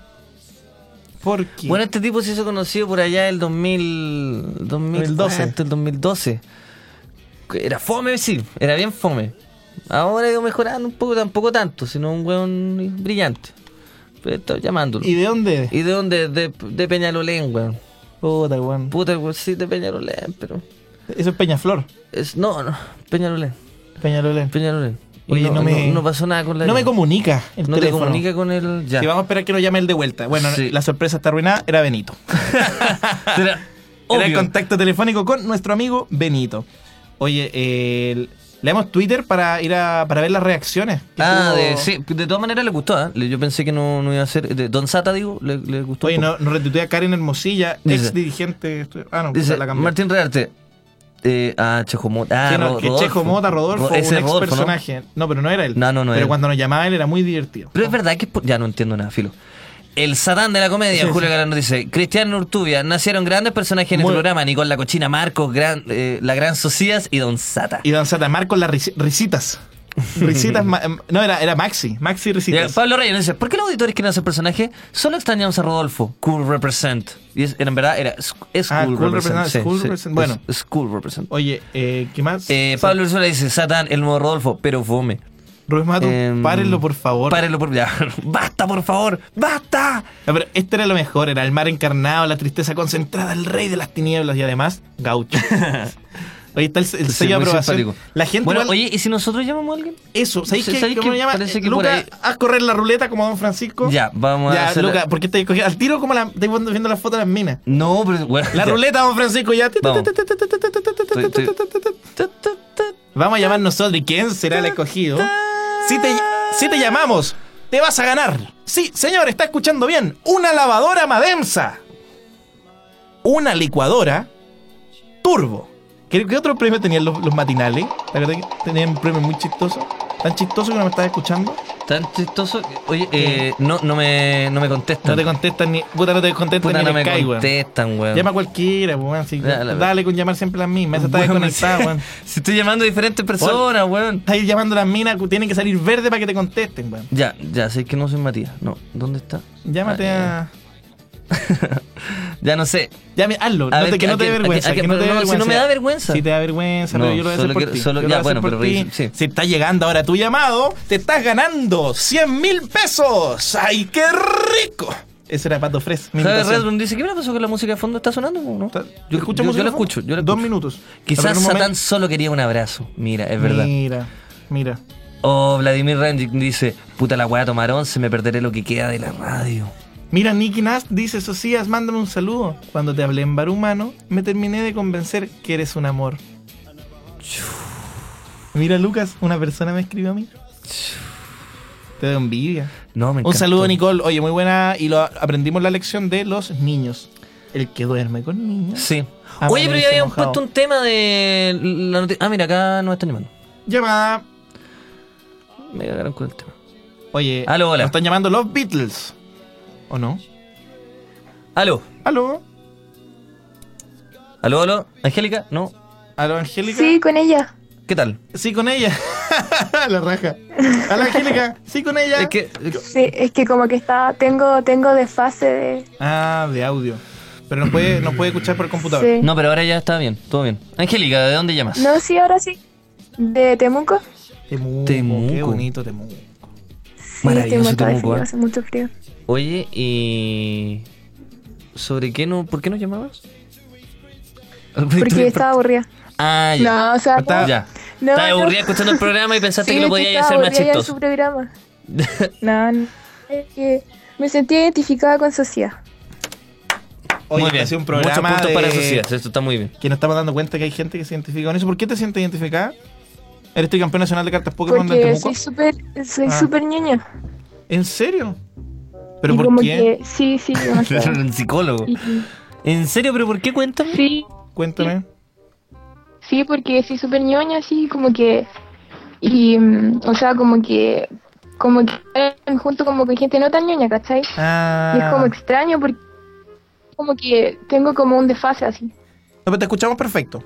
Porque.
Bueno, este tipo se hizo conocido por allá el 2000, 2012.
2012.
El 2012. Era fome, sí, era bien fome. Ahora he ido mejorando un poco, tampoco tanto, sino un weón brillante. Pero estoy llamándolo.
¿Y de dónde?
¿Y de dónde? De, de Peñalolén, weón.
Puta, weón.
Puta, weón, sí, de Peñalolén, pero.
Eso es Peñaflor.
este- Es, no, no, Peñalolén.
Peñalolén.
Peñalolén. Y
Oye,
no,
no me-
no- no pasó nada con la.
No me comunica el
No te
teléfono.
comunica con el. Ya.
Sí, vamos a esperar que lo llame él de vuelta. Bueno,
Sí.
la sorpresa está arruinada, era Benito.
Era
Era el
obvio.
contacto telefónico con nuestro amigo Benito. Oye, eh, leemos Twitter para ir a para ver las reacciones. que
Ah,
tuvo-
de, sí, de todas maneras le gustó, ¿ah? Le- Yo pensé que no, no iba a ser. de- Don Sata, digo, le, le gustó.
Oye,
un
no- nos retuitea Karen Hermosilla,
Dice-
ex dirigente. Ah, no,
poco. Dice,
puta, la cambié.
Martín Rearte. Eh, ah, Chejo Mota. Ah,
Sí, no,
Ro-
que
Rodolfo.
Chejo Mota, Rodolfo,
Ro- ese
un ex
Rodolfo, ¿no?
personaje. ¿no? pero no era él.
No, no, no
Pero
era él.
cuando nos llamaba él era muy divertido.
Pero es verdad que es por- ya no entiendo nada, filo. El satán de la comedia,
Sí,
Julio
sí.
Galán dice, Cristiano Urtubia, nacieron grandes personajes en
Muy-
este programa, Nicole La Cochina, Marcos, Gran- eh, La Gran Socias y Don Sata.
Y Don Sata, Marcos las risi- risitas. Risitas, ma- em, no, era, era Maxi, Maxi
Y
Risitas.
Pablo Reyes dice, ¿por qué los auditores quieren hacer personaje? Solo extrañamos a Rodolfo, Cool Represent. Y es- en verdad era es, es
Ah,
cool,
Cool
represent,
Represent,
sí,
Cool
sí,
Represent,
es-
bueno.
es Cool Represent.
Oye, eh, ¿qué más?
Eh, Pablo Ursula dice, Satán, el nuevo Rodolfo, pero fome.
Rubén Mato,
em,
párenlo por favor.
Párenlo por... ya, ¡Basta, por favor! ¡Basta!
No, pero este era lo mejor, era el mar encarnado, la tristeza concentrada, el rey de las tinieblas y además, gaucho. Oye, está el, el
Sí,
sello de
muy
aprobación.
simpático.
La gente
Bueno,
igual-
oye, ¿y si nosotros llamamos a alguien?
eso, ¿sabéis
sí,
qué?
¿sabéis
¿Cómo
qué?
lo llama? Eh,
Parece que por
Luca,
ahí-
haz correr la ruleta como Don Francisco.
Ya, vamos a
Ya,
hacer...
Luca, ¿por qué estáis cogiendo? Al tiro como la, estáis viendo las fotos de las minas.
No, pero... bueno,
La
ya.
ruleta, don Francisco, ya.
Vamos. Estoy- estoy-
Vamos a llamar nosotros. ¿Y quién será el escogido? Si te, si te llamamos, te vas a ganar. Sí, señor, está escuchando bien. Una lavadora Mademsa. Una licuadora Turbo. ¿Qué, qué otro premio tenían los, los matinales? La verdad que tenían un premio muy chistoso. Tan chistoso que no me estás escuchando.
Tan chistoso. que- Oye, eh, no, no me, no me contestan.
No te contestan ni. Puta, no te contestan
Puta,
ni
no
en
me
Sky, weón.
contestan, weón.
Llama a cualquiera, weón. así que
Ya, la
dale con llamar siempre las mismas. Esa está
Weón,
desconectada, weón.
Si estoy llamando a diferentes personas, weón.
Estás llamando a las minas, cu- tienen que salir verde para que te contesten, weón.
Ya, ya, sé que no soy Matías. No, ¿dónde está?
Llámate
Ah,
a.
Ya no sé.
Llame, hazlo,
A
no
ver,
te- que
a
no te dé
quién- a
vergüenza.
quién-
que no te dé
pero no, si no me da vergüenza.
Si te da vergüenza,
No,
pero yo lo voy a hacer
solo
por
quiero-
ti.
solo-
yo lo
ya,
voy a hacer
bueno,
por
pero
ti.
reí- sí.
Si estás llegando ahora a tu llamado, te estás ganando 100 mil pesos. ¡Ay, qué rico! Ese era Pato Fres. mi
¿Sabes?
imitación.
Redrum dice, ¿qué me pasó que la música de fondo está sonando? o ¿no? Yo,
¿Escucha música
yo- yo
de fondo?
la escucho, yo la
Dos
escucho.
minutos. Pero en
Quizás
un
Satán
momento-
solo quería un abrazo. Mira, es verdad.
Mira, mira.
O Vladimir Rendik dice, puta la weá tomar once, me perderé lo que queda de la radio.
Mira, Nicky Nast dice, Socias, mándame un saludo. Cuando te hablé en barumano, me terminé de convencer que eres un amor. Mira, Lucas, una persona me escribió a mí. Te doy envidia.
No, me
Un
encantó.
saludo, Nicole. Oye, muy buena. Y lo aprendimos la lección de los niños. El que duerme con niños.
Sí.
Amanece
Ah, Oye, pero ya habíamos
enojado.
puesto un tema de la noticia. Ah, mira, acá nos están llamando.
Llamada.
Me cagaron con el tema.
Oye,
Aló, hola.
nos están llamando los Beatles. ¿O no?
Aló,
¿Aló?
aló, aló. Angélica, no.
¿Aló, Angélica?
Sí, con ella.
¿Qué tal?
Sí, con ella. la raja. ¿Aló, Angélica? Sí, con ella.
Es que.
Sí, es que como que está, tengo, tengo desfase de...
Ah, de audio. Pero nos puede, nos puede escuchar por el computador.
Sí.
No, pero ahora ya está bien, todo bien. Angélica, ¿de dónde llamas?
No, sí, ahora sí. ¿De Temuco?
Temuco, Qué
Temuco.
bonito Temuco.
Sí,
Maravilloso
estoy muerta de
Temuco,
frío,
¿eh?
hace mucho frío.
Oye, y. ¿Sobre qué no.? ¿Por qué nos llamabas?
Porque estaba aburrida.
Ah, ya.
No, o sea,
Estaba- ya.
no,
Estaba
no.
aburrida escuchando el programa y pensaste
sí,
que lo
es
podías
estaba
hacer más
aburrida ya en su
chistoso.
programa. No, no. Es que me sentí identificada con Sociedad.
Oye,
muy
ha
bien.
sido un
Muchos
programa
puntos
de-
para sociedad. Esto está muy bien.
Que nos estamos dando cuenta que hay gente que se identifica con eso. ¿Por qué te sientes identificada? ¿Eres tu campeón nacional de cartas Pokémon de
Porque
Temuco?
soy súper soy
Ah.
súper niña.
¿En serio? ¿Pero
y
por
como
qué?
que sí, sí, demasiado.
un psicólogo.
Y-
¿En serio? ¿Pero por qué? Cuéntame.
sí,
Cuéntame.
sí, porque soy súper ñoña, así como que Y, mm, o sea, como que como que eran junto como con gente no tan ñoña, ¿cachai?
Ah.
Y es como extraño porque como que tengo como un desfase así.
No, pero te escuchamos perfecto.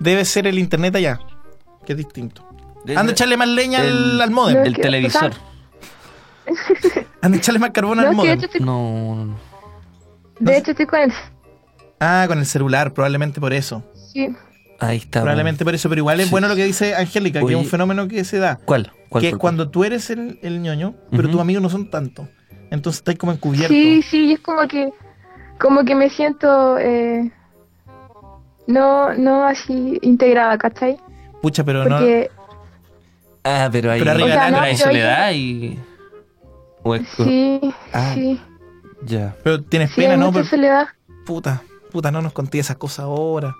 Debe ser el internet allá, que es distinto. Anda a echarle más leña al, al módem.
No, es que- o sea,
Anda a echarle más carbón
No,
al
es que
módem.
yo estoy-
No, no, no.
de hecho estoy con el...
Ah, con el celular, probablemente por eso.
Sí.
Ahí está.
Probablemente por eso, pero igual es
Sí.
bueno lo que dice Angélica, que
Oye.
es un fenómeno que se da.
¿Cuál? ¿Cuál,
que es
cuál,
cuando tú eres el, el ñoño, pero tus amigos no son tanto. Entonces estás como encubierto.
Sí, sí, y es como que, como que me siento eh, no, no así integrada, ¿cachai?
Pucha, pero no.
Porque
Ah, pero ahí,
Pero arriba
O sea, no,
pero hay
pero
soledad y. o es-
sí,
Ah,
sí,
Ya.
Pero tienes
sí,
pena,
hay
¿no?
mucha
Pero-
soledad.
puta, puta, no nos conté esas cosas ahora.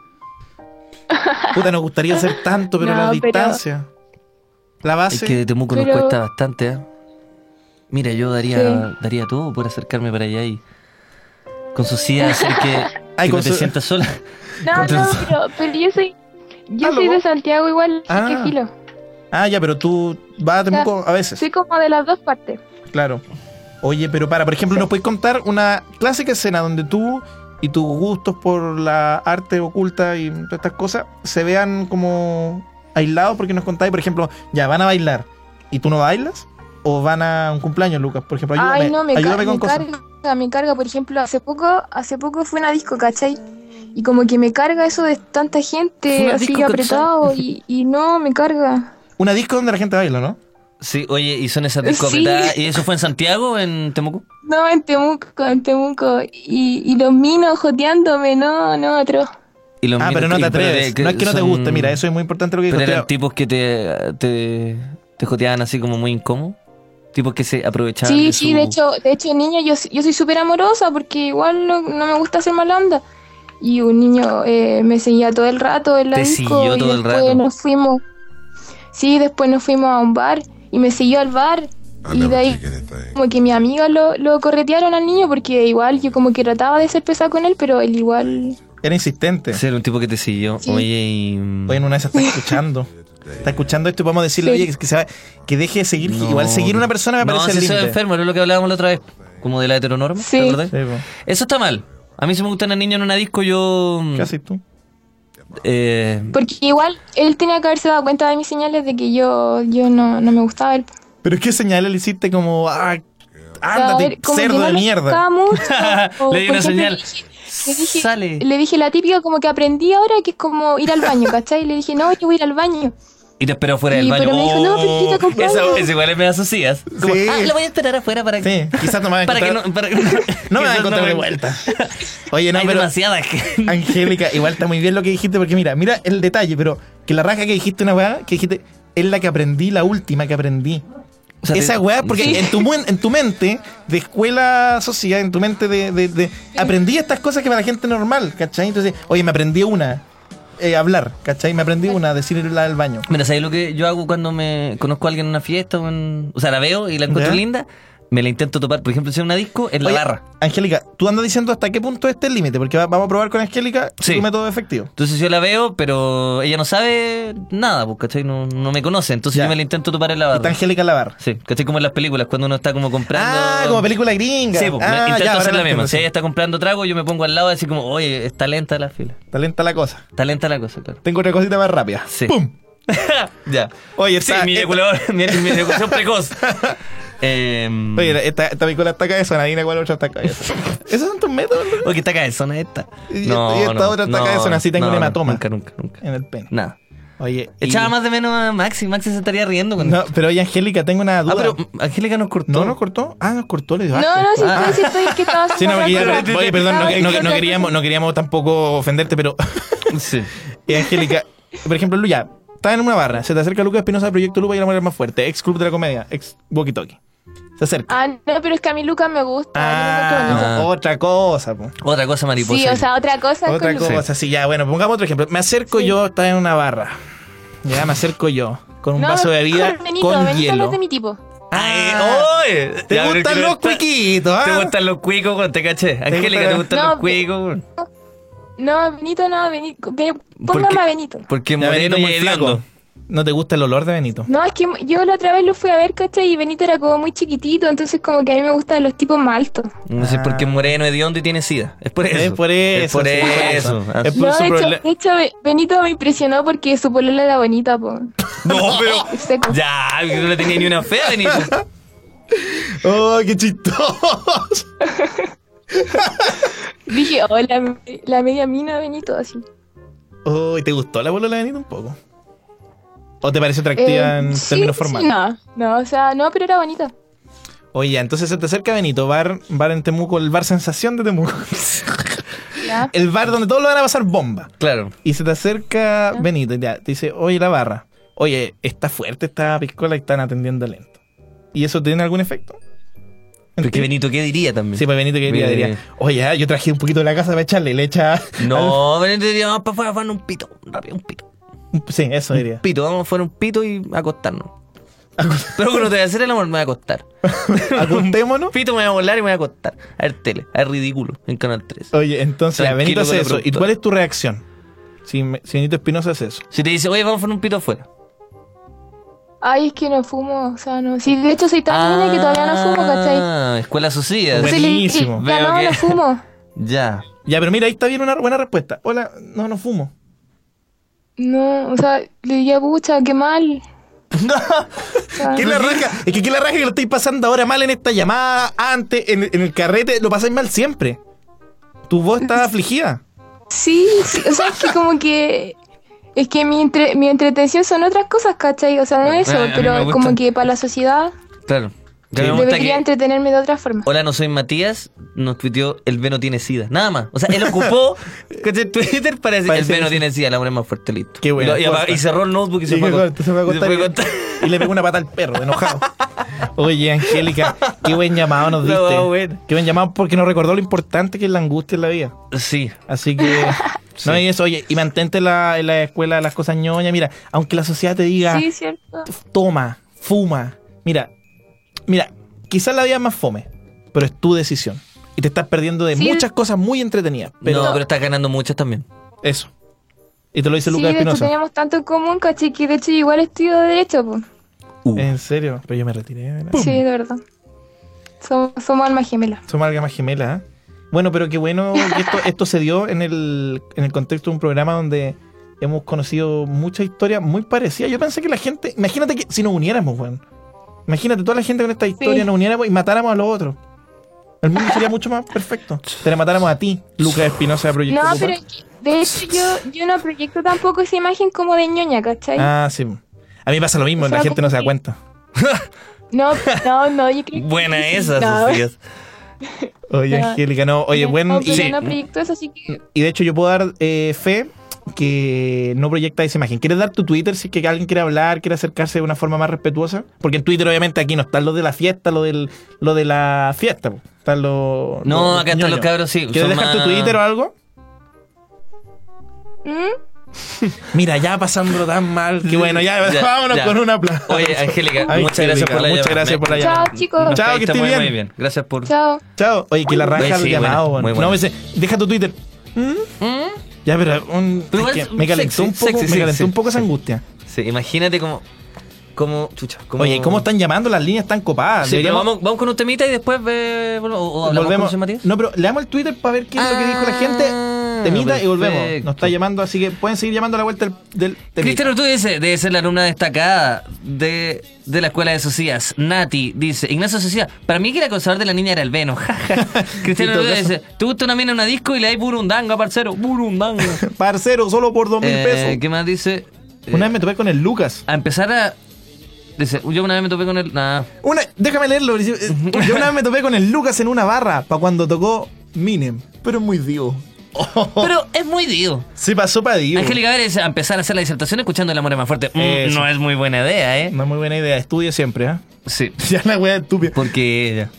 Puta, nos gustaría hacer tanto, pero
No,
la
pero-
distancia. La
Es
base.
que de Temuco nos
Pero-
cuesta bastante, ¿eh? Mira, yo daría,
Sí.
daría todo por acercarme para allá y. Con sociedad hacer que,
Ay,
que
con
no te
su-
sientas sola.
No, no, pero, pero yo soy, yo soy de Santiago igual,
Ah.
así que filo.
Ah, ya, pero tú vas a
O sea,
Temuco a veces.
Soy como de las dos partes.
Claro. Oye, pero para, por ejemplo, ¿nos puedes contar una clásica escena donde tú y tus gustos por la arte oculta y todas estas cosas se vean como aislados? Porque nos contáis, por ejemplo, ya van a bailar y tú no bailas, o van a un cumpleaños, Lucas. Por ejemplo, ayúdame,
Ay, no, me, ca-
ayúdame con
me
cosas.
carga, me carga, por ejemplo, hace poco, hace poco fue una disco, ¿cachai? Y como que me carga eso de tanta
Fue
gente
una
así
disco, ¿cachai?
apretado y, y no, me carga.
Una disco donde la gente baila, ¿no?
Sí, oye, y son esas
Sí.
discopetadas. ¿Y eso fue en Santiago o en Temuco?
No, en Temuco, en Temuco. Y, y los minos joteándome, no, no, otro.
Y los
Ah,
minos-
pero no te
y-
atreves.
de-
No es que no te
son-
guste, mira, eso es muy importante lo que
Pero
dijiste.
eran tipos que te, te, te joteaban así como muy incómodos. Tipos que se aprovechaban.
Sí,
de
sí,
su-
de hecho, de hecho, niña, yo, yo soy súper amorosa porque igual no, no me gusta hacer mala onda. Y un niño eh, me seguía todo el rato en la
Te
disco
siguió
y
todo el
después
rato.
nos fuimos. Sí, después nos fuimos a un bar y me siguió al bar y de ahí como que mi amiga lo, lo corretearon al niño porque igual yo como que trataba de ser pesada con él, pero él igual...
Era insistente.
Sí, era un tipo que te siguió.
Sí.
Oye, y.
Oye, en una de esas está escuchando. Está escuchando esto y podemos decirle,
Sí.
oye, que, se va- que deje de seguir.
No.
Igual seguir una persona me
No,
parece
si
el
eso es
límite.
enfermo, era lo que hablábamos la otra vez. Como de la heteronorma,
Sí.
¿te acordás?
Sí, po.
Eso está mal. A mí si me gustan los niños en una disco, yo... mm,
¿Qué haces tú?
Eh,
Porque igual él tenía que haberse dado cuenta de mis señales de que yo, yo no, no me gustaba él.
Pero es que señales le hiciste como, ah,
A
ándate,
ver, como que
cerdo
no
de
le
mierda.
gustaba mucho. pues, O,
Le di
por
una
ejemplo,
señal.
Le dije,
Sale.
le dije la típica como que aprendí ahora que es como ir al baño, ¿cachai? Le dije, no, yo voy a ir al baño.
Y te espero fuera
Y-
del baño. Oh,
pero me dijo, no, pero yo te acompaño.
Esa- es igual me asocias. Como,
Sí.
ah, lo voy a esperar afuera para que...
Sí, quizás no me va a
Para que no...
encontrar-
para que no-
no me va a
quizás
encontrar
me-
de vuelta. Oye, no,
Hay
pero
demasiada gente.
Angélica, igual está muy bien lo que dijiste, porque mira, mira el detalle, pero que la raja que dijiste una weá, que dijiste, es la que aprendí, la última que aprendí.
O sea,
Esa
te-
weá, porque
Sí.
en, tu, muen- en tu mente de escuela social, en tu mente de, de- de- Aprendí estas cosas que para la gente normal, ¿cachai? Entonces, oye, me aprendí una, eh, hablar, ¿cachai? Me aprendí una, decirla al baño.
Mira, ¿sabes lo que yo hago cuando me conozco a alguien en una fiesta? O, en- o sea, la veo y la encuentro
Ya.
linda, me la intento topar. Por ejemplo, si es una disco, en la
Oye,
barra.
Angélica, tú andas diciendo hasta qué punto este es el límite, porque va- vamos a probar con Angélica
Sí.
tu método efectivo.
Entonces yo la veo, pero ella no sabe nada, pues, ¿cachai? No, no me conoce, entonces
Ya.
yo me la intento topar en la
Está
barra.
Angélica Lavar.
Sí, ¿cachai? Como en las películas, cuando uno está como comprando...
Ah, como película gringa.
Sí, pues, me-
ah,
intento
ya, ahora
hacer
lo
la misma.
entiendo,
Si
sí.
ella está comprando trago, yo me pongo al lado y decir como, oye, está lenta la fila.
Está lenta la cosa.
Está lenta la cosa, claro.
Tengo otra cosita más rápida.
Sí.
¡Pum!
ya.
Oye,
Sí,
está,
mi
esta-
eyaculación mi, mi eyaculación precoz. Em,
Oye, esta, esta película está cabezona, dime cuál otra está cabezona. Esos son tus métodos, ¿no?
oye, esta cabezona es esta.
Y
No,
esta- y esta
no,
otra está
no,
cabezona, así tengo
no,
un
no,
hematoma.
Nunca, nunca, nunca.
En el pene.
Nada.
Oye, y-
Echaba más de menos a Maxi, Maxi se estaría riendo con
No,
esto.
pero oye, Angélica, tengo una duda.
Ah, pero mm, Angélica nos cortó.
¿No nos cortó? Ah, nos cortó, le dio
No,
asco.
no, si
Ah.
estoy, si estoy, que estaba
Sí, no,
haciendo
porque ya-
otra cosa.
oye, perdón,
Estaba
no, no-
haciendo
no
otra
queríamos,
cosa.
no queríamos tampoco ofenderte, pero
Sí.
Eh, Angélica, por ejemplo, Luya, estás en una barra, se te acerca Lucas Espinosa del Proyecto Lupa y la mujer más fuerte, ex club de la comedia, ex walkie talkie. Se acerca.
Ah, no, pero es que a mí Lucas me gusta. yo lo encuentro bonito.
Ah, otra cosa, po.
Otra cosa mariposa.
Sí, o sea, otra cosa con
Otra
Lucas.
cosa, sí, ya, bueno, pongamos otro ejemplo. Me acerco yo, estás en una barra. Ya, me acerco yo, con un
No,
vaso de bebida,
mejor Benito,
con
Benito
hielo.
no es de mi tipo.
¡Ay! Eh, ¡Oye!
¿Te
Ya, pero
gustan
que no
los
está-
cuiquitos, ah?
Te gustan los cuicos, weón, te caché. Angélica, te gustan
No,
los cuicos. weón?
No, Benito no, Benito. Ve-
¿Por
Póngame
qué?
a Benito.
Porque
Ya, Benito
moreno y
muy flaco.
hediondo.
¿No te gusta el olor de Benito?
No, es que yo la otra vez lo fui a ver, ¿cachai? Y Benito era como muy chiquitito, entonces como que a mí me gustan los tipos más altos.
No sé por qué moreno hediondo y tiene sida. Es por eso.
Ah. Es por
Es
eso,
por
sí, por
eso.
eso.
Así-
No, de hecho, de hecho, Be- Benito me impresionó porque su polola era bonita, po.
No, pero.
Seco.
Ya, no le tenía ni una fea, Benito.
¡Oh, qué chistoso!
Dije, oh, la, la media mina Benito, así.
Oh, ¿y te gustó la bolola de Benito un poco? ¿O te parece atractiva
Eh,
en
sí,
términos
sí,
formales?
no, no, o sea, no, pero era bonita.
Oye, ya, entonces se te acerca Benito, bar, bar en Temuco, el bar sensación de Temuco.
Ya.
el bar donde todos lo van a pasar bomba.
Claro.
Y se te acerca Benito y ya, te dice, oye, la barra. Oye, está fuerte esta piscola y están atendiendo lento. ¿Y eso tiene algún efecto?
Porque Benito, ¿qué diría también?
Sí, pues Benito que diría,
Bien.
diría, oye, ah, yo traje un poquito de la casa para echarle, y le echa...
No, Benito diría, vamos para afuera, vamos a un pito. Rápido, un pito.
Sí, eso diría.
Pito, vamos afuera un pito y acostarnos. Pero que no te voy a hacer el amor, me voy a acostar.
Acostémonos.
Pito me voy a volar y me voy a acostar. A ver tele, a ver ridículo en Canal 3.
Oye, entonces, ya,
Tranquilo
Benito
con
hace
la
eso. ¿Y
productora.
cuál es tu reacción? Si, me- si Benito Espinosa hace eso.
Si te dice, oye, vamos a poner un pito afuera.
Ay, es que no fumo, o sea, no. Sí, de hecho soy tan niña que todavía no fumo, ¿cachai?
Ah, escuela suicida.
Entonces le dije,
buenísimo.
ya
Veo
no,
que-
no fumo.
Ya.
Ya, pero mira, ahí está bien una buena respuesta. Hola, no, no fumo.
No, o sea, le dije, pucha, qué mal. Ah. No.
¿Qué la raja? Es que ¿qué la raja que lo estáis pasando ahora mal en esta llamada, antes, en, en el carrete? Lo pasáis mal siempre. Tu voz está afligida.
Sí, sí, o sea, es que como que. Es que mi, entre, mi entretención son otras cosas, ¿cachai? O sea, no es eso,
Ah, a mí me
pero
gusta.
como que para la sociedad
Claro. Ya me gusta
debería
que-
entretenerme de otra forma.
Hola, no soy Matías. Nos tuiteó el Veno tiene sida. Nada más. O sea, él ocupó que se- Twitter para decir el
Parece-
Veno tiene sida. La mujer más fuerte, listo.
Qué buena
Y, lo- y
respuesta.
apa- y cerró el notebook y se
Y
fue a
que
acostar.
corta, se fue a
Y se
acostar
fue a
y-
acostar.
Y le pegó una pata al perro, enojado. Oye, Angélica, qué buen llamado nos
No,
diste.
bueno.
Qué buen llamado porque nos recordó lo importante que es la angustia en la vida.
Sí.
Así que. No, y eso, oye, y mantente en la, en la escuela las cosas ñoñas. Mira, aunque la sociedad te diga,
Sí, cierto.
toma, fuma. Mira, mira, quizás la vida es más fome, pero es tu decisión. Y te estás perdiendo de
Sí.
muchas cosas muy entretenidas. Pero
no, pero estás ganando muchas también.
eso. Y te lo dice
Sí,
Lucas
de hecho
Espinosa.
teníamos tanto en común, ¿cachai? Que de hecho igual estudio Derecho, pues.
Uh.
En serio, pero yo me retiré. ¿verdad?
Sí, de verdad. Somos, somos almas gemelas.
Somos algamas gemelas. ¿eh? Bueno, pero qué bueno que esto, esto se dio en el, en el contexto de un programa donde hemos conocido muchas historias muy parecidas. Yo pensé que la gente. Imagínate que si nos uniéramos, weón. Imagínate toda la gente con esta historia nos uniéramos y matáramos a los otros. El mundo sería mucho más perfecto. Te matáramos a ti, Lucas Espinosa de Proyecto
No,
Lupa.
pero es que, de hecho yo, yo no proyecto tampoco esa imagen como de ñoña, ¿cachai?
Ah, sí. A mí me pasa lo mismo,
O sea,
la gente no se da
como
cuenta.
No, no, no, yo creo que
Buena
sí,
esa,
no.
Sofías.
Oye,
No.
Angélica, no. Oye, buen.
No,
y-
pero
sí.
no proyecto eso, así que
Y de hecho yo puedo dar eh, fe que no proyecta esa imagen. ¿Quieres dar tu Twitter si es que alguien quiere hablar, quiere acercarse de una forma más respetuosa? Porque en Twitter obviamente aquí no están los de la fiesta, lo del lo de la fiesta, po. están los los
No, acá están
ñoños.
los cabros, sí,
¿Quieres
son
dejar tu
más-
Twitter o algo?
¿Mm?
Mira, ya pasándolo tan mal. Que bueno, ya,
Ya,
vámonos
ya.
con una plata.
Oye, Angélica, muchas
Angélica,
gracias por la llamada.
muchas gracias por la
Chao,
llamada.
chicos. Nos
Chao, que
Está
estés
muy,
bien.
muy bien. Gracias por.
chao.
Chao. Oye, que la raja
Sí,
el
buena,
llamado,
muy
bueno.
buena.
No, me dice, deja tu Twitter. ¿Mm? Ya, pero un-
Pero
es
igual
que me calentó
sexy,
un poco,
sexy,
me calentó
sexy,
un poco esa angustia.
Sí, imagínate cómo. Cómo. Chucha. Cómo...
Oye, ¿cómo están llamando? Las líneas están copadas.
Sí, pero
Ah, Deberíamos-
vamos, vamos con un temita y después ve, vol- o, o hablamos con
volvemos.
José Matías. Ah,
No, pero le damos el Twitter para ver qué es lo que dijo la gente. Temita y volvemos.
perfecto.
Nos está llamando, así que pueden seguir llamando a la vuelta del, del temita.
Cristian tú dice, debe ser la alumna destacada de, de la escuela de Socias. Nati dice, Ignacio Socias, para mí que el acosador de la niña era el Veno. Cristian
En todo
Ortúa
caso.
dice, ¿te gusta una mina en una disco y le dais burundanga, parcero? Burundanga.
Parcero, solo por dos mil
Eh,
pesos.
¿Qué más dice?
Una
Eh,
vez me topé con el Lucas.
A empezar a... Dice, yo una vez me topé con él... Nada.
Una, déjame leerlo. dice, eh, Yo una vez me topé con el Lucas en una barra para cuando tocó Minem. Oh. Pero es muy divo.
Pero es muy digo.
Se pasó para divo.
Angélica Vélez, a empezar a hacer la disertación escuchando El Amor es más fuerte. Mm,
Eso.
no es muy buena idea, ¿eh?
Eh, No es muy buena idea. Estudia siempre, ¿ah?
Sí.
Ya la wea estúpida.
Porque ella...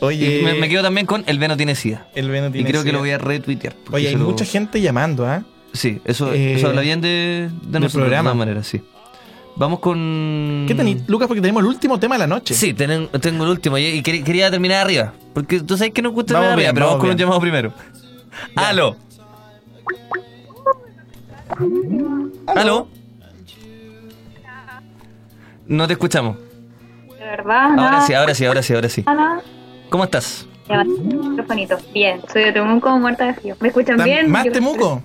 Oye,
Y me, me quedo también con El Veno tiene sida.
el Veno
Y
tiene
creo que
sida.
lo voy a retuitear. porque
Oye, hay
se lo-
mucha gente llamando, ¿ah?
Sí, eso,
Eh,
eso habla bien de, de nosotros,
programa.
de todas maneras, sí. Vamos con...
¿Qué tenéis, Lucas? Porque tenemos el último tema de la noche.
Sí, tenen- tengo el último y, y quer- quería terminar arriba. Porque tú sabes que nos gusta
Vamos
terminar arriba,
bien,
pero
vamos
vamos con un
bien.
llamado primero. ¡Aló! ¡Aló! No te escuchamos.
De verdad,
Ahora
nada.
sí, ahora sí, ahora sí, ahora sí.
Nada.
¿Cómo estás?
Ya va, microfonito. Bien, soy de Temuco, muerta de frío. ¿Me escuchan bien?
¿Más
Yo-
Temuco?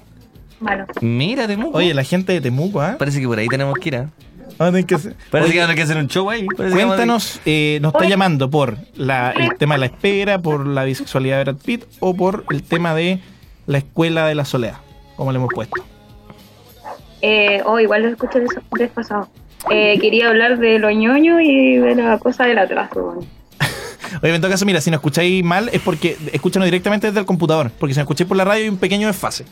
Malo.
Mira Temuco.
Oye, la gente de Temuco, ¿ah?
Parece que por ahí tenemos que ir, ¿ah? Parece que van a hacer un show ahí. Parece que vamos a-
Cuéntanos, eh, nos está llamando por la- el tema de la espera, por la bisexualidad de Brad Pitt o por el tema de la escuela de la soledad, como le hemos puesto.
Eh, oh, igual lo escuché des- desfasado. Eh, quería hablar de lo ñoño y de la cosa del atraso. bueno.
Oye, en todo caso, mira, si nos escucháis mal es porque escúchanos directamente desde el computador, porque si nos escucháis por la radio hay un pequeño desfase.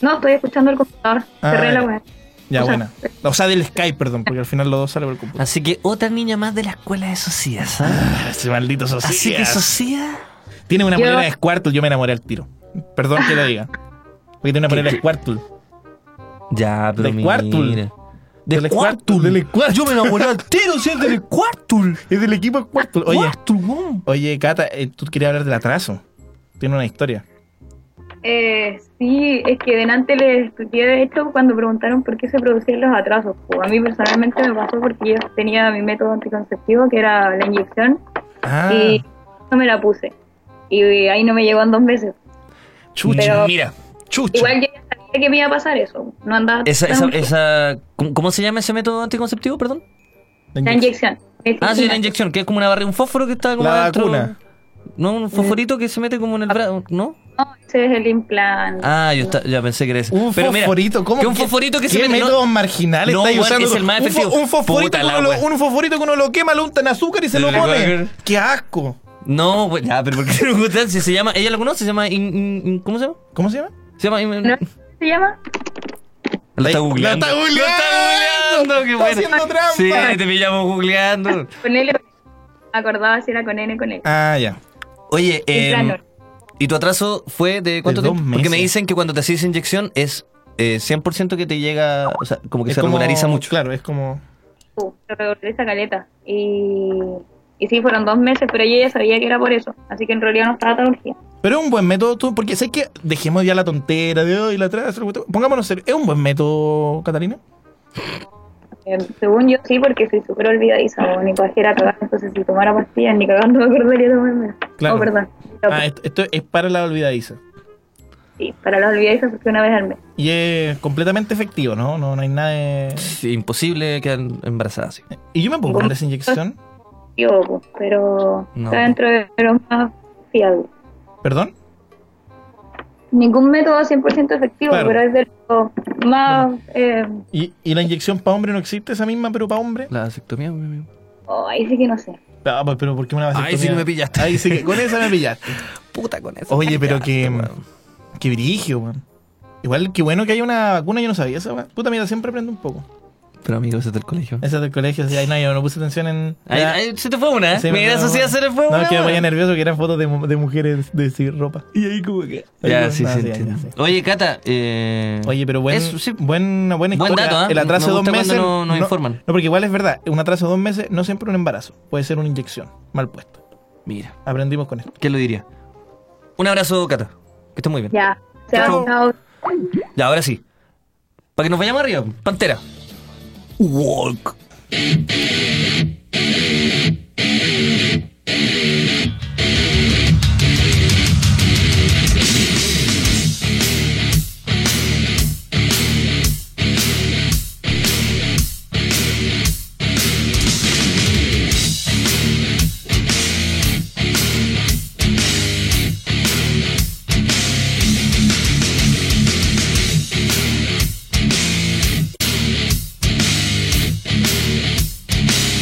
No, estoy escuchando el computador.
Ah,
Cerré la
ya.
web.
Ya,
O sea,
buena. O sea, del Skype, perdón, porque al final los dos salen por el computador.
Así que otra niña más de la escuela de Socias, ¿ah?
Ese maldito Socias.
Así que ¿eh? Socias.
Tiene una
Yo-
moneda de Squirtle, yo me enamoré al tiro. Perdón que lo diga. Porque tiene una moneda de Squirtle.
Ya, pero
De
mira.
Squirtle. Del
Squirtle.
Del Squirtle.
Yo me enamoré al tiro, si es del Squirtle.
Es del equipo Squirtle. Oye,
Squirtle, weón.
oye Cata, eh, tú querías hablar del atraso. Tiene una historia.
Eh, sí, es que delante les expliqué esto cuando preguntaron por qué se producían los atrasos. Pues a mí personalmente me pasó porque yo tenía mi método anticonceptivo, que era la inyección,
Ah,
y no me la puse. Y ahí no me llegó en dos meses.
chucha,
pero-
mira. Chucha.
Igual yo ya sabía que me iba a pasar eso. No andaba
Esa, esa,
tan-
esa, ¿cómo, cómo se llama ese método anticonceptivo, perdón?
la inyección.
Ah, sí, la inyección, que es como una barra, un fósforo que está como
La
adentro.
vacuna.
No, un fosforito que se mete como en el brazo, ¿no?
Ese es el implante.
Ah, yo está- ya pensé que era ese.
Un fosforito, ¿cómo?
Que un fosforito que
¿Qué
se mete.
métodos
no,
marginales
no,
estáis
weón,
usando?
es el más
Un fo-
efectivo.
Un, fosforito
Puta
que
la
uno lo,
weón.
un fosforito que uno lo quema, lo unta en azúcar y se lo
La
pone.
weón.
¡Qué asco!
No, güey, ya, pero ¿por qué no gustan? Si se llama, ella lo conoce, se llama. in- in- in- ¿Cómo se llama?
¿Cómo se llama?
Se llama. in-
¿Se llama?
Lo está googleando.
¡Lo está
Lo está googleando, qué
Está
bueno.
haciendo trampa.
Sí, te pillamos googleando.
Con L. Acordaba si era con N con L.
Ah, ya.
Oye, eh,
Implanon.
¿y tu atraso fue de cuánto
De dos
tiempo? Porque me
meses.
dicen que cuando te haces inyección es eh, 100% que te llega, o sea, como que
Es
se regulariza mucho.
Claro, es como.
Uh, lo regulé esa caleta. Y, y sí, fueron dos meses, pero yo ya sabía que era por eso. Así que en realidad no estaba tan urgida.
Pero es un buen método, tú, porque sé que dejemos ya la tontera de hoy, la atrás, pongámonos serios. ¿Es un buen método, Catalina?
Eh, según yo sí, porque soy súper olvidadiza, o ni pajera cagar, entonces si tomara pastillas ni cagando me acordaría de tomarme.
Claro.
Oh, perdón.
Ah, esto, esto es para la olvidadiza.
Sí, para los olvidadizos porque una vez al mes.
Y es completamente efectivo, ¿no? No, no hay nada de...
Sí, imposible quedar embarazada así.
¿Y yo me puedo poner esa inyección?
Yo, pues, pero
No.
está dentro de los más fiables.
¿Perdón?
Ningún método 100% efectivo,
Claro.
pero es de los más... Eh,
¿Y, y la inyección para hombre no existe esa misma, pero para hombre?
La vasectomía, mi amigo.
oh, ahí sí que no sé.
Ah, pues, pero ¿por qué una vasectomía?
Ahí sí que me pillaste.
Ahí sí que- con esa me pillaste.
Puta con eso.
Oye, pero que... Que virigio, weón. Igual, qué bueno que hay una vacuna, yo no sabía esa, weón. Puta, mira, siempre aprendo un poco.
Pero amigo, ese es del colegio.
Esa del colegio, sí, ahí no, yo no puse atención en...
Ahí-
Ya-
ahí se te fue una, ¿eh?
Sí,
Mira, eso sí se le fue
No,
una.
es que me
weón.
ponía nervioso que eran fotos de, mu- de mujeres de sin ropa. Y ahí como que...
Ya, sí,
No,
sí,
ya,
entiendo.
ya, sí.
Oye, Cata, eh...
Oye, pero buen,
Eso, sí.
buena, buena
Buen
historia.
dato, ¿eh?
El atraso de
Me
dos
gusta cuando
meses.
no- nos informan.
No, porque igual es verdad. Un atraso de dos meses no siempre un embarazo. Puede ser una inyección mal puesta.
Mira,
Aprendimos con esto.
¿qué lo diría? Un abrazo, Cata. Que estés muy bien.
Ya, se ha
Chao.
avanzado.
Ya, ahora sí. Para que nos vayamos arriba, Pantera. Walk.
Thank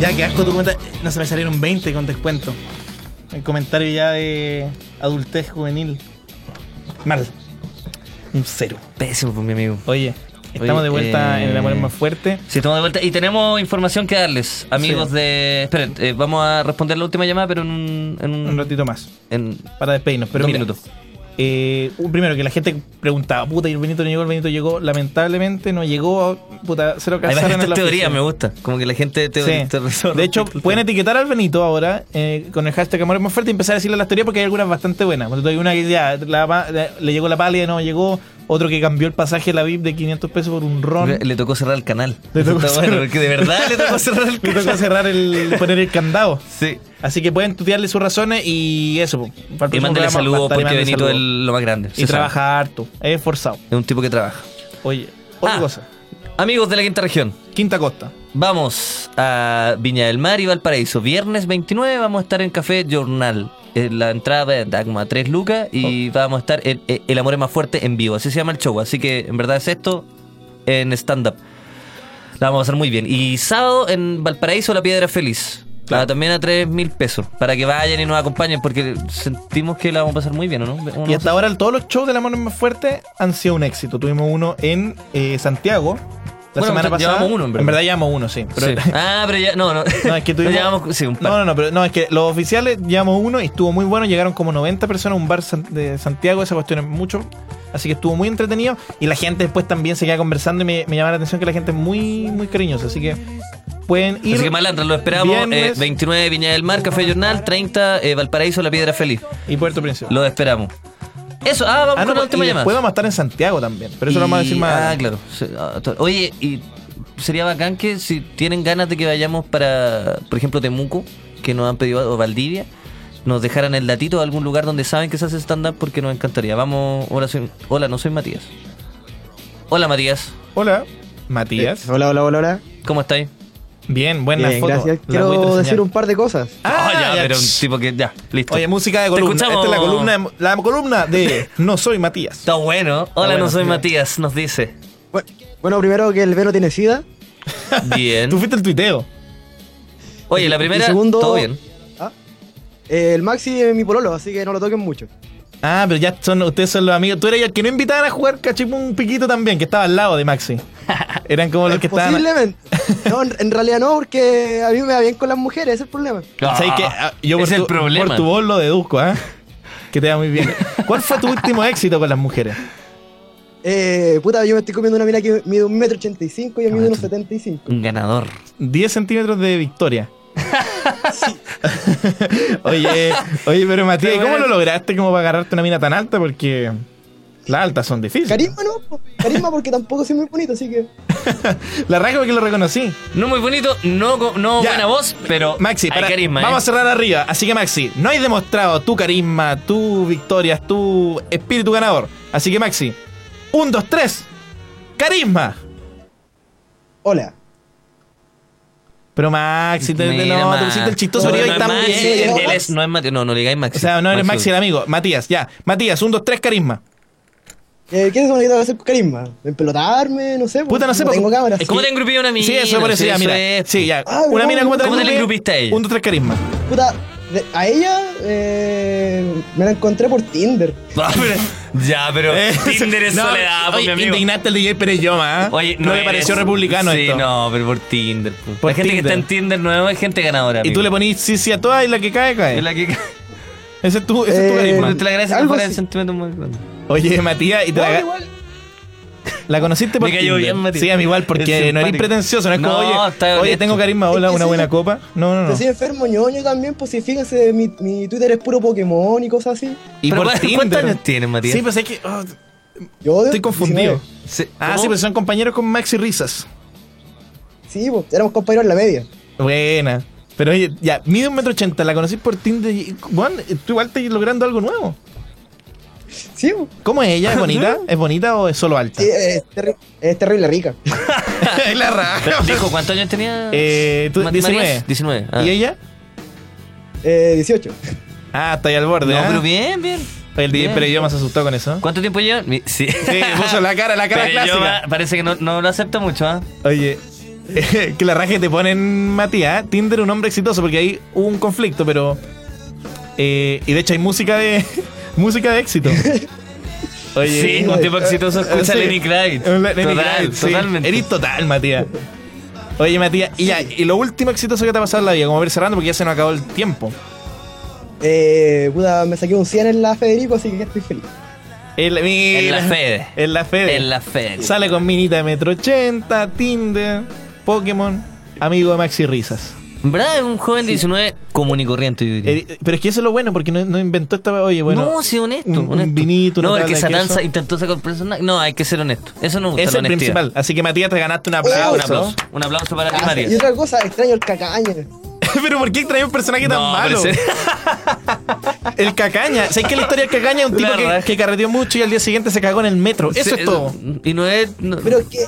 Ya, que asco tu cuenta. No se me salieron 20 con descuento. El comentario ya de adultez juvenil. Mal. Un cero.
Pésimo, pues, mi amigo. eh,
Oye, estamos de vuelta en el amor más fuerte.
Sí, estamos de vuelta y tenemos información que darles, amigos de. Esperen, eh, vamos a responder la última llamada, pero en un. En un,
Un ratito más.
en
Para despeinarnos, pero
dos
mira,
minutos.
Eh, un- primero, que la gente preguntaba, puta, y el Benito no llegó, el Benito llegó. Lamentablemente no llegó, puta, se lo
Además,
casaron
esta
en la
teoría
oficina.
me gusta. Como que la gente
Sí.
teoría.
De hecho, pueden etiquetar al Benito ahora eh, con el hashtag Amor es más fuerte y empezar a decirle las teorías porque hay algunas bastante buenas. Por ejemplo, Hay una que ya la pa- la- le llegó la pálida y no llegó. Otro que cambió el pasaje de la VIP de 500 pesos por un ron.
Le, le tocó cerrar el canal.
Le tocó
Está bueno,
cerrar-
porque de verdad le tocó cerrar el
Le
canal.
tocó cerrar el, poner el candado.
Sí.
Así que pueden tutearle sus razones y eso. po. Para el
Y
próximo
mándale
programa,
saludos
bastante,
porque
mándale
Benito es
saludos.
lo más grande. se
Y
sabe.
trabaja harto. Es esforzado.
Es un tipo que trabaja.
Oye, otra
Ah.
cosa.
Amigos de la quinta región.
Quinta Costa.
Vamos a Viña del Mar y Valparaíso. Viernes 29 vamos a estar en Café Jornal. Eh, La entrada da como a 3 lucas
Oh.
y vamos a estar en, eh, El Amor es más fuerte en vivo. Así se llama el show. Así que en verdad es esto en stand-up. La vamos a hacer muy bien. Y sábado en Valparaíso, La Piedra Feliz. Ah, también a 3 mil pesos. Para que vayan y nos acompañen porque sentimos que la vamos a pasar muy bien, ¿o no? ¿O no?
Y hasta ahora todos los shows de La Mano Más Fuerte han sido un éxito. Tuvimos uno en eh, Santiago la
Bueno,
semana
llevamos
pasada.
uno, en verdad.
llevamos uno, sí. Pero-
Sí. Ah, pero ya. No, no.
No, es que tuvimos-
No, llevamos- sí, un par.
No, no, no, pero no, es que los oficiales llevamos uno y estuvo muy bueno. Llegaron como 90 personas a un bar san- de Santiago, esa cuestión es mucho. Así que estuvo muy entretenido. Y la gente después también se queda conversando y me, me llama la atención que la gente es muy, muy cariñosa. Así que pueden ir.
Así que malandra, lo esperamos. eh,
Viernes.
29 Viña del Mar, Café Jornal, 30 eh, Valparaíso, La Piedra Feliz.
Y Puerto Príncipe.
Lo esperamos. Eso, ah, vamos
Ah, no,
con la última
y
llamada.
después vamos a estar en Santiago también. Pero eso lo vamos a decir
Y-
más.
Ah, claro. Se- ah, to- Oye, y sería bacán que si tienen ganas de que vayamos para, por ejemplo, Temuco, que nos han pedido, o Valdivia, nos dejaran el datito de algún lugar donde saben que se hace stand-up porque nos encantaría. Vamos, hola, soy- hola, no soy Matías. Hola, Matías.
Hola, Matías.
Eh, hola, hola, hola, hola.
¿Cómo estáis?
Bien, buena
Bien,
foto.
gracias.
La
Quiero
voy a reseñar.
decir un par de cosas.
Ah, ya,
ya.
pero un tipo que ya, listo.
Oye, música de
Te
columna. Esta
escuchamos.
es la columna, la columna de No Soy Matías.
Está bueno. Hola,
bueno,
no soy
sí.
Matías, nos dice.
Bueno, primero que el Vero tiene sida.
Bien.
Tú fuiste el tuiteo.
Oye, la
Y
primera,
segundo- ¿ah?
todo bien.
Eh, el Maxi es mi pololo, así que no lo toquen mucho.
Ah, pero ya son, ustedes son los amigos. Tú eres el que no invitaban a jugar cachipún piquito también, que estaba al lado de Maxi. Eran como los que estaban.
Posiblemente. No, en, en realidad no, porque a mí me va bien con las mujeres, ese es el problema.
¿Sabes qué? Ah, yo por
Ese es el
tu-
problema.
Por tu voz lo deduzco, ¿ah? Que te va muy bien. ¿Cuál fue tu último éxito con las mujeres?
Eh, puta, yo me estoy comiendo una mina que mide un metro ochenta y cinco y yo
Ah,
mido unos setenta y cinco.
Un ganador.
10 centímetros de victoria. oye, oye, pero Matías, ¿y ¿cómo lo lograste como para agarrarte una mina tan alta? Porque las altas son difíciles.
Carisma no, po. carisma porque tampoco soy muy bonito, así que...
La rasgo porque lo reconocí.
No muy bonito, no, co- no
Ya.
buena voz, pero
Maxi,
hay
para-
carisma.
vamos
¿eh?
a cerrar arriba. Así que Maxi, no has demostrado tu carisma, tu victorias, tu espíritu ganador. Así que Maxi, un, dos, tres, carisma.
Hola.
Pero Maxi, te, te-
Mira,
no, te
Max.
pusiste el chistoso
No,
y
no
ahí
es Maxi,
también.
él es- no es Mati- no, no le digáis Maxi.
O sea, no eres Maxi el
Maxi.
amigo. Matías, ya. Matías, un, dos, tres, carisma.
Eh, ¿Qué es eso que tengo que hacer con carisma? ¿Empelotarme? No sé. po.
Puta, no sé.
Tengo
porque-
cámara.
es
¿Cómo
que-
te engrupí a una mina?
Sí, eso por eso,
Sí,
ya,
eso
mira.
es.
Sí, ya.
Ah,
una
pero
mina, ¿cómo te la
¿Cómo te la
engrupí?
engrupiste a ella?
Un, dos, tres, carisma.
Puta, de- a ella eh, me la encontré por Tinder.
Ah, pero- ya, pero Tinder es
No,
soledad, pues,
oye,
mi amigo.
Indignaste al DJ Pérez Yoma, ¿eh?
Oye,
no, le
eres-
pareció republicano
sí,
esto.
no, pero por Tinder. pues.
Por
la gente
Tinder.
que está en Tinder nuevo es gente ganadora.
Y tú
amigo.
le ponís sí, sí a todas y la que cae, cae.
Es la que.
Ese es tu, ese es tu
Eh,
carisma.
Te la gracia que
algo
fuera el
así.
sentimiento muy grande.
Oye, Matías, y te la,
Igual, igual.
la conociste por
Me cayó
Tinder.
bien, Matías.
Sí, a mí igual,
Es
porque no eres
simpático.
pretencioso, no es como,
No, está
oye, oye
honesto.
tengo carisma, hola,
Es que
una
sí,
buena
sí.
copa. No, no,
Yo
no.
soy enfermo ñoño también, pues si fíjense, mi, mi Twitter es puro Pokémon y cosas así.
Y
Pero
por
¿cuántos
Tinder.
años tienes, Matías?
Sí, pues es que oh,
Yo odio-
estoy confundido.
19.
Sí.
Ah, sí,
¿Cómo?
pues son compañeros con Maxi Risas.
Sí, pues éramos compañeros en la media.
Ah. Buena. Pero oye, ya, mide un metro ochenta, la conocí por Tinder y, bueno, tú igual estás logrando algo nuevo.
Sí, pues.
¿Cómo es ella? ¿Es bonita? ¿Es bonita o es solo alta?
Sí, es, terri- es terrible rica.
es la raja.
Dijo, ¿cuántos años tenía?
Eh, tú,
Mat-
19.
Matías? 19. ah.
¿Y ella?
Eh, 18.
Ah, está ahí al borde,
No,
¿ah?
pero bien, bien.
Oye, El DJ
Bien.
Pérez Yoma se asustó con eso.
¿Cuánto tiempo llevan? Mi- Sí.
Sí, puso la cara, la cara
Pero yo,
clásica.
ah, parece que no, no lo acepta mucho, ¿ah?
Oye, que la raje te ponen, Matías. ¿eh? Tinder un hombre exitoso, porque ahí hubo un conflicto, pero. eh, y de hecho hay música de. música de éxito.
Sí, un tipo exitoso escucha
Sí.
Lenny Kravitz.
Lenny
Total,
Kravitz, sí.
totalmente.
Eres total, Matías. Oye, Matías, y, ya, y lo último exitoso que te ha pasado en la vida, como a ir cerrando, porque ya se nos acabó el tiempo.
Eh, puta, me saqué un 100 en la Federico, así que ya estoy feliz.
El- mira,
En la Fede.
En la Fede.
En la Fede.
Sale con minita de Metro 80, Tinder, Pokémon, amigo de Maxi Risas.
¿Verdad? Es un joven de 19 común y corriente, yo diría.
Eh, Pero es que eso es lo bueno, porque no, no inventó esta. Oye, bueno.
no, sí, honesto.
un- un
honesto.
vinito, una
No, el
tabla
que
de
Satanza
queso.
intentó sacar personaje. No, hay que ser honesto. Eso no me gusta.
Es
la
el
honestidad.
principal. Así que Matías, te ganaste un
Un
aplauso.
aplauso. Un aplauso, para ti, Matías.
Y otra cosa, extraño el cacaña.
pero ¿por qué trae un personaje tan
No,
malo?
pero
el Cacaña. ¿Sabes que la historia del Cacaña es un tipo
La
que,
raja.
que carreteó mucho y al día siguiente se cagó en el metro? Eso
Sí, eh,
es todo.
Y no es. no-
Pero es que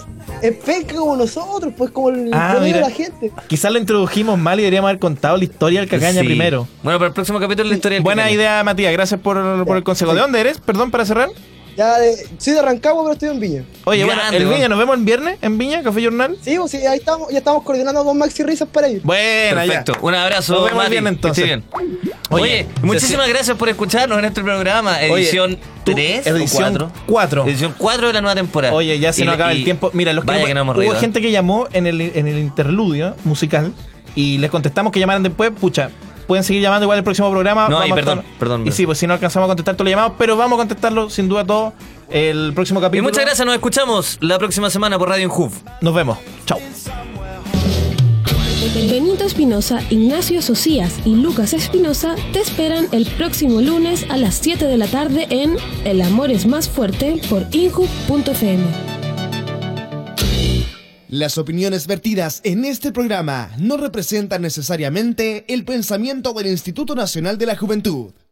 es penca como nosotros, pues como el
Ah,
promedio de
mira.
la gente.
Quizás lo introdujimos mal y deberíamos haber contado la historia del Cacaña
Sí.
primero.
Bueno, para el próximo capítulo la historia del
Buena
Cacaña.
idea, Matías. Gracias por, por el consejo. ¿De dónde eres? Perdón, para cerrar.
Ya de- soy de Rancagua, pero estoy en Viña.
Oye, bueno,
Grande,
el
weón.
Viña, nos vemos el viernes en Viña, Café Journal.
Sí, pues sí, ahí estamos, ya estamos coordinando con Maxi Risas para ir.
Buena, ya.
Perfecto. Un abrazo.
Nos vemos el
Mati.
viernes,
Que esté
entonces.
bien. Oye, muchísimas gracias por escucharnos en este programa.
Oye,
Edición
tú-
3
edición
o 4.
4.
Edición 4 de la nueva temporada.
Oye, ya se
Y-
nos acaba el
y-
tiempo. Mira, los
vaya que no hemos
hubo
reído. ¿eh?
gente que llamó en el, en el interludio musical y les contestamos que llamaran después. Pucha, pueden seguir llamando igual el próximo programa.
No, y
a
perdón,
estar-
perdón.
Y sí, pues si no alcanzamos a contestar todos los llamados, pero vamos a contestarlo sin duda todo el próximo
Y
capítulo.
muchas gracias, nos escuchamos la próxima semana por Radio Injuv.
Nos vemos. Chao.
Benito Espinosa, Ignacio Socias y Lucas Espinosa te esperan el próximo lunes a las 7 de la tarde en El amor es más fuerte por inju.fm.
Las opiniones vertidas en este programa no representan necesariamente el pensamiento del Instituto Nacional de la Juventud.